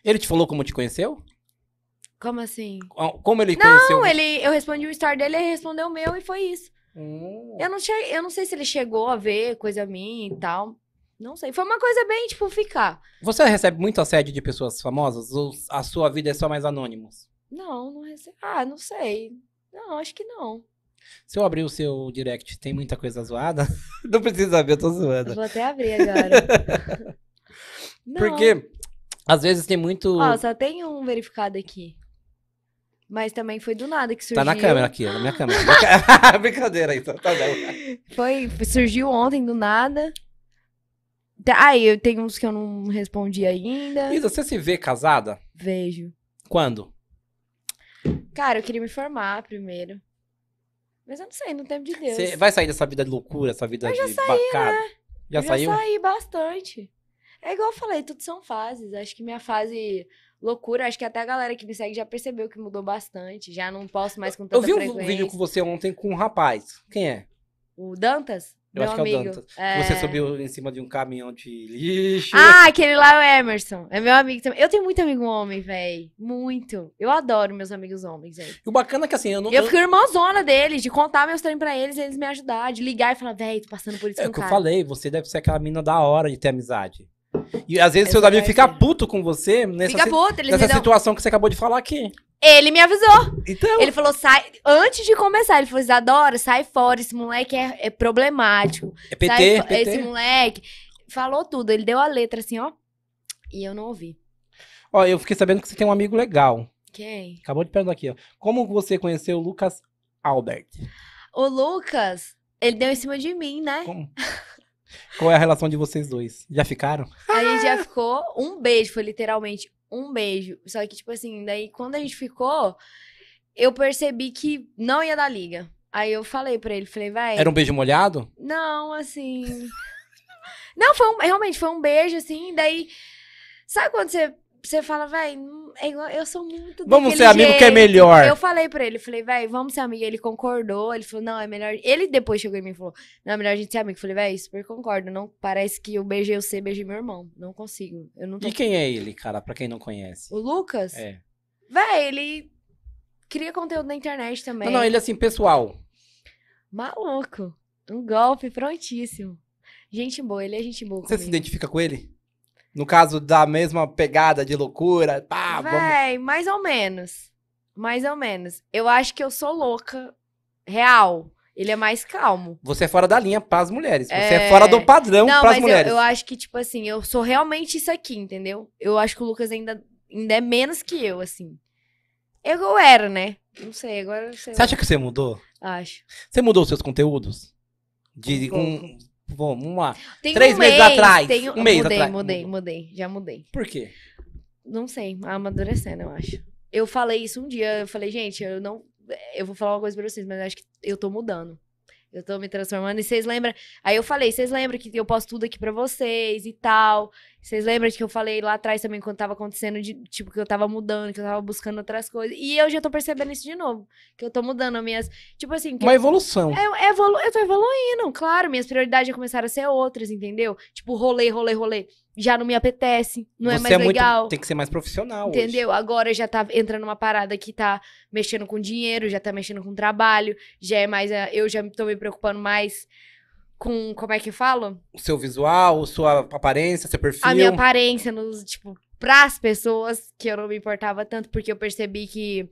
S1: Ele te falou como te conheceu? Ah,
S2: Como assim?
S1: Como ele
S2: Não,
S1: conheceu?
S2: Não, ele, eu respondi o story dele, ele respondeu o meu e foi isso.
S1: Hum.
S2: Eu não, che- eu não sei se ele chegou a ver coisa minha e tal. Não sei. Foi uma coisa bem, tipo, ficar.
S1: Você recebe muito assédio de pessoas famosas ou a sua vida é só mais anônimos?
S2: Não, não recebi. Ah, não sei. Não, acho que não.
S1: Se eu abrir o seu direct, tem muita coisa zoada? Não precisa saber, eu tô
S2: Eu
S1: zoando.
S2: vou até abrir agora. Não.
S1: Porque às vezes tem muito.
S2: Ó, só tem um verificado aqui. Mas também foi do nada que surgiu.
S1: tá na câmera aqui, na minha câmera. Brinca- Brincadeira aí, tá tá bom.
S2: Foi, surgiu ontem do nada. Tá, Aí, eu tenho uns que eu não respondi ainda.
S1: Isa, você se vê casada?
S2: Vejo.
S1: Quando?
S2: Cara, eu queria me formar primeiro. Mas eu não sei, no tempo de Deus.
S1: Você vai sair dessa vida de loucura, essa vida de bacana? Já
S2: né? eu
S1: saiu?
S2: já saí bastante. É igual eu falei, tudo são fases. Acho que minha fase loucura, acho que até a galera que me segue já percebeu que mudou bastante. Já não posso mais com tanta
S1: Eu vi um
S2: frequência.
S1: vídeo com você ontem com um rapaz. Quem é?
S2: O Dantas?
S1: Eu
S2: meu
S1: acho que é o
S2: amigo.
S1: Dantas. Você subiu em cima de um caminhão de lixo.
S2: Ah, aquele lá é o Emerson. É meu amigo também. Eu tenho muito amigo homem, véi. Muito. Eu adoro meus amigos homens, véi.
S1: E o bacana é que assim, eu não.
S2: E eu fico irmãozona deles, de contar meus treinos pra eles, eles me ajudar, de ligar e falar, véi, tô passando por isso
S1: É
S2: com
S1: o
S2: o
S1: que eu
S2: cara.
S1: falei, você deve ser aquela mina da hora de ter amizade. E às vezes
S2: Essa
S1: seus amigos
S2: vai
S1: ficam
S2: ser.
S1: putos com você nessa,
S2: Fica
S1: si-
S2: puto, eles me
S1: Né, nessa
S2: dão...
S1: situação que você acabou de falar aqui.
S2: Ele me avisou.
S1: Então,
S2: Ele falou, sai... Antes de começar, ele falou, Isadora, sai fora, esse moleque é, é problemático.
S1: é
S2: sai
S1: PT,
S2: fo-
S1: PT.
S2: Esse moleque... Falou tudo, ele deu a letra assim, ó. E eu não ouvi.
S1: Ó, eu fiquei sabendo que você tem um amigo legal.
S2: Quem?
S1: Acabou de perguntar aqui, ó. Como você conheceu o Lucas Albert?
S2: O Lucas, ele deu em cima de mim, né?
S1: Como? Qual é a relação de vocês dois? Já ficaram?
S2: A gente já ficou um beijo, foi literalmente um beijo. Só que, tipo assim, daí quando a gente ficou, eu percebi que não ia dar liga. Aí eu falei pra ele, falei, vai.
S1: Era um beijo molhado?
S2: Não, assim. não, foi um, realmente foi um beijo, assim, daí. Sabe quando você, você fala, vai, não- é igual- eu sou muito
S1: Vamos ser
S2: daquele
S1: amigo que é
S2: jeito."
S1: melhor.
S2: Eu falei pra ele, falei, velho, vamos ser amigo. Ele concordou, ele falou, não, é melhor. Ele depois chegou em mim e falou, não, é melhor a gente ser amigo. Eu Falei, velho, super concordo. Não, parece que é eu beijei você, beijei meu irmão. Não consigo. Eu não tô.
S1: E quem é ele, cara, pra quem não conhece?
S2: O Lucas?
S1: É.
S2: Véi, ele cria conteúdo na internet também.
S1: Não, não, ele assim, pessoal.
S2: Maluco. Um golpe prontíssimo. Gente boa, ele é gente boa.
S1: Você se
S2: comigo.
S1: identifica com ele? No caso da mesma pegada de loucura, pá, Ah, vamos.
S2: Véi, mais ou menos. Mais ou menos. Eu acho que eu sou louca. Real. Ele é mais calmo.
S1: Você é fora da linha para as mulheres. Você é,
S2: É.
S1: fora do padrão
S2: Não,
S1: para
S2: mas
S1: as
S2: eu,
S1: mulheres.
S2: eu acho que, tipo assim, eu sou realmente isso aqui, entendeu? Eu acho que o Lucas ainda, ainda é menos que eu, assim. Eu, eu era, né? Não sei, agora eu sei.
S1: Você acha que você mudou?
S2: lá. Acho.
S1: Você mudou os seus conteúdos? De
S2: Um
S1: um. Bom, vamos lá.
S2: Tem
S1: Três
S2: um
S1: meses
S2: mês,
S1: atrás,
S2: tem
S1: um mês
S2: mudei,
S1: atrás.
S2: Mudei, mudei, já mudei.
S1: Por quê?
S2: Não sei, amadurecendo, eu acho. Eu falei isso um dia, eu falei, gente, eu não. Eu vou falar uma coisa pra vocês, mas eu acho que eu tô mudando. Eu tô me transformando. E vocês lembram. Aí eu falei, vocês lembram que eu posto tudo aqui pra vocês e tal. Vocês lembram de que eu falei lá atrás também quando tava acontecendo, de, tipo, que eu tava mudando, que eu tava buscando outras coisas. E eu já tô percebendo isso de novo. Que eu tô mudando as minhas. Tipo assim, que
S1: Uma evolução.
S2: eu, evolu eu tô evoluindo, claro. Minhas prioridades já começaram a ser outras, entendeu? Tipo, rolê, rolê, rolê. Já não me apetece, não é
S1: Você
S2: mais
S1: muito-
S2: legal.
S1: Tem que ser mais profissional. hoje.
S2: Entendeu? Agora já tá entrando uma parada que tá mexendo com dinheiro, já tá mexendo com trabalho, já é mais. eh, Eu já tô me preocupando mais com. Como é que eu falo?
S1: O seu visual, sua aparência, seu perfil.
S2: A minha aparência, nos, tipo, pras pessoas, que eu não me importava tanto, porque eu percebi que.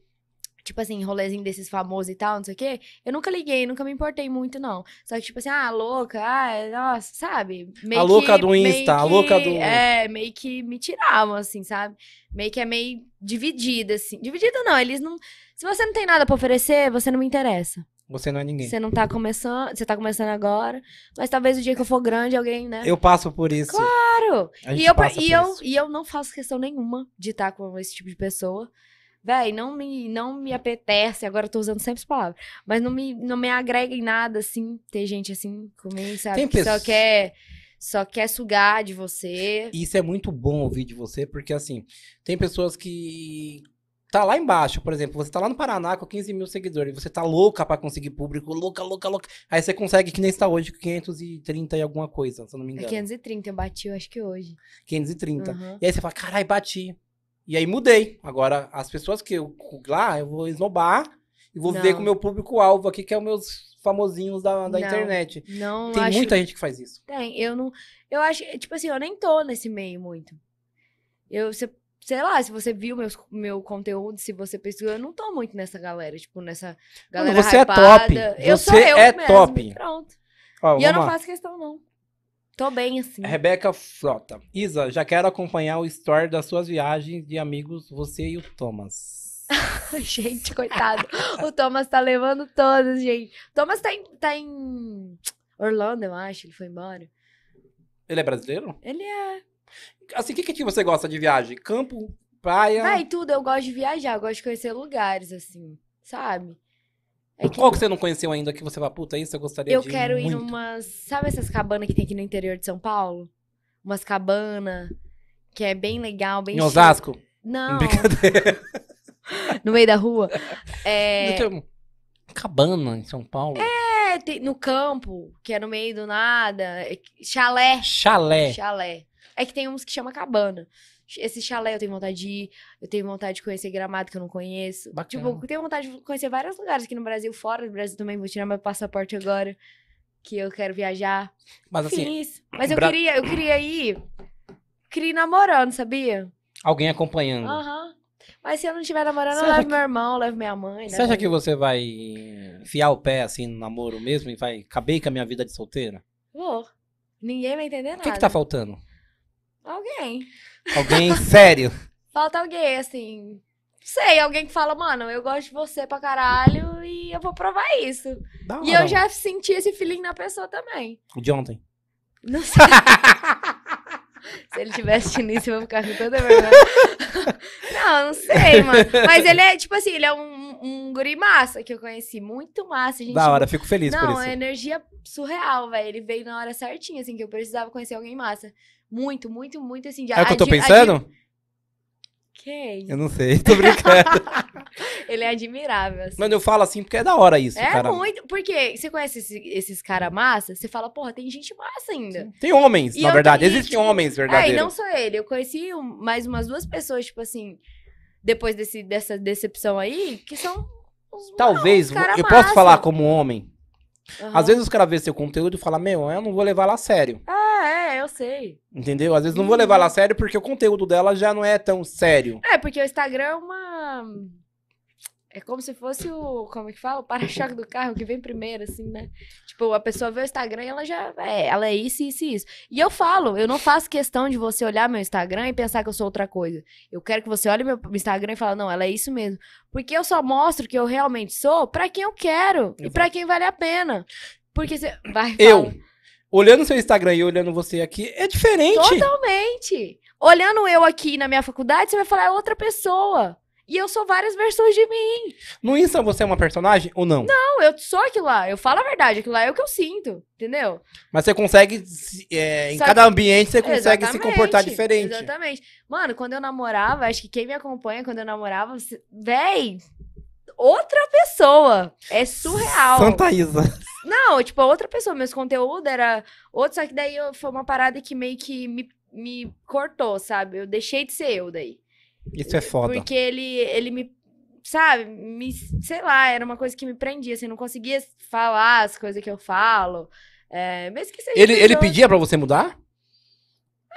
S2: Tipo assim, rolezinho desses famosos e tal, não sei o quê. Eu nunca liguei, nunca me importei muito, não. Só que, tipo assim, ah, louca, ah, nossa, sabe? Meio
S1: A louca
S2: que-
S1: do
S2: meio
S1: Insta, a louca do-
S2: É, meio que me tiravam, assim, sabe? Meio que é meio dividida, assim. Dividida não, eles não. Se você não tem nada pra oferecer, você não me interessa.
S1: Você não é ninguém.
S2: Você não tá começando, você tá começando agora. Mas talvez o dia que eu for grande, alguém, né?
S1: Eu passo por isso.
S2: Claro!
S1: A gente
S2: E eu,
S1: passa
S2: e,
S1: por
S2: eu,
S1: isso.
S2: e eu não faço questão nenhuma de estar com esse tipo de pessoa. Véi, não me, não me apetece, agora eu tô usando sempre essa palavra, mas não me, não me agrega em nada, assim, ter gente assim comigo, sabe?
S1: Tem
S2: que
S1: pessoas-
S2: só quer, só quer sugar de você.
S1: E Isso é muito bom ouvir de você, porque assim, tem pessoas que tá lá embaixo, por exemplo, você tá lá no Paraná com 15 mil seguidores, você tá louca pra conseguir público, louca, louca, louca. Aí você consegue, que nem está hoje, 530 e alguma coisa, se eu não me
S2: É
S1: engano.
S2: 530, eu bati, eu acho que hoje.
S1: 530.
S2: Aham.
S1: E aí você fala, carai, bati. E aí mudei. Agora, as pessoas que eu lá, eu vou esnobar e vou viver
S2: Não.
S1: com o meu público-alvo aqui, que é os meus famosinhos da, da
S2: Não.
S1: internet.
S2: Não
S1: Tem
S2: acho
S1: muita gente que faz isso.
S2: Tem, eu não. Eu acho, tipo assim, eu nem tô nesse meio muito. Eu, se- sei lá, se você viu meus, meu conteúdo, se você pesquisou, eu não tô muito nessa galera, tipo, nessa
S1: Mano,
S2: galera.
S1: você é
S2: hypada.
S1: top,
S2: Eu sou
S1: você
S2: eu
S1: é
S2: mesmo,
S1: top.
S2: Pronto.
S1: Ó,
S2: e eu
S1: vamos
S2: não
S1: lá. É.
S2: faço questão, não. Tô bem assim.
S1: Rebeca Frota. Isa, já quero acompanhar o story das suas viagens de amigos, você e o Thomas.
S2: gente, coitado. o Thomas tá levando todas, gente. Thomas tá em, tá em Orlando, eu acho, ele foi embora.
S1: Ele é brasileiro?
S2: Ele é.
S1: Assim, o que, que você gosta de viagem? Campo, praia?
S2: Vai, tudo, eu gosto de viajar, eu gosto de conhecer lugares, assim, sabe?
S1: Qual que você não conheceu ainda que você vai, puta, isso eu gostaria
S2: Eu
S1: de
S2: quero ir
S1: muito.
S2: numas. Sabe essas cabanas que tem aqui no interior de São Paulo? Umas cabanas que é bem legal, bem
S1: Em
S2: chique.
S1: Osasco?
S2: Não,
S1: Brincadeira.
S2: no meio da rua. É,
S1: Não tem- Cabana, em São Paulo.
S2: é, tem- no campo, que é no meio do nada. é que- Chalé.
S1: Chalé.
S2: Chalé. É que tem uns que chama cabana. Esse chalé eu tenho vontade de ir, eu tenho vontade de conhecer gramado que eu não conheço.
S1: Bacana.
S2: Tipo, eu tenho vontade de conhecer vários lugares aqui no Brasil, fora do Brasil também. Vou tirar meu passaporte agora, que eu quero viajar.
S1: Mas assim,
S2: Fiz. Mas eu
S1: Bra-
S2: queria, eu queria ir. Queria ir namorando, sabia?
S1: alguém acompanhando.
S2: Aham. Mas se eu não estiver namorando,
S1: Hum. Você
S2: eu
S1: acha
S2: levo meu irmão, levo minha mãe. né?
S1: Você acha que você vai enfiar o pé assim no namoro mesmo e vai acabei com a minha vida de solteira?
S2: Vou. Ninguém vai entender nada.
S1: O que, que tá faltando?
S2: Alguém.
S1: Alguém sério?
S2: Falta alguém, assim. Sei, alguém que fala, mano, eu gosto de você pra caralho e eu vou provar isso.
S1: Da
S2: E
S1: hora.
S2: eu já senti esse feeling na pessoa também.
S1: O de ontem.
S2: Não sei. Se ele tivesse assistindo isso, eu vou ficar com toda vergonha. Não, não sei, mano. Mas ele é, tipo assim, ele é um, um guri massa que eu conheci. Muito massa, gente.
S1: da hora, fico feliz por
S2: Não,
S1: isso.
S2: é energia surreal, velho. Ele veio na hora certinha, assim, que eu precisava conhecer alguém massa. Muito, muito, muito, assim. de
S1: É o que eu tô
S2: adi- adi-
S1: pensando?
S2: Quem?
S1: Eu não sei, tô brincando.
S2: Ele é admirável, assim.
S1: Mas eu falo assim porque é da hora isso,
S2: é
S1: cara.
S2: muito, porque você conhece esse- esses caras massa, você fala, porra, tem gente massa ainda.
S1: Tem homens,
S2: E
S1: na
S2: eu-
S1: verdade.
S2: e,
S1: Existem
S2: tipo,
S1: homens
S2: É, e
S1: verdadeiros.
S2: não só ele. Eu conheci um- mais umas duas pessoas, tipo assim, depois desse, dessa decepção aí, que são os
S1: Talvez,
S2: Não, os cara
S1: eu posso
S2: massa.
S1: falar como homem. Às vezes os caras vê seu conteúdo e falam, meu, eu não vou levar lá a sério.
S2: Ah, é, eu sei.
S1: Entendeu? Às vezes não vou
S2: Uhum.
S1: levar lá a
S2: Tá.
S1: sério porque o conteúdo dela já não é tão sério.
S2: É, porque o Instagram é uma. É como se fosse o, como é que fala? O para-choque do carro que vem primeiro, assim, né? Tipo, a pessoa vê o Instagram e ela já. É, ela é isso, isso e isso. E eu falo, eu não faço questão de você olhar meu Instagram e pensar que eu sou outra coisa. Eu quero que você olhe meu Instagram e fale, não, ela é isso mesmo. Porque eu só mostro que eu realmente sou pra quem eu quero e
S1: Exato.
S2: pra quem vale a pena. Porque você. Vai,
S1: Eu,
S2: fala.
S1: olhando seu Instagram e olhando você aqui, é diferente.
S2: Totalmente. Olhando eu aqui na minha faculdade, você vai falar, é outra pessoa. E eu sou várias versões de mim.
S1: No Insta você é uma personagem ou não?
S2: Não, eu sou aquilo lá. Eu falo a verdade. Aquilo lá é o que eu sinto. Entendeu?
S1: Mas você consegue, se- é, em
S2: Só
S1: cada ambiente, você consegue se
S2: Exatamente,
S1: comportar diferente.
S2: Exatamente. Mano, quando eu namorava, acho que quem me acompanha quando eu namorava, você- véi, outra pessoa. É surreal.
S1: Santa Isa.
S2: Não, tipo, outra pessoa. Meus conteúdos era outro, só que daí eu- foi uma parada que meio que me, me cortou, sabe? Eu deixei de ser eu daí.
S1: Isso é foda.
S2: Porque ele, ele me, sabe, me, sei lá, era uma coisa que me prendia, assim, eu não conseguia falar as coisas que eu falo. É, mesmo que seja
S1: Ele, ele
S2: pessoa-
S1: pedia pra você mudar?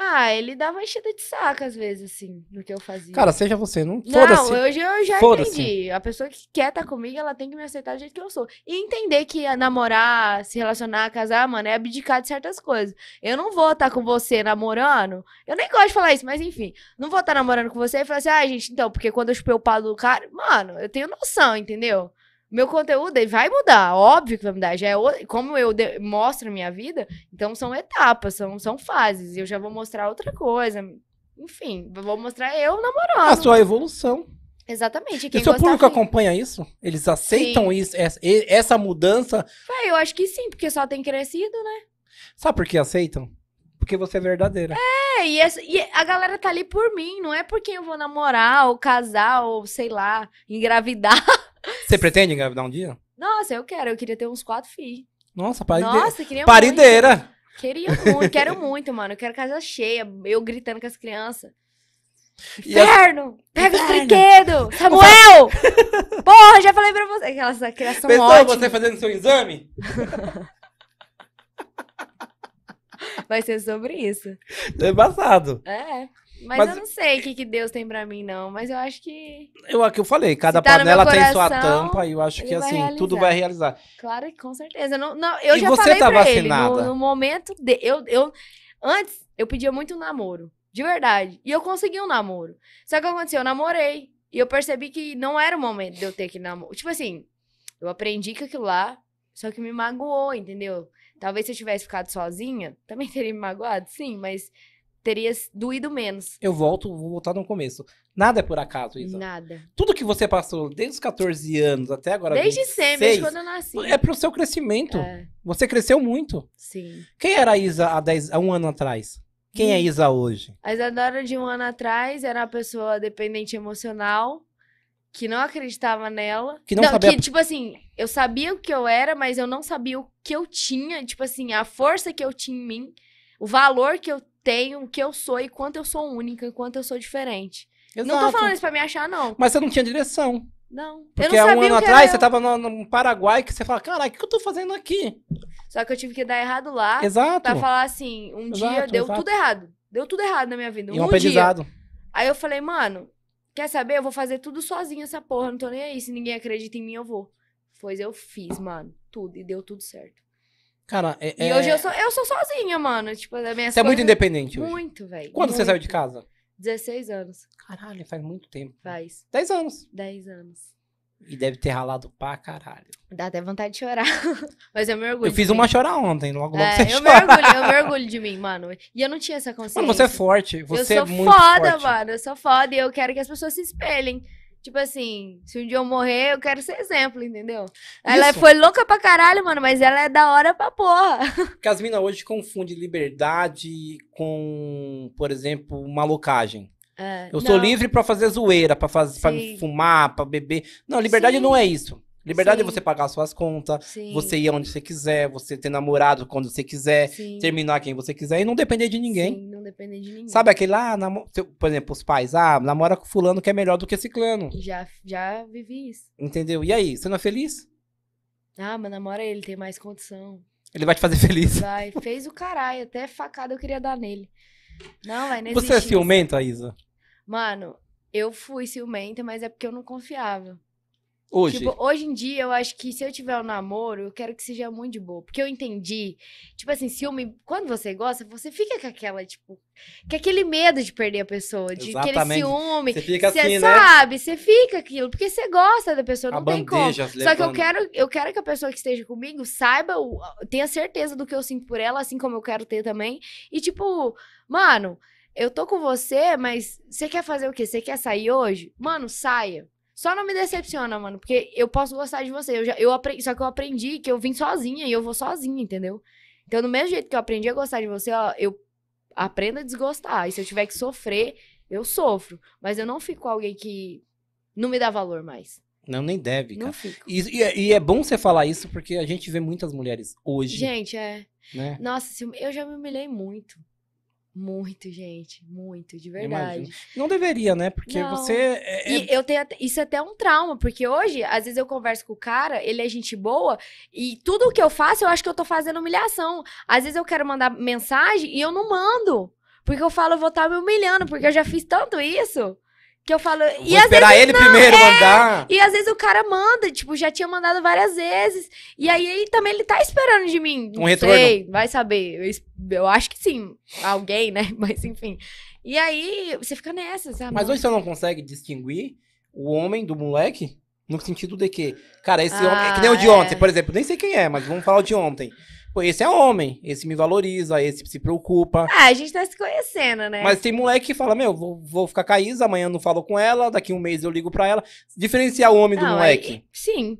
S2: Ah, ele dava enchida de saco às vezes, assim, no que eu fazia.
S1: Cara, seja você, não?
S2: não,
S1: Foda-se.
S2: hoje eu já
S1: Foda-se.
S2: entendi. A pessoa que quer estar comigo, ela tem que me aceitar do jeito que eu sou. E entender que a namorar, se relacionar, casar, mano, é abdicar de certas coisas. Eu não vou estar com você namorando. Eu nem gosto de falar isso, mas enfim. Não vou estar namorando com você e falar assim, ah, gente, então, porque quando eu chupei o pau do cara. Mano, eu tenho noção, entendeu? Meu conteúdo ele vai mudar, óbvio que vai mudar. Já é o- como eu de- mostro a minha vida, então são etapas, são, são fases. Eu já vou mostrar outra coisa. Enfim, vou mostrar eu namorando.
S1: A Ah, sua evolução.
S2: Exatamente.
S1: E
S2: Quem assim.
S1: seu
S2: gostar,
S1: público
S2: fica.
S1: acompanha isso? Eles aceitam isso, essa, e- essa mudança?
S2: Véi, eu acho que sim, porque só tem crescido, né?
S1: Sabe por que aceitam? Porque você é verdadeira.
S2: É, e, essa- e a galera tá ali por mim, não é por quem eu vou namorar, ou casar, ou sei lá, engravidar.
S1: Você pretende engravidar um dia?
S2: Nossa, eu quero, eu queria ter uns quatro filhos.
S1: Nossa, paride...
S2: Nossa, queria muito.
S1: parideira.
S2: Queria muito, quero muito, mano. Eu quero casa cheia, eu gritando com as crianças.
S1: E as-
S2: Inferno! Pega os brinquedos! Samuel! Porra, já falei pra você. Aquelas crianças são
S1: Pensou
S2: ótimas.
S1: você fazendo seu exame?
S2: Vai ser sobre isso.
S1: É embaçado.
S2: É. Mas,
S1: Mas-
S2: eu não sei o que, que Deus tem pra mim, não. Mas eu acho que.
S1: Eu, é o que eu falei, cada
S2: Se tá no
S1: panela
S2: meu
S1: tem sua
S2: coração,
S1: tampa e eu acho que
S2: ele vai
S1: assim,
S2: realizar.
S1: tudo vai realizar.
S2: Claro que com certeza. Não, não, eu
S1: E
S2: já
S1: você
S2: falei
S1: tá
S2: pra ele.
S1: vacinada?
S2: No, no momento de. Eu, eu, antes, eu pedia muito um namoro. De verdade. E eu consegui um namoro. Só que o que aconteceu? Eu namorei. E eu percebi que não era o momento de eu ter que namorar. Tipo assim, eu aprendi que aquilo lá. Só que me magoou, entendeu? Talvez se eu tivesse ficado sozinha, também teria me magoado, sim, mas teria doído menos.
S1: Eu volto, vou voltar no começo. Nada é por acaso, Isa.
S2: Nada.
S1: Tudo que você passou desde os 14 anos até agora
S2: Desde
S1: 26,
S2: sempre, desde quando eu nasci.
S1: é pro seu crescimento.
S2: É,
S1: Você cresceu muito.
S2: sim.
S1: Quem era a Isa há, 10, há um ano atrás? Quem
S2: Hum.
S1: é Isa hoje?
S2: A Isadora de um ano atrás era uma pessoa dependente emocional, que não acreditava nela.
S1: Que não sabia-
S2: Que, tipo assim, eu sabia o que eu era, mas eu não sabia o que eu tinha. Tipo assim, a força que eu tinha em mim, o valor que eu tenho, o que eu sou e quanto eu sou única, e quanto eu sou diferente. Não tô
S1: Exato.
S2: falando isso pra me achar, não.
S1: Mas você não tinha direção.
S2: Não. eu
S1: Porque
S2: não
S1: há um
S2: sabia
S1: ano
S2: o que
S1: atrás
S2: era
S1: você
S2: eu.
S1: tava no, no Paraguai que você fala, caralho, o que eu tô fazendo aqui?
S2: Só que eu tive que dar errado lá
S1: Exato.
S2: pra falar assim, um dia
S1: Exato,
S2: deu
S1: exato.
S2: tudo errado. Deu tudo errado na minha vida.
S1: E um
S2: dia.
S1: aprendizado.
S2: Aí eu falei, mano, quer saber? Eu vou fazer tudo sozinha essa porra, não tô nem aí. Se ninguém acredita em mim, eu vou. Pois eu fiz, mano, tudo. E deu tudo certo.
S1: Cara, é,
S2: E
S1: é-
S2: hoje eu sou, eu sou sozinha, mano. Tipo, da minha
S1: você é muito independente hoje.
S2: Muito, velho.
S1: Quando você
S2: muito.
S1: saiu de casa?
S2: 16 anos.
S1: Caralho, faz muito tempo.
S2: Faz.
S1: 10 anos.
S2: 10 anos.
S1: E deve ter ralado pra caralho.
S2: Dá até vontade de chorar. Mas eu me orgulho.
S1: eu fiz
S2: de mim.
S1: uma chora ontem, logo logo você
S2: É, eu me
S1: chora.
S2: orgulho, eu me orgulho de mim, mano. E eu não tinha essa consciência.
S1: Mano, você é forte. Você
S2: eu
S1: é
S2: sou
S1: muito
S2: foda,
S1: forte.
S2: mano. Eu sou foda e eu quero que as pessoas se espelhem. Tipo assim, se um dia eu morrer, eu quero ser exemplo, entendeu? Ela
S1: Isso.
S2: foi louca pra caralho, mano, mas ela é da hora pra porra.
S1: Porque as minas hoje confundem liberdade com, por exemplo, malocagem.
S2: É,
S1: Eu sou
S2: não,
S1: livre pra fazer zoeira, pra, fazer, pra
S2: Sim.
S1: fumar, pra beber. Não, liberdade
S2: Sim.
S1: não é isso. Liberdade
S2: Sim.
S1: é você pagar suas contas,
S2: Sim,
S1: você ir onde você quiser, você ter namorado quando você quiser,
S2: sim,
S1: terminar quem você quiser e não depender de ninguém.
S2: sim, não depende de ninguém.
S1: Sabe aquele lá, namo- seu- por exemplo, os pais, ah, namora com fulano que é melhor do que ciclano,
S2: Já, já vivi isso.
S1: entendeu? E aí, você não é feliz?
S2: Ah, mas namora ele, tem mais condição.
S1: Ele vai te fazer feliz.
S2: Vai, fez o caralho, até facada eu queria dar nele. Não, vai, não
S1: Você é
S2: existe isso.
S1: ciumenta, Isa?
S2: Mano, eu fui ciumenta, mas é porque eu não confiava.
S1: Hoje.
S2: Tipo, hoje em dia, eu acho que se eu tiver um namoro, eu quero que seja muito de boa. Porque eu entendi. Tipo assim, ciúme, quando você gosta, você fica com aquela, tipo, com aquele medo de perder a pessoa, de aquele
S1: Exatamente.
S2: ciúme.
S1: você fica
S2: Você
S1: assim, né?
S2: sabe, você fica aquilo, porque você gosta da pessoa,
S1: A
S2: não tem como.
S1: bandeja
S2: Só que eu
S1: levando.
S2: quero, eu quero que a pessoa que esteja comigo saiba, o- tenha certeza do que eu sinto por ela, assim como eu quero ter também. E tipo, mano, eu tô com você, mas você quer fazer o quê? Você quer sair hoje? Mano, saia. Só não me decepciona, mano, porque eu posso gostar de você. Eu já, eu aprendi, só que eu aprendi que eu vim sozinha e eu vou sozinha, entendeu? Então, do mesmo jeito que eu aprendi a gostar de você, ó, eu aprendo a desgostar. E se eu tiver que sofrer, eu sofro. Mas eu não fico com alguém que não me dá valor mais.
S1: Não, nem deve, cara.
S2: Não fico.
S1: E, e é- e é bom você falar isso, porque a gente vê muitas mulheres hoje,
S2: Gente, é.
S1: né?
S2: Nossa, se- eu já me humilhei muito. Muito, gente. Muito, de verdade.
S1: Imagino. Não deveria, né? Porque
S2: Não.
S1: você é, é
S2: E eu tenho até- isso é até um trauma, porque hoje, às vezes eu converso com o cara, ele é gente boa, e tudo que eu faço, eu acho que eu tô fazendo humilhação. Às vezes eu quero mandar mensagem e eu não mando. Porque eu falo, eu vou estar me humilhando, porque eu já fiz tanto isso. Que eu falo.
S1: Vou
S2: e às é.
S1: esperar ele primeiro mandar.
S2: E às vezes o cara manda, tipo, já tinha mandado várias vezes. E aí ele também ele tá esperando de mim. Não
S1: Um retorno.
S2: Sei, vai saber. Eu, es- eu acho que sim. Alguém, né? Mas enfim. E aí você fica nessa, sabe?
S1: Mas hoje você não consegue distinguir o homem do moleque no sentido de que, cara, esse
S2: Ah,
S1: homem. É que nem o de
S2: é.
S1: ontem, por exemplo, nem sei quem é, mas vamos falar o de ontem. Pô, esse é homem, esse me valoriza, esse se preocupa.
S2: Ah, a gente tá se conhecendo, né?
S1: Mas tem moleque que fala, meu, vou, vou ficar com a Isa, amanhã eu não falo com ela, daqui um mês eu ligo pra ela. Diferenciar o homem do
S2: Não,
S1: moleque.
S2: aí- sim.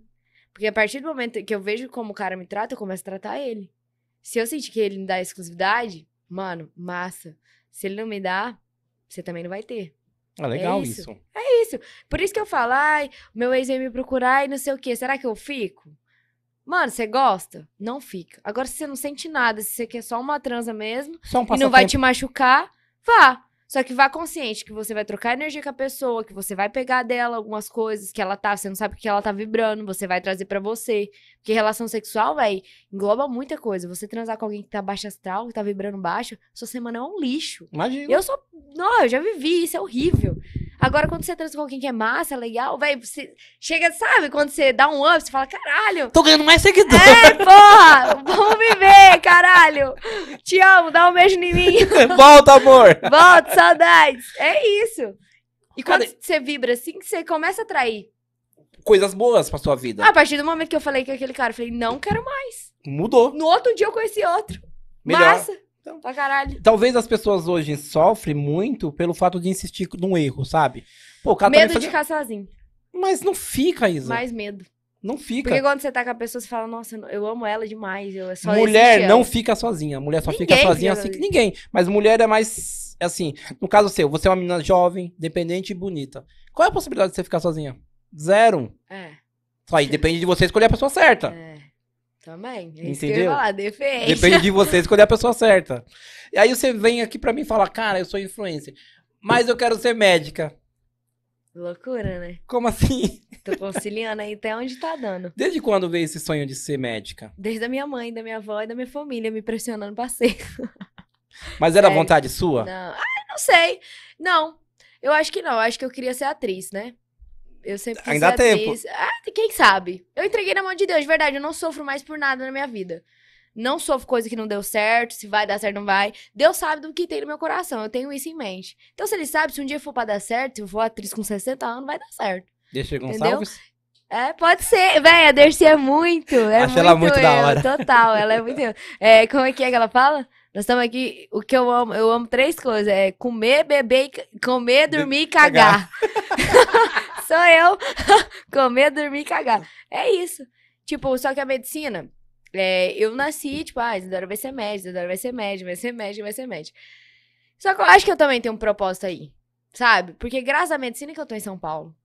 S2: Porque a partir do momento que eu vejo como o cara me trata, eu começo a tratar ele. Se eu sentir que ele me dá exclusividade, mano, massa. Se ele não me dá, você também não vai ter.
S1: Ah, legal
S2: é
S1: isso.
S2: isso. isso. Por isso que eu falo, ai, meu ex veio me procurar e não sei o quê. Será que eu fico? Mano, você gosta? Não fica. Agora, se você não sente nada, se você quer só uma transa mesmo
S1: Só um
S2: e
S1: passatempo.
S2: não vai te machucar, vá. Só que vá consciente que você vai trocar energia com a pessoa, que você vai pegar dela algumas coisas que ela tá, você não sabe o que ela tá vibrando, você vai trazer pra você. Porque relação sexual, véi, engloba muita coisa. Você transar com alguém que tá baixo astral, que tá vibrando baixo, sua semana é um lixo.
S1: Imagina.
S2: Eu sou. Não, eu já vivi, isso é horrível. Agora, quando você transa com alguém que é massa, legal, velho, você chega, sabe? Quando você dá um up, você fala, caralho,
S1: Tô ganhando mais seguidor.
S2: é, porra, vamos viver, caralho. Te amo, dá um beijo em mim,
S1: Volta, amor.
S2: volta, saudades. É isso. E quando
S1: Cara,
S2: você vibra assim, que você começa a atrair.
S1: Coisas boas pra sua vida.
S2: A partir do momento que eu falei com aquele cara, eu falei, não quero mais.
S1: Mudou.
S2: No outro dia eu conheci outro.
S1: Melhor.
S2: Massa.
S1: Então.
S2: Pra caralho.
S1: Talvez as pessoas hoje sofrem muito pelo fato de insistir num erro, sabe? Pô, o cara tá me
S2: Medo de
S1: fazendo-
S2: ficar sozinho.
S1: Mas não fica, Isa.
S2: Mais medo.
S1: Não fica.
S2: Porque quando você tá com a pessoa, você fala, nossa, eu amo ela demais. Eu é só
S1: mulher
S2: existe
S1: não
S2: ela.
S1: fica sozinha. Mulher só fica
S2: Ninguém
S1: sozinha
S2: fica
S1: assim que
S2: sozinha.
S1: ninguém. Mas mulher é mais. Assim, no caso seu, você é uma menina jovem, dependente e bonita. Qual é a possibilidade de você ficar sozinha? Zero.
S2: É,
S1: Só aí depende de você escolher a pessoa certa.
S2: é. Também. É isso que eu ia
S1: Tá. Entendeu?
S2: falar, defende.
S1: Depende de você escolher a pessoa certa. E aí você vem aqui pra mim e fala: Cara, eu sou influencer, mas eu quero ser médica.
S2: Loucura, né?
S1: Como assim?
S2: Tô conciliando aí até onde tá dando.
S1: Desde quando veio esse sonho de ser médica?
S2: Desde a minha mãe, da minha avó e da minha família me pressionando pra ser.
S1: Mas era
S2: Sério?
S1: vontade sua?
S2: Não. Ah, não sei. Não. Eu acho que não. Eu acho que eu queria ser atriz, né? Eu sempre quis
S1: Ainda
S2: ser
S1: há tempo.
S2: atriz. Ah, quem sabe? Eu entreguei na mão de Deus, de verdade. Eu não sofro mais por nada na minha vida. Não sofro coisa que não deu certo, se vai dar certo não vai. Deus sabe do que tem no meu coração. Eu tenho isso em mente. Então, se ele sabe, se um dia for pra dar certo, se eu for atriz com 60 anos, vai dar certo.
S1: Deixa
S2: Entendeu?
S1: Gonçalves?
S2: É, pode ser. Véi, a Dercy é muito. É
S1: Acho ela muito da
S2: eu,
S1: hora.
S2: Total, ela é muito. eu. É, como é que é que ela fala? Nós estamos aqui. O que eu amo, eu amo três coisas: é comer, beber, e ca- comer, dormir e cagar. Sou eu. comer, dormir e cagar. É isso. Tipo, só que a medicina. é, eu nasci, tipo, ah, Isadora vai ser médica, Isadora vai ser médica, vai ser médica, vai ser médica. Só que eu acho que eu também tenho um propósito aí, sabe? Porque graças à medicina que eu tô em São Paulo.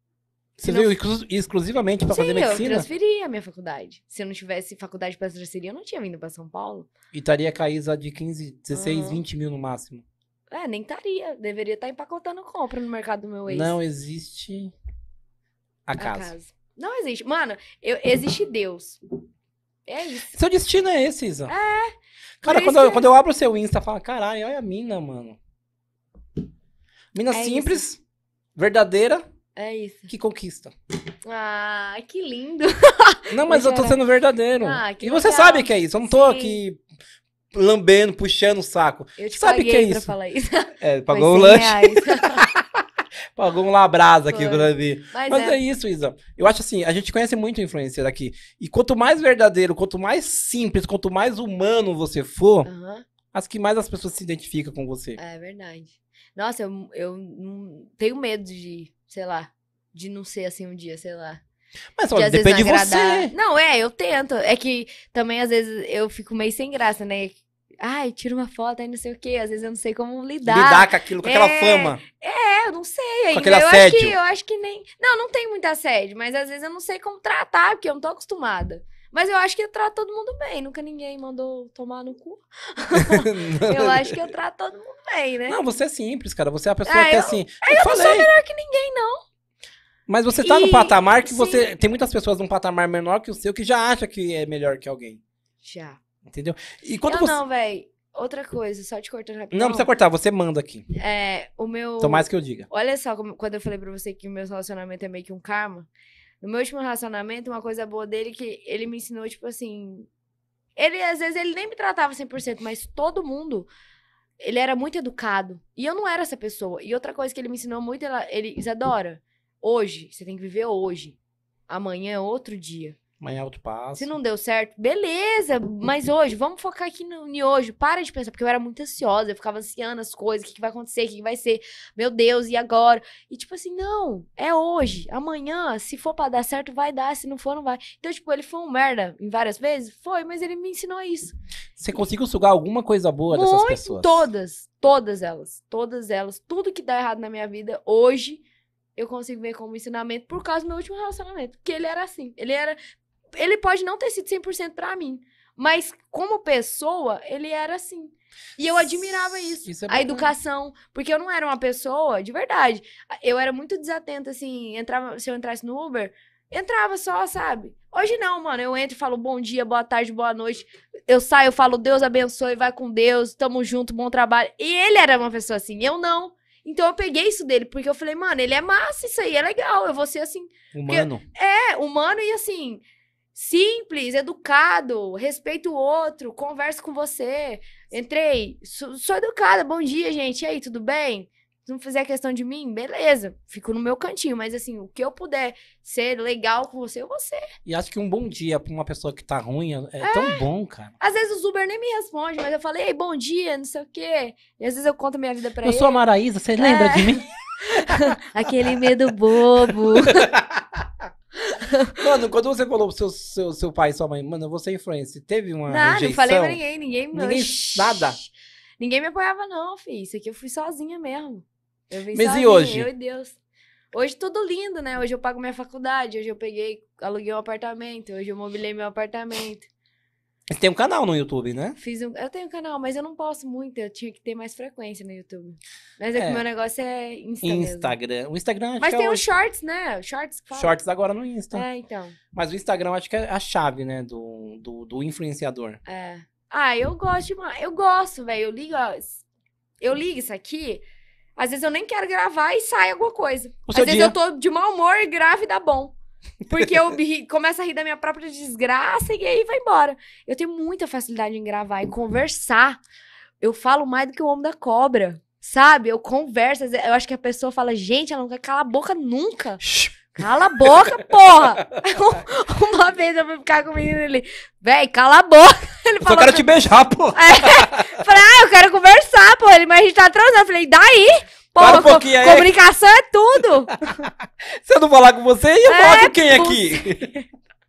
S1: Você
S2: Não.
S1: veio exclu- exclusivamente pra
S2: Sim,
S1: fazer
S2: eu
S1: medicina?
S2: transferi a minha faculdade. Se eu não tivesse faculdade para transferir, eu não tinha vindo para São Paulo.
S1: E estaria com a Isa de 15, 16,
S2: Aham.
S1: 20 mil no máximo.
S2: É, nem estaria. Deveria estar empacotando compra no mercado do meu ex.
S1: Não existe acaso.
S2: Não existe. Mano, eu- existe Deus. É isso.
S1: Seu destino é esse, Isa. É. Cara,
S2: isso
S1: quando eu,
S2: que-
S1: quando eu abro o seu Insta, fala, caralho, olha a mina, mano. Mina
S2: É
S1: simples, verdadeira,
S2: É isso.
S1: que conquista.
S2: Ah, que lindo.
S1: Não, mas
S2: Pois
S1: eu tô
S2: é.
S1: sendo verdadeiro.
S2: Ah, que
S1: e você
S2: legal.
S1: sabe que é isso. Eu não tô
S2: Sim.
S1: aqui lambendo, puxando o saco.
S2: Eu te
S1: Sabe
S2: paguei
S1: que é
S2: pra
S1: isso?
S2: falar isso.
S1: É,
S2: Foi
S1: pagou o
S2: 100
S1: lanche,
S2: reais.
S1: pagou um labrasa aqui
S2: é. Foi.
S1: pra vir.
S2: Mas,
S1: Mas
S2: é.
S1: é. isso, Isa. Eu acho assim, a gente conhece muito influencer aqui. E quanto mais verdadeiro, quanto mais simples, quanto mais humano você for,
S2: Aham,
S1: as que mais as pessoas se identificam com você.
S2: É verdade. Nossa, eu, eu não- tenho medo de, sei lá, de não ser assim um dia, sei lá.
S1: Mas
S2: de
S1: olha,
S2: às vezes
S1: depende de
S2: não agradar.
S1: você. né?
S2: Não, é, eu tento. É que também às vezes eu fico meio sem graça, né? Ai, tira uma foto, aí não sei o quê. Às vezes eu não sei como lidar.
S1: Lidar com aquilo, com aquela
S2: É.
S1: fama.
S2: É, eu não sei ainda.
S1: aquele
S2: eu
S1: assédio.
S2: acho que eu acho que nem. Não, não tem muita assédio, mas às vezes eu não sei como tratar, porque eu não tô acostumada. Mas eu acho que eu trato todo mundo bem. Nunca ninguém mandou tomar no cu. Eu acho que eu trato todo mundo bem, né?
S1: Não, você é simples, cara. Você é a pessoa
S2: Ah,
S1: que é
S2: eu-
S1: assim. Eu, falei.
S2: Melhor que ninguém, não.
S1: Mas você tá no
S2: E-
S1: patamar que
S2: sim.
S1: você. Tem muitas pessoas num patamar menor que o seu que já acha que é melhor que alguém.
S2: Já.
S1: Entendeu? E quando
S2: eu
S1: você. Não,
S2: não, velho. Outra coisa, só te cortando rapidinho.
S1: precisa cortar, você manda aqui.
S2: É, o meu.
S1: Então, mais que eu diga.
S2: Olha só, como- quando eu falei pra você que o meu relacionamento é meio que um karma. No meu último relacionamento, uma coisa boa dele é que ele me ensinou, tipo assim. Ele, às vezes, ele nem me tratava 100%, mas todo mundo. Ele era muito educado. E eu não era essa pessoa. E outra coisa que ele me ensinou muito, ela- ele, Isadora, hoje, você tem que viver hoje. Amanhã é outro dia.
S1: Amanhã é outro passo.
S2: Se não deu certo, beleza, mas hoje, vamos focar aqui no, em hoje. Para de pensar, porque eu era muito ansiosa, eu ficava ansiando as coisas, o que, que vai acontecer, o que, que vai ser, meu Deus, e agora? E tipo assim, não, é hoje, amanhã, se for pra dar certo, vai dar, se não for, não vai. Então, tipo, ele foi um merda em várias vezes? Foi, mas ele me ensinou isso.
S1: Você conseguiu sugar alguma coisa boa dessas
S2: Muito
S1: pessoas?
S2: Todas, todas elas, todas elas, tudo que dá errado na minha vida, hoje, eu consigo ver como ensinamento por causa do meu último relacionamento. Porque ele era assim. Ele era. Ele pode não ter sido 100% pra mim. Mas como pessoa, ele era assim. E eu admirava isso.
S1: Isso é
S2: a
S1: bacana.
S2: educação. Porque eu não era uma pessoa de verdade. Eu era muito desatenta, assim. Entrava, se eu entrasse no Uber, entrava só, sabe? Hoje não, mano. Eu entro e falo bom dia, boa tarde, boa noite. Eu saio, eu falo Deus abençoe, vai com Deus, tamo junto, bom trabalho. E ele era uma pessoa assim. Eu não. Então eu peguei isso dele, porque eu falei, mano, ele é massa, isso aí é legal, eu vou ser assim.
S1: Humano.
S2: É, humano e assim, simples, educado, respeito o outro, converso com você. Entrei, sou, sou educada, bom dia, gente, e aí, tudo bem? Se não fizer questão de mim, beleza, fico no meu cantinho, mas assim, o que eu puder ser legal com você, eu vou ser.
S1: E acho que um bom dia pra uma pessoa que tá ruim é, tão bom, cara.
S2: Às vezes os Uber nem me respondem, mas eu falo, ei, bom dia, não sei o quê. E às vezes eu conto minha vida pra
S1: eu
S2: ele. É.
S1: sou a Maraísa, você lembra de mim?
S2: Aquele medo bobo.
S1: Mano, quando você falou pro seu, seu, seu pai e sua mãe, mano, eu vou ser influencer, teve uma
S2: Não,
S1: rejeição?
S2: não falei pra ninguém, ninguém me
S1: Ninguém- nada?
S2: Ninguém me apoiava, não, filho. Isso aqui eu fui sozinha mesmo. Eu vim
S1: Mas e
S2: sozinha,
S1: hoje?
S2: Eu e Deus. Hoje tudo lindo, né? Hoje eu pago minha faculdade, hoje eu peguei, aluguei um apartamento, hoje eu mobilei meu apartamento.
S1: Você tem um canal no YouTube, né?
S2: Fiz um. Eu tenho canal, mas eu não posto muito, eu tinha que ter mais frequência no YouTube. Mas é, que
S1: É.
S2: o meu negócio é Insta. mesmo.
S1: Instagram. O Instagram acho
S2: Mas
S1: que
S2: tem
S1: é o...
S2: os shorts, né? Shorts que fala.
S1: Shorts agora no Insta.
S2: É, então.
S1: Mas o Instagram acho que é a chave, né? Do, do, do influenciador.
S2: É. Ah, eu gosto demais. Eu gosto, velho. Eu ligo. as- Eu ligo isso aqui. Às vezes eu nem quero gravar e sai alguma coisa.
S1: O
S2: Às
S1: seu
S2: vezes
S1: dia.
S2: eu tô de mau humor e grave e dá bom. Porque eu me ri- começo a rir da minha própria desgraça e aí vai embora. Eu tenho muita facilidade em gravar e conversar. Eu falo mais do que o homem da cobra. Sabe? Eu converso. às vezes- Eu acho que a pessoa fala, gente, ela não quer calar a boca nunca. Cala a boca, porra! Uma vez eu fui ficar com o menino ali, véi, cala a boca! Ele
S1: Eu só
S2: falou,
S1: quero te beijar, pô.
S2: ah, eu quero conversar, porra, ele, mas a gente tá transando. Eu falei, "E daí?
S1: Para
S2: Porra,
S1: um
S2: co-
S1: pouquinho aí."
S2: comunicação é tudo!
S1: Se eu não falar com você, eu falar
S2: É,
S1: com quem aqui?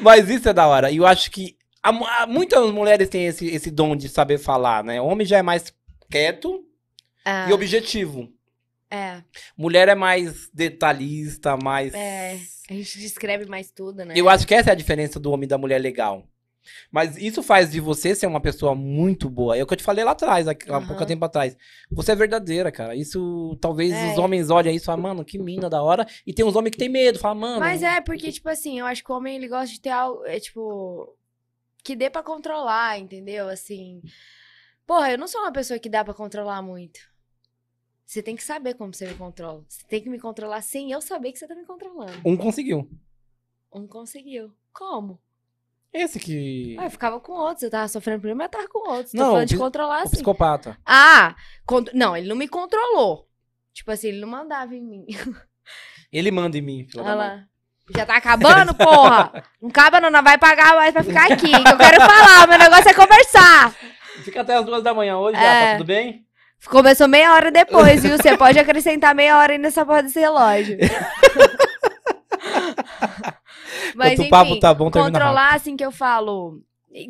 S1: Mas isso é da hora. E eu acho que a mu- a- muitas mulheres têm esse, esse dom de saber falar, né? O homem já é mais quieto
S2: Ah,
S1: e objetivo.
S2: é,
S1: Mulher é mais detalhista, mais.
S2: É. a gente descreve mais tudo, né?
S1: Eu acho que essa é a diferença do homem e da mulher legal. Mas isso faz de você ser uma pessoa muito boa. É o que eu te falei lá atrás, há há
S2: Aham.
S1: pouco tempo atrás. Você é verdadeira, cara. Isso, talvez
S2: É.
S1: os homens olhem isso e falem, mano, que mina da hora. E tem uns homens que tem medo, falam, mano.
S2: Mas é, porque, tipo assim, eu acho que o homem, ele gosta de ter algo, é, tipo, que dê pra controlar, entendeu? Assim, porra, eu não sou uma pessoa que dá pra controlar muito. Você tem que saber como você me controla. Você tem que me controlar sem eu saber que você tá me controlando.
S1: Um conseguiu.
S2: Um conseguiu. Como?
S1: Esse que.
S2: Ah, eu ficava com outros, eu tava sofrendo problema, eu tava com outros. Tô
S1: Não,
S2: falando de
S1: o pis-
S2: controlar
S1: o
S2: assim.
S1: psicopata.
S2: Ah, con- não, ele não me controlou. Tipo assim, ele não mandava em mim.
S1: Ele manda em mim. filha da
S2: Olha
S1: mãe.
S2: lá. Já tá acabando, porra? Não acaba não, não vai pagar mais pra ficar aqui. Que eu quero falar, o meu negócio é conversar.
S1: Fica até as duas da manhã hoje,
S2: É.
S1: Rafa, tudo bem?
S2: Começou meia hora depois, viu? Você pode acrescentar meia hora aí nessa porra desse relógio. Mas
S1: Enquanto o
S2: enfim,
S1: papo tá bom, termina rápido.
S2: controlar assim que eu falo,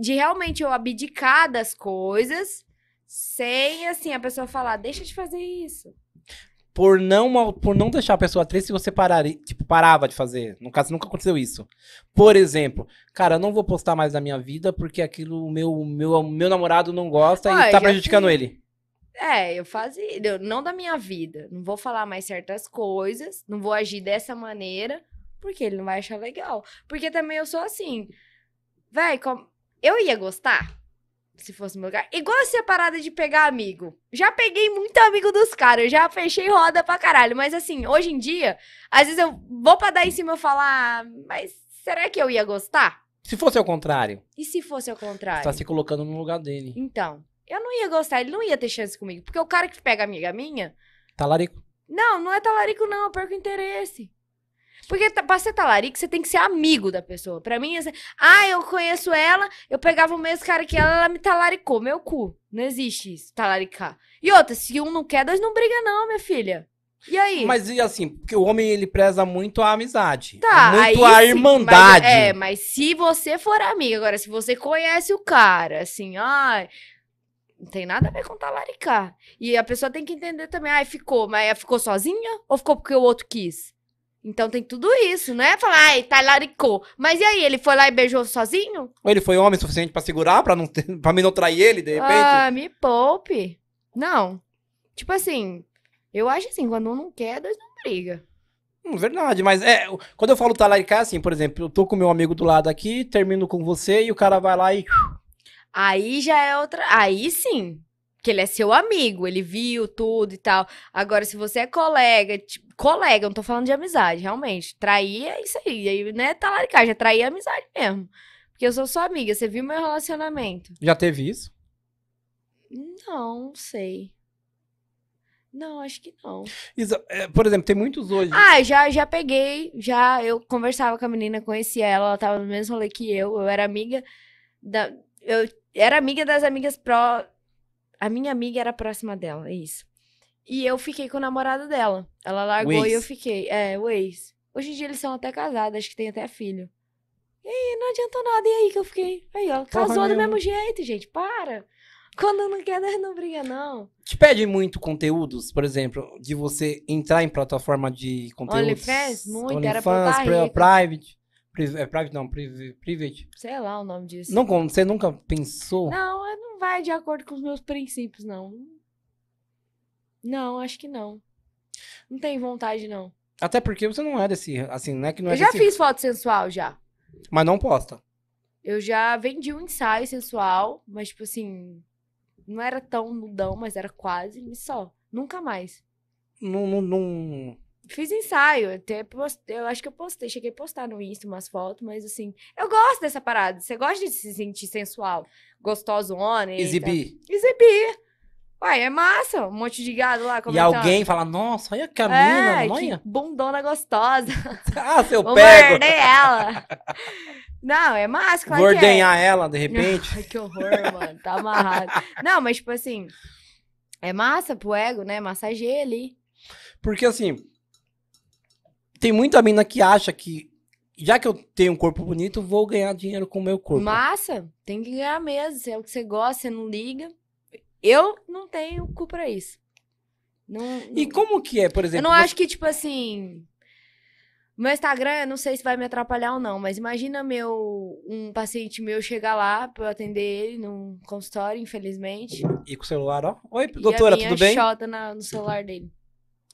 S2: de realmente eu abdicar das coisas, sem assim a pessoa falar, deixa de fazer isso.
S1: Por não, mal- por não deixar a pessoa triste, se você pararia, tipo, parava de fazer. No caso, nunca aconteceu isso. Por exemplo, cara, eu não vou postar mais da minha vida porque aquilo o meu, o meu, o meu namorado não gosta
S2: Ah,
S1: e
S2: já
S1: tá prejudicando
S2: fiz.
S1: ele.
S2: É, eu fazia, eu- não da minha vida, não vou falar mais certas coisas, não vou agir dessa maneira, porque ele não vai achar legal. Porque também eu sou assim, véi, com- eu ia gostar se fosse meu lugar. Igual essa parada de pegar amigo. Já peguei muito amigo dos caras, eu já fechei roda pra caralho. Mas assim, hoje em dia, às vezes eu vou pra dar em cima e falar, "Ah, mas será que eu ia gostar?
S1: Se fosse ao contrário,
S2: E se fosse ao
S1: você
S2: contrário?
S1: tá se colocando no lugar dele.
S2: Então, eu não ia gostar, ele não ia ter chance comigo. Porque o cara que pega amiga minha,
S1: Talarico.
S2: não, não é talarico, não, eu perco o interesse. Porque ta- pra ser talarico, você tem que ser amigo da pessoa. Pra mim, assim, ah, eu conheço ela, eu pegava o mesmo cara que ela, ela me talaricou. Meu cu. Não existe isso, talaricar. E outra, se um não quer, dois não briga, não, minha filha. E aí?
S1: Mas e assim, porque o homem ele preza muito a amizade. É
S2: Tá,
S1: muito
S2: aí
S1: a
S2: sim,
S1: irmandade.
S2: mas- é, mas se você for amiga, agora, se você conhece o cara, assim, ai. Não tem nada a ver com talaricar. E a pessoa tem que entender também, ai, ficou, mas é, ficou sozinha ou ficou porque o outro quis? Então tem tudo isso, não é falar, ai, talaricou. Mas e aí, ele foi lá e beijou sozinho?
S1: Ou ele foi homem suficiente pra segurar, pra, não ter, pra mim não trair ele, de repente?
S2: Ah, me poupe. Não. Tipo assim, eu acho assim, quando um não quer, dois não briga.
S1: Hum, verdade, mas é. o- Quando eu falo talaricar, assim, por exemplo, eu tô com meu amigo do lado aqui, termino com você e o cara vai lá e.
S2: Aí já é outra. Aí sim. Que ele é seu amigo, ele viu tudo e tal. Agora, se você é colega, tipo, colega, eu não tô falando de amizade, realmente. Trair é isso aí. Aí não é talaricagem, é trair a amizade mesmo. Porque eu sou sua amiga, você viu meu relacionamento?
S1: Já teve isso?
S2: Não, não sei. Não, acho que não.
S1: Isa- é, por exemplo, tem muitos hoje.
S2: Ah, eu já, já peguei, já eu conversava com a menina, conhecia ela, ela tava no mesmo rolê que eu, eu era amiga da, eu era amiga das amigas pró, a minha amiga era próxima dela, é isso. E eu fiquei com o namorado dela, ela largou
S1: ex.
S2: e eu fiquei, é, o ex. Hoje em dia eles são até casados, acho que tem até filho. E aí, não adiantou nada, e aí que eu fiquei? Aí, ó, casou do
S1: meu.
S2: mesmo jeito, gente, para. Quando não quer, nós não briga, não.
S1: Te pedem muito conteúdos, por exemplo, de você entrar em plataforma de conteúdos.
S2: OnlyFans? Muito, era pra eu tá
S1: pri-
S2: rica.
S1: private. pri- é, private não, priv- private.
S2: Sei lá o nome disso.
S1: Não, como- você nunca pensou?
S2: Não, eu não vai de acordo com os meus princípios, não. Não, acho que não. Não tem vontade, não.
S1: Até porque você não é desse. Assim, não é que não é
S2: Eu já
S1: desse-
S2: fiz foto sensual, já.
S1: Mas não posta.
S2: Eu já vendi um ensaio sensual, mas, tipo assim, não era tão nudão, mas era quase, e só. Nunca mais.
S1: Não. não, não...
S2: Fiz ensaio, até postei, eu acho que eu postei, cheguei a postar no Insta umas fotos, mas assim, eu gosto dessa parada. Você gosta de se sentir sensual, gostosona, eita.
S1: Exibir.
S2: Exibir. Uai, é massa. Um monte de gado lá
S1: E
S2: comentando.
S1: alguém fala, nossa, olha a Camila,
S2: É,
S1: não
S2: que
S1: olha.
S2: bundona gostosa.
S1: Ah, seu
S2: Vou
S1: pego.
S2: morder ela. Não, é máscara. claro
S1: Vou
S2: que é.
S1: ordenhar ela, ah, de repente.
S2: Ai, que horror, mano. Tá amarrado. Não, mas tipo assim, é massa pro ego, né? Massageia ali.
S1: Porque assim, tem muita mina que acha que, já que eu tenho um corpo bonito, vou ganhar dinheiro com o meu corpo.
S2: Massa, tem que ganhar mesmo. Se é o que você gosta, você não liga. Eu não tenho cu pra isso. Não,
S1: E
S2: não-
S1: como que é, por exemplo?
S2: Eu não
S1: você-
S2: acho que, tipo assim. Meu Instagram, eu não sei se vai me atrapalhar ou não, mas imagina meu um paciente meu chegar lá pra eu atender ele num consultório, infelizmente.
S1: E com o celular, ó. Oi,
S2: e
S1: doutora,
S2: a minha
S1: tudo bem?
S2: chota na- no celular dele.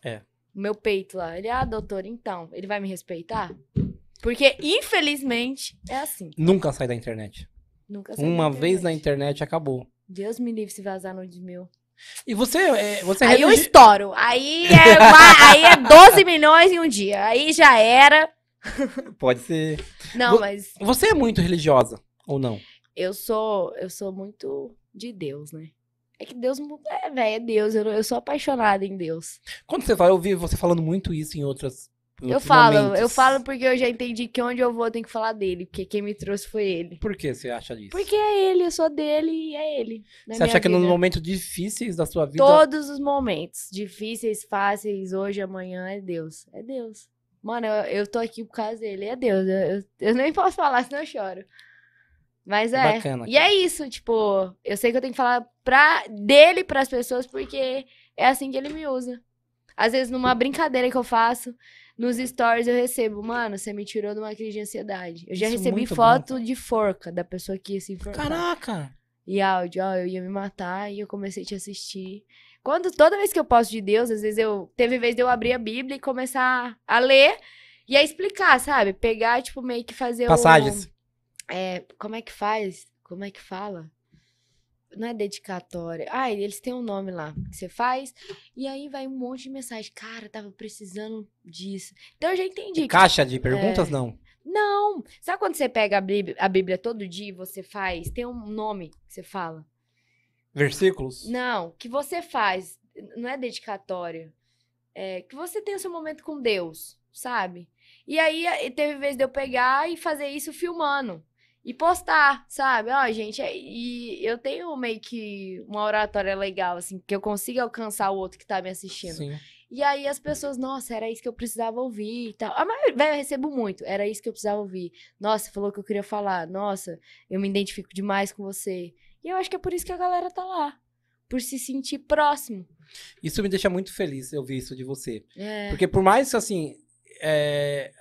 S1: É.
S2: O Meu peito lá. Ele, ah, doutor, então, ele vai me respeitar? Porque, infelizmente, é assim.
S1: Nunca sai da internet.
S2: Nunca
S1: Uma vez na internet acabou.
S2: Deus me livre se vazar no de meu.
S1: E você, é, você é
S2: Aí eu
S1: religi-
S2: estouro. Aí é, va- aí é 12 milhões em um dia. Aí já era.
S1: Pode ser.
S2: Não,
S1: Vo-
S2: mas
S1: Você é muito religiosa ou não?
S2: eu sou, eu sou muito de Deus, né? É que Deus mu- é, velho, é Deus. Eu, não- eu sou apaixonada em Deus.
S1: Quando você fala, eu ouvi você falando muito isso em outras. em
S2: Eu
S1: outros
S2: falo, eu
S1: momentos.
S2: falo porque eu já entendi que onde eu vou eu tenho que falar dele, porque quem me trouxe foi ele.
S1: Por que você acha disso?
S2: Porque é ele, eu sou dele e é ele. na
S1: você
S2: minha
S1: acha que nos
S2: vida.
S1: momentos difíceis da sua vida.
S2: Todos os momentos. Difíceis, fáceis, hoje, amanhã, é Deus. É Deus. Mano, eu, eu tô aqui por causa dele. É Deus. Eu, eu- eu nem posso falar, senão eu choro. Mas é.
S1: Bacana,
S2: e
S1: cara.
S2: é isso, tipo, eu sei que eu tenho que falar pra, dele pras pessoas, porque é assim que ele me usa. Às vezes, numa brincadeira que eu faço, nos stories eu recebo, mano, você me tirou de uma crise de ansiedade. Eu já
S1: Isso é
S2: recebi
S1: muito bom,
S2: foto de forca da pessoa que ia se enforcar.
S1: Caraca!
S2: E áudio, ó, eu ia me matar e eu comecei a te assistir. Quando, toda vez que eu posto de Deus, às vezes eu. Teve vez de eu abrir a Bíblia e começar a ler e a explicar, sabe? Pegar, tipo, meio que fazer o-
S1: Passagens.
S2: é, como é que faz? Como é que fala? Não é dedicatória. Ah, eles têm um nome lá que você faz. E aí vai um monte de mensagem. Cara, eu tava precisando disso. Então eu já entendi. que,
S1: Caixa de
S2: É.
S1: perguntas, não.
S2: não. Sabe quando você pega a Bíblia, a Bíblia todo dia e você faz? Tem um nome que você fala?
S1: Versículos?
S2: Não, que você faz, não é dedicatório. É que você tem o seu momento com Deus, sabe? E aí eh, teve vez de eu pegar e fazer isso filmando. E postar, sabe? Ó, gente, é- e eu tenho meio que uma oratória legal, assim, que eu consiga alcançar o outro que tá me assistindo.
S1: Sim.
S2: E aí as pessoas, nossa, era isso que eu precisava ouvir e tal. A maioria, velho, eu recebo muito, era isso que eu precisava ouvir. Nossa, falou o que eu queria falar. Nossa, eu me identifico demais com você. E eu acho que é por isso que a galera tá lá. Por se sentir próximo.
S1: Isso me deixa muito feliz eu ouvir isso de você.
S2: É.
S1: Porque por mais que assim. é,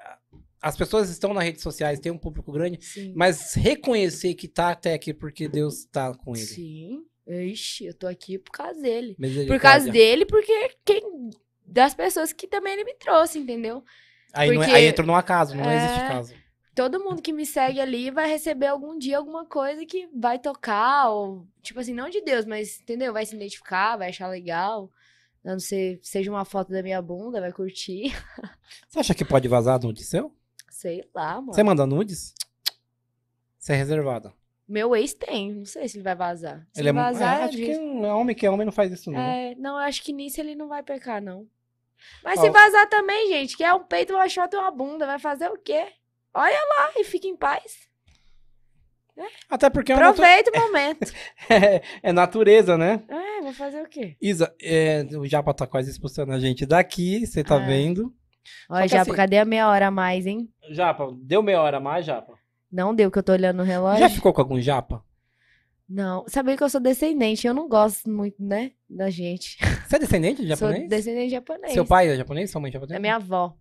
S1: As pessoas estão nas redes sociais, tem um público grande,
S2: Sim.
S1: mas reconhecer que tá até aqui porque Deus tá com ele.
S2: Sim. Ixi, eu tô aqui por causa dele.
S1: Misericórdia.
S2: Por causa dele, porque quem. Das pessoas que também ele me trouxe, entendeu?
S1: Aí, não é-
S2: porque-
S1: aí entra num acaso, não
S2: É.
S1: existe caso.
S2: todo mundo que me segue ali vai receber algum dia alguma coisa que vai tocar, ou, tipo assim, não de Deus, mas, entendeu? Vai se identificar, vai achar legal. A não ser seja uma foto da minha bunda, vai curtir.
S1: Você acha que pode vazar nude seu?
S2: Sei lá, mano.
S1: Você manda nudes? Você é reservada.
S2: Meu ex tem, não sei se ele vai vazar. Se
S1: Ele é mu-
S2: vazar,
S1: é,
S2: eu
S1: acho que
S2: disse.
S1: é homem que é homem não faz isso não.
S2: É, não, eu acho que nisso ele não vai pecar, não. Mas
S1: Ó.
S2: se vazar também, gente, que é um peito, uma chota e uma bunda, vai fazer o quê? Olha lá e fica em paz.
S1: Até porque é, uma natu-
S2: Aproveita o momento.
S1: é natureza, né?
S2: É, vai fazer o quê?
S1: Isa, é, o Japa tá quase expulsando a gente daqui, você tá
S2: Ah.
S1: vendo. Só
S2: Olha,
S1: que
S2: já,
S1: assim-
S2: cadê a meia hora a mais, hein?
S1: Japa, deu meia hora a mais, Japa?
S2: Não deu, que eu tô olhando o relógio.
S1: Já ficou com algum Japa?
S2: Não. Sabia que eu sou descendente, eu não gosto muito, né? Da gente.
S1: Você é descendente de
S2: Sou
S1: japonês?
S2: descendente de japonês.
S1: Seu pai é japonês? Sua mãe é japonesa?
S2: É minha avó.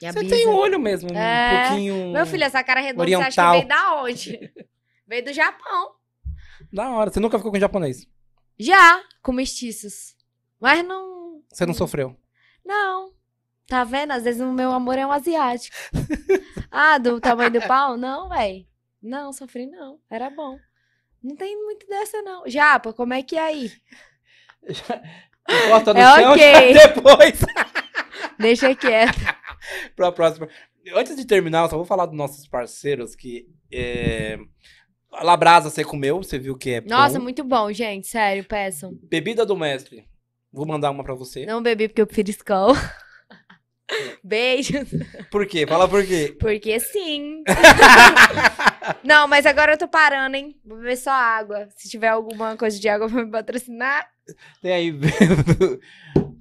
S2: Minha
S1: Você
S2: bisa.
S1: tem um olho mesmo, um
S2: É.
S1: pouquinho...
S3: Meu filho, essa cara redonda, você
S1: Oriental.
S3: acha que veio da onde? veio do Japão.
S1: Da hora, você nunca ficou com japonês.
S2: Já, com mestiços. Mas não.
S1: Você não sofreu.
S2: Não. Tá vendo? Às vezes o meu amor é um asiático. ah, do tamanho do pau? Não, véi. Não, sofri não. Era bom. Não tem muito dessa, não. Japa, como é que é aí?
S1: Encosta no
S2: É
S1: chão
S2: ok.
S1: já depois.
S2: Deixa quieto.
S1: pra próxima. Antes de terminar, eu só vou falar dos nossos parceiros que. É... a Labrasa você comeu, você viu que é.
S2: Nossa,
S1: bom.
S2: muito bom, gente. Sério, peçam.
S1: Bebida do mestre. Vou mandar uma pra você.
S2: Não bebi porque eu prefiro Skol. Beijos.
S1: Por quê? Fala por quê.
S2: Porque sim. Não, mas agora eu tô parando, hein? Vou beber só água. Se tiver alguma coisa de água pra me patrocinar.
S1: Tem aí.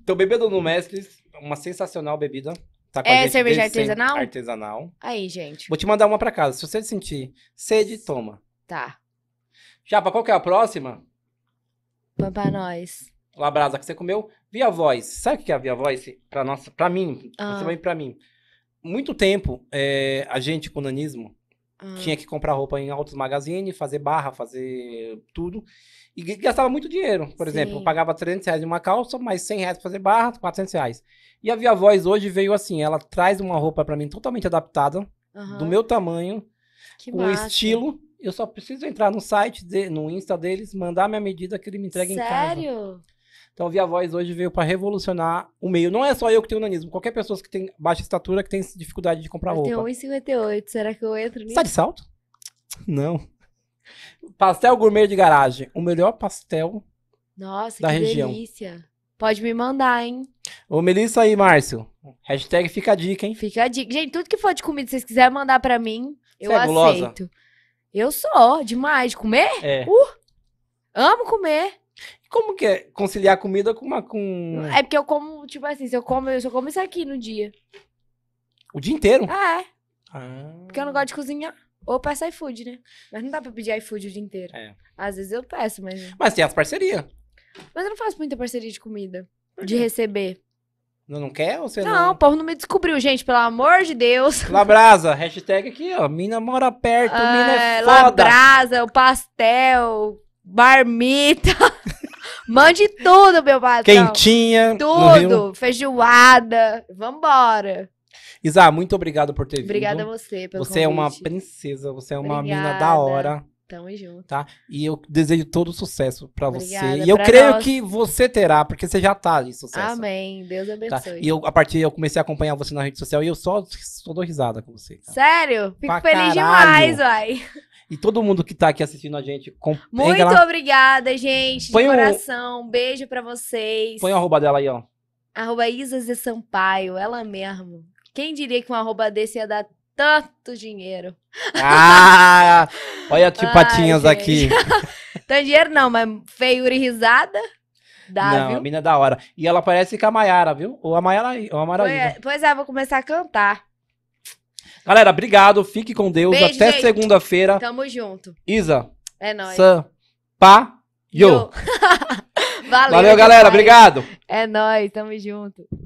S1: então, bebida do mestre, uma sensacional bebida. Tá com a
S2: É
S1: gente
S2: cerveja
S1: desde sempre.
S2: artesanal?
S1: Artesanal.
S2: Aí, gente.
S1: Vou te mandar uma pra casa. Se você sentir sede, toma.
S2: Tá.
S1: Japa, qual que é a próxima?
S2: Vamos pra nós.
S1: Labrasa que você comeu, Via Voice. Sabe o que é a Via Voice? Pra, nossa, pra mim,
S2: Ah.
S1: você vai pra mim. Muito tempo, é, a gente com nanismo
S2: Ah,
S1: tinha que comprar roupa em altos magazines, fazer barra, fazer tudo. E g- gastava muito dinheiro. Por exemplo, eu
S2: Sim.
S1: pagava 300 reais em uma calça, mais 100 reais pra fazer barra, 400 reais. E a Via Voz hoje veio assim, ela traz uma roupa pra mim totalmente adaptada,
S2: aham.
S1: do meu tamanho,
S2: Que
S1: com um
S2: massa.
S1: estilo. Eu só preciso entrar no site, de- no Insta deles, mandar minha medida que ele me entrega em casa.
S2: Sério?
S1: Então, a Via Voz hoje veio para revolucionar o meio. Não é só eu que tenho nanismo, qualquer pessoa que tem baixa estatura que tem dificuldade de comprar
S2: Eu
S1: roupa.
S2: tenho 1,58. Será que eu entro
S1: Você
S2: nisso?
S1: tá de salto? Não. Pastel gourmet de garagem. O melhor pastel.
S2: Nossa,
S1: Da
S2: que
S1: região.
S2: delícia. Pode me mandar, hein?
S1: Ô, Melissa e Márcio. Hashtag fica a dica, hein?
S2: Fica a dica. Gente, tudo que for de comida, vocês quiserem mandar pra mim, eu
S1: Você é gulosa?
S2: aceito. Eu sou, demais. De comer?
S1: É.
S2: Amo comer.
S1: Como que é conciliar comida com uma. com.
S2: É porque eu como, tipo assim, se eu como, eu só como isso aqui no dia.
S1: O dia inteiro?
S2: Ah, é.
S1: Ah.
S2: Porque eu não gosto de cozinhar. Ou peço iFood, né? Mas não dá pra pedir iFood o dia inteiro.
S1: É.
S2: Às vezes eu peço, mas.
S1: Mas tem as parcerias.
S2: Mas eu não faço muita parceria de comida.
S1: Por
S2: De
S1: quê?
S2: receber.
S1: Não, não quer ou você
S2: Não, o povo não me descobriu, gente, pelo amor de Deus.
S1: Labrasa, hashtag aqui, ó. Mina mora perto, mina é
S2: É,
S1: foda.
S2: labrasa, o pastel, marmita. Mande tudo, meu patrão.
S1: Quentinha. no Rio.
S2: Tudo, feijoada. Vambora.
S1: Isa, muito obrigado por ter vindo.
S2: Obrigada a você pelo
S1: Você é uma
S2: convite.
S1: princesa, você é uma mina
S2: Obrigada.
S1: da hora.
S2: Tamo junto.
S1: tá? E eu desejo todo sucesso pra você.
S2: Obrigada,
S1: e eu
S2: pra
S1: creio
S2: nós.
S1: que você terá, porque você já tá de sucesso.
S2: Amém. Deus
S1: tá?
S2: abençoe.
S1: E eu, a partir eu comecei a acompanhar você na rede social e eu só, só dou risada com você. cara.
S2: Sério? Fico
S1: Pra
S2: feliz
S1: caralho.
S2: demais, vai.
S1: E todo mundo que tá aqui assistindo a gente, com,
S2: Muito
S1: entra lá,
S2: obrigada, gente.
S1: Põe
S2: de
S1: o-
S2: coração. Um beijo pra vocês.
S1: põe o um arroba dela aí, ó.
S2: Arroba Isa Zé Sampaio, ela mesmo. Quem diria que um arroba desse ia dar tanto dinheiro?
S1: Ah! Olha a tio
S2: Ai,
S1: Patinhas
S2: gente.
S1: aqui.
S2: Tanto dinheiro não, mas feiura e risada. Dá,
S1: Não, a
S2: viu?
S1: mina é da hora. E ela parece com a Maiara, viu? Ou a Maiara, ou a Maiara Isa.
S2: Pois, pois é, vou começar a cantar.
S1: Galera, obrigado. Fique com Deus.
S2: é. Beijo,
S1: Até
S2: gente.
S1: segunda-feira.
S2: Tamo junto.
S1: Isa,
S2: É nóis.
S1: Sam, Pa, Yo.
S2: Valeu,
S1: Valeu, galera.
S2: demais.
S1: Obrigado.
S2: É nóis, tamo junto.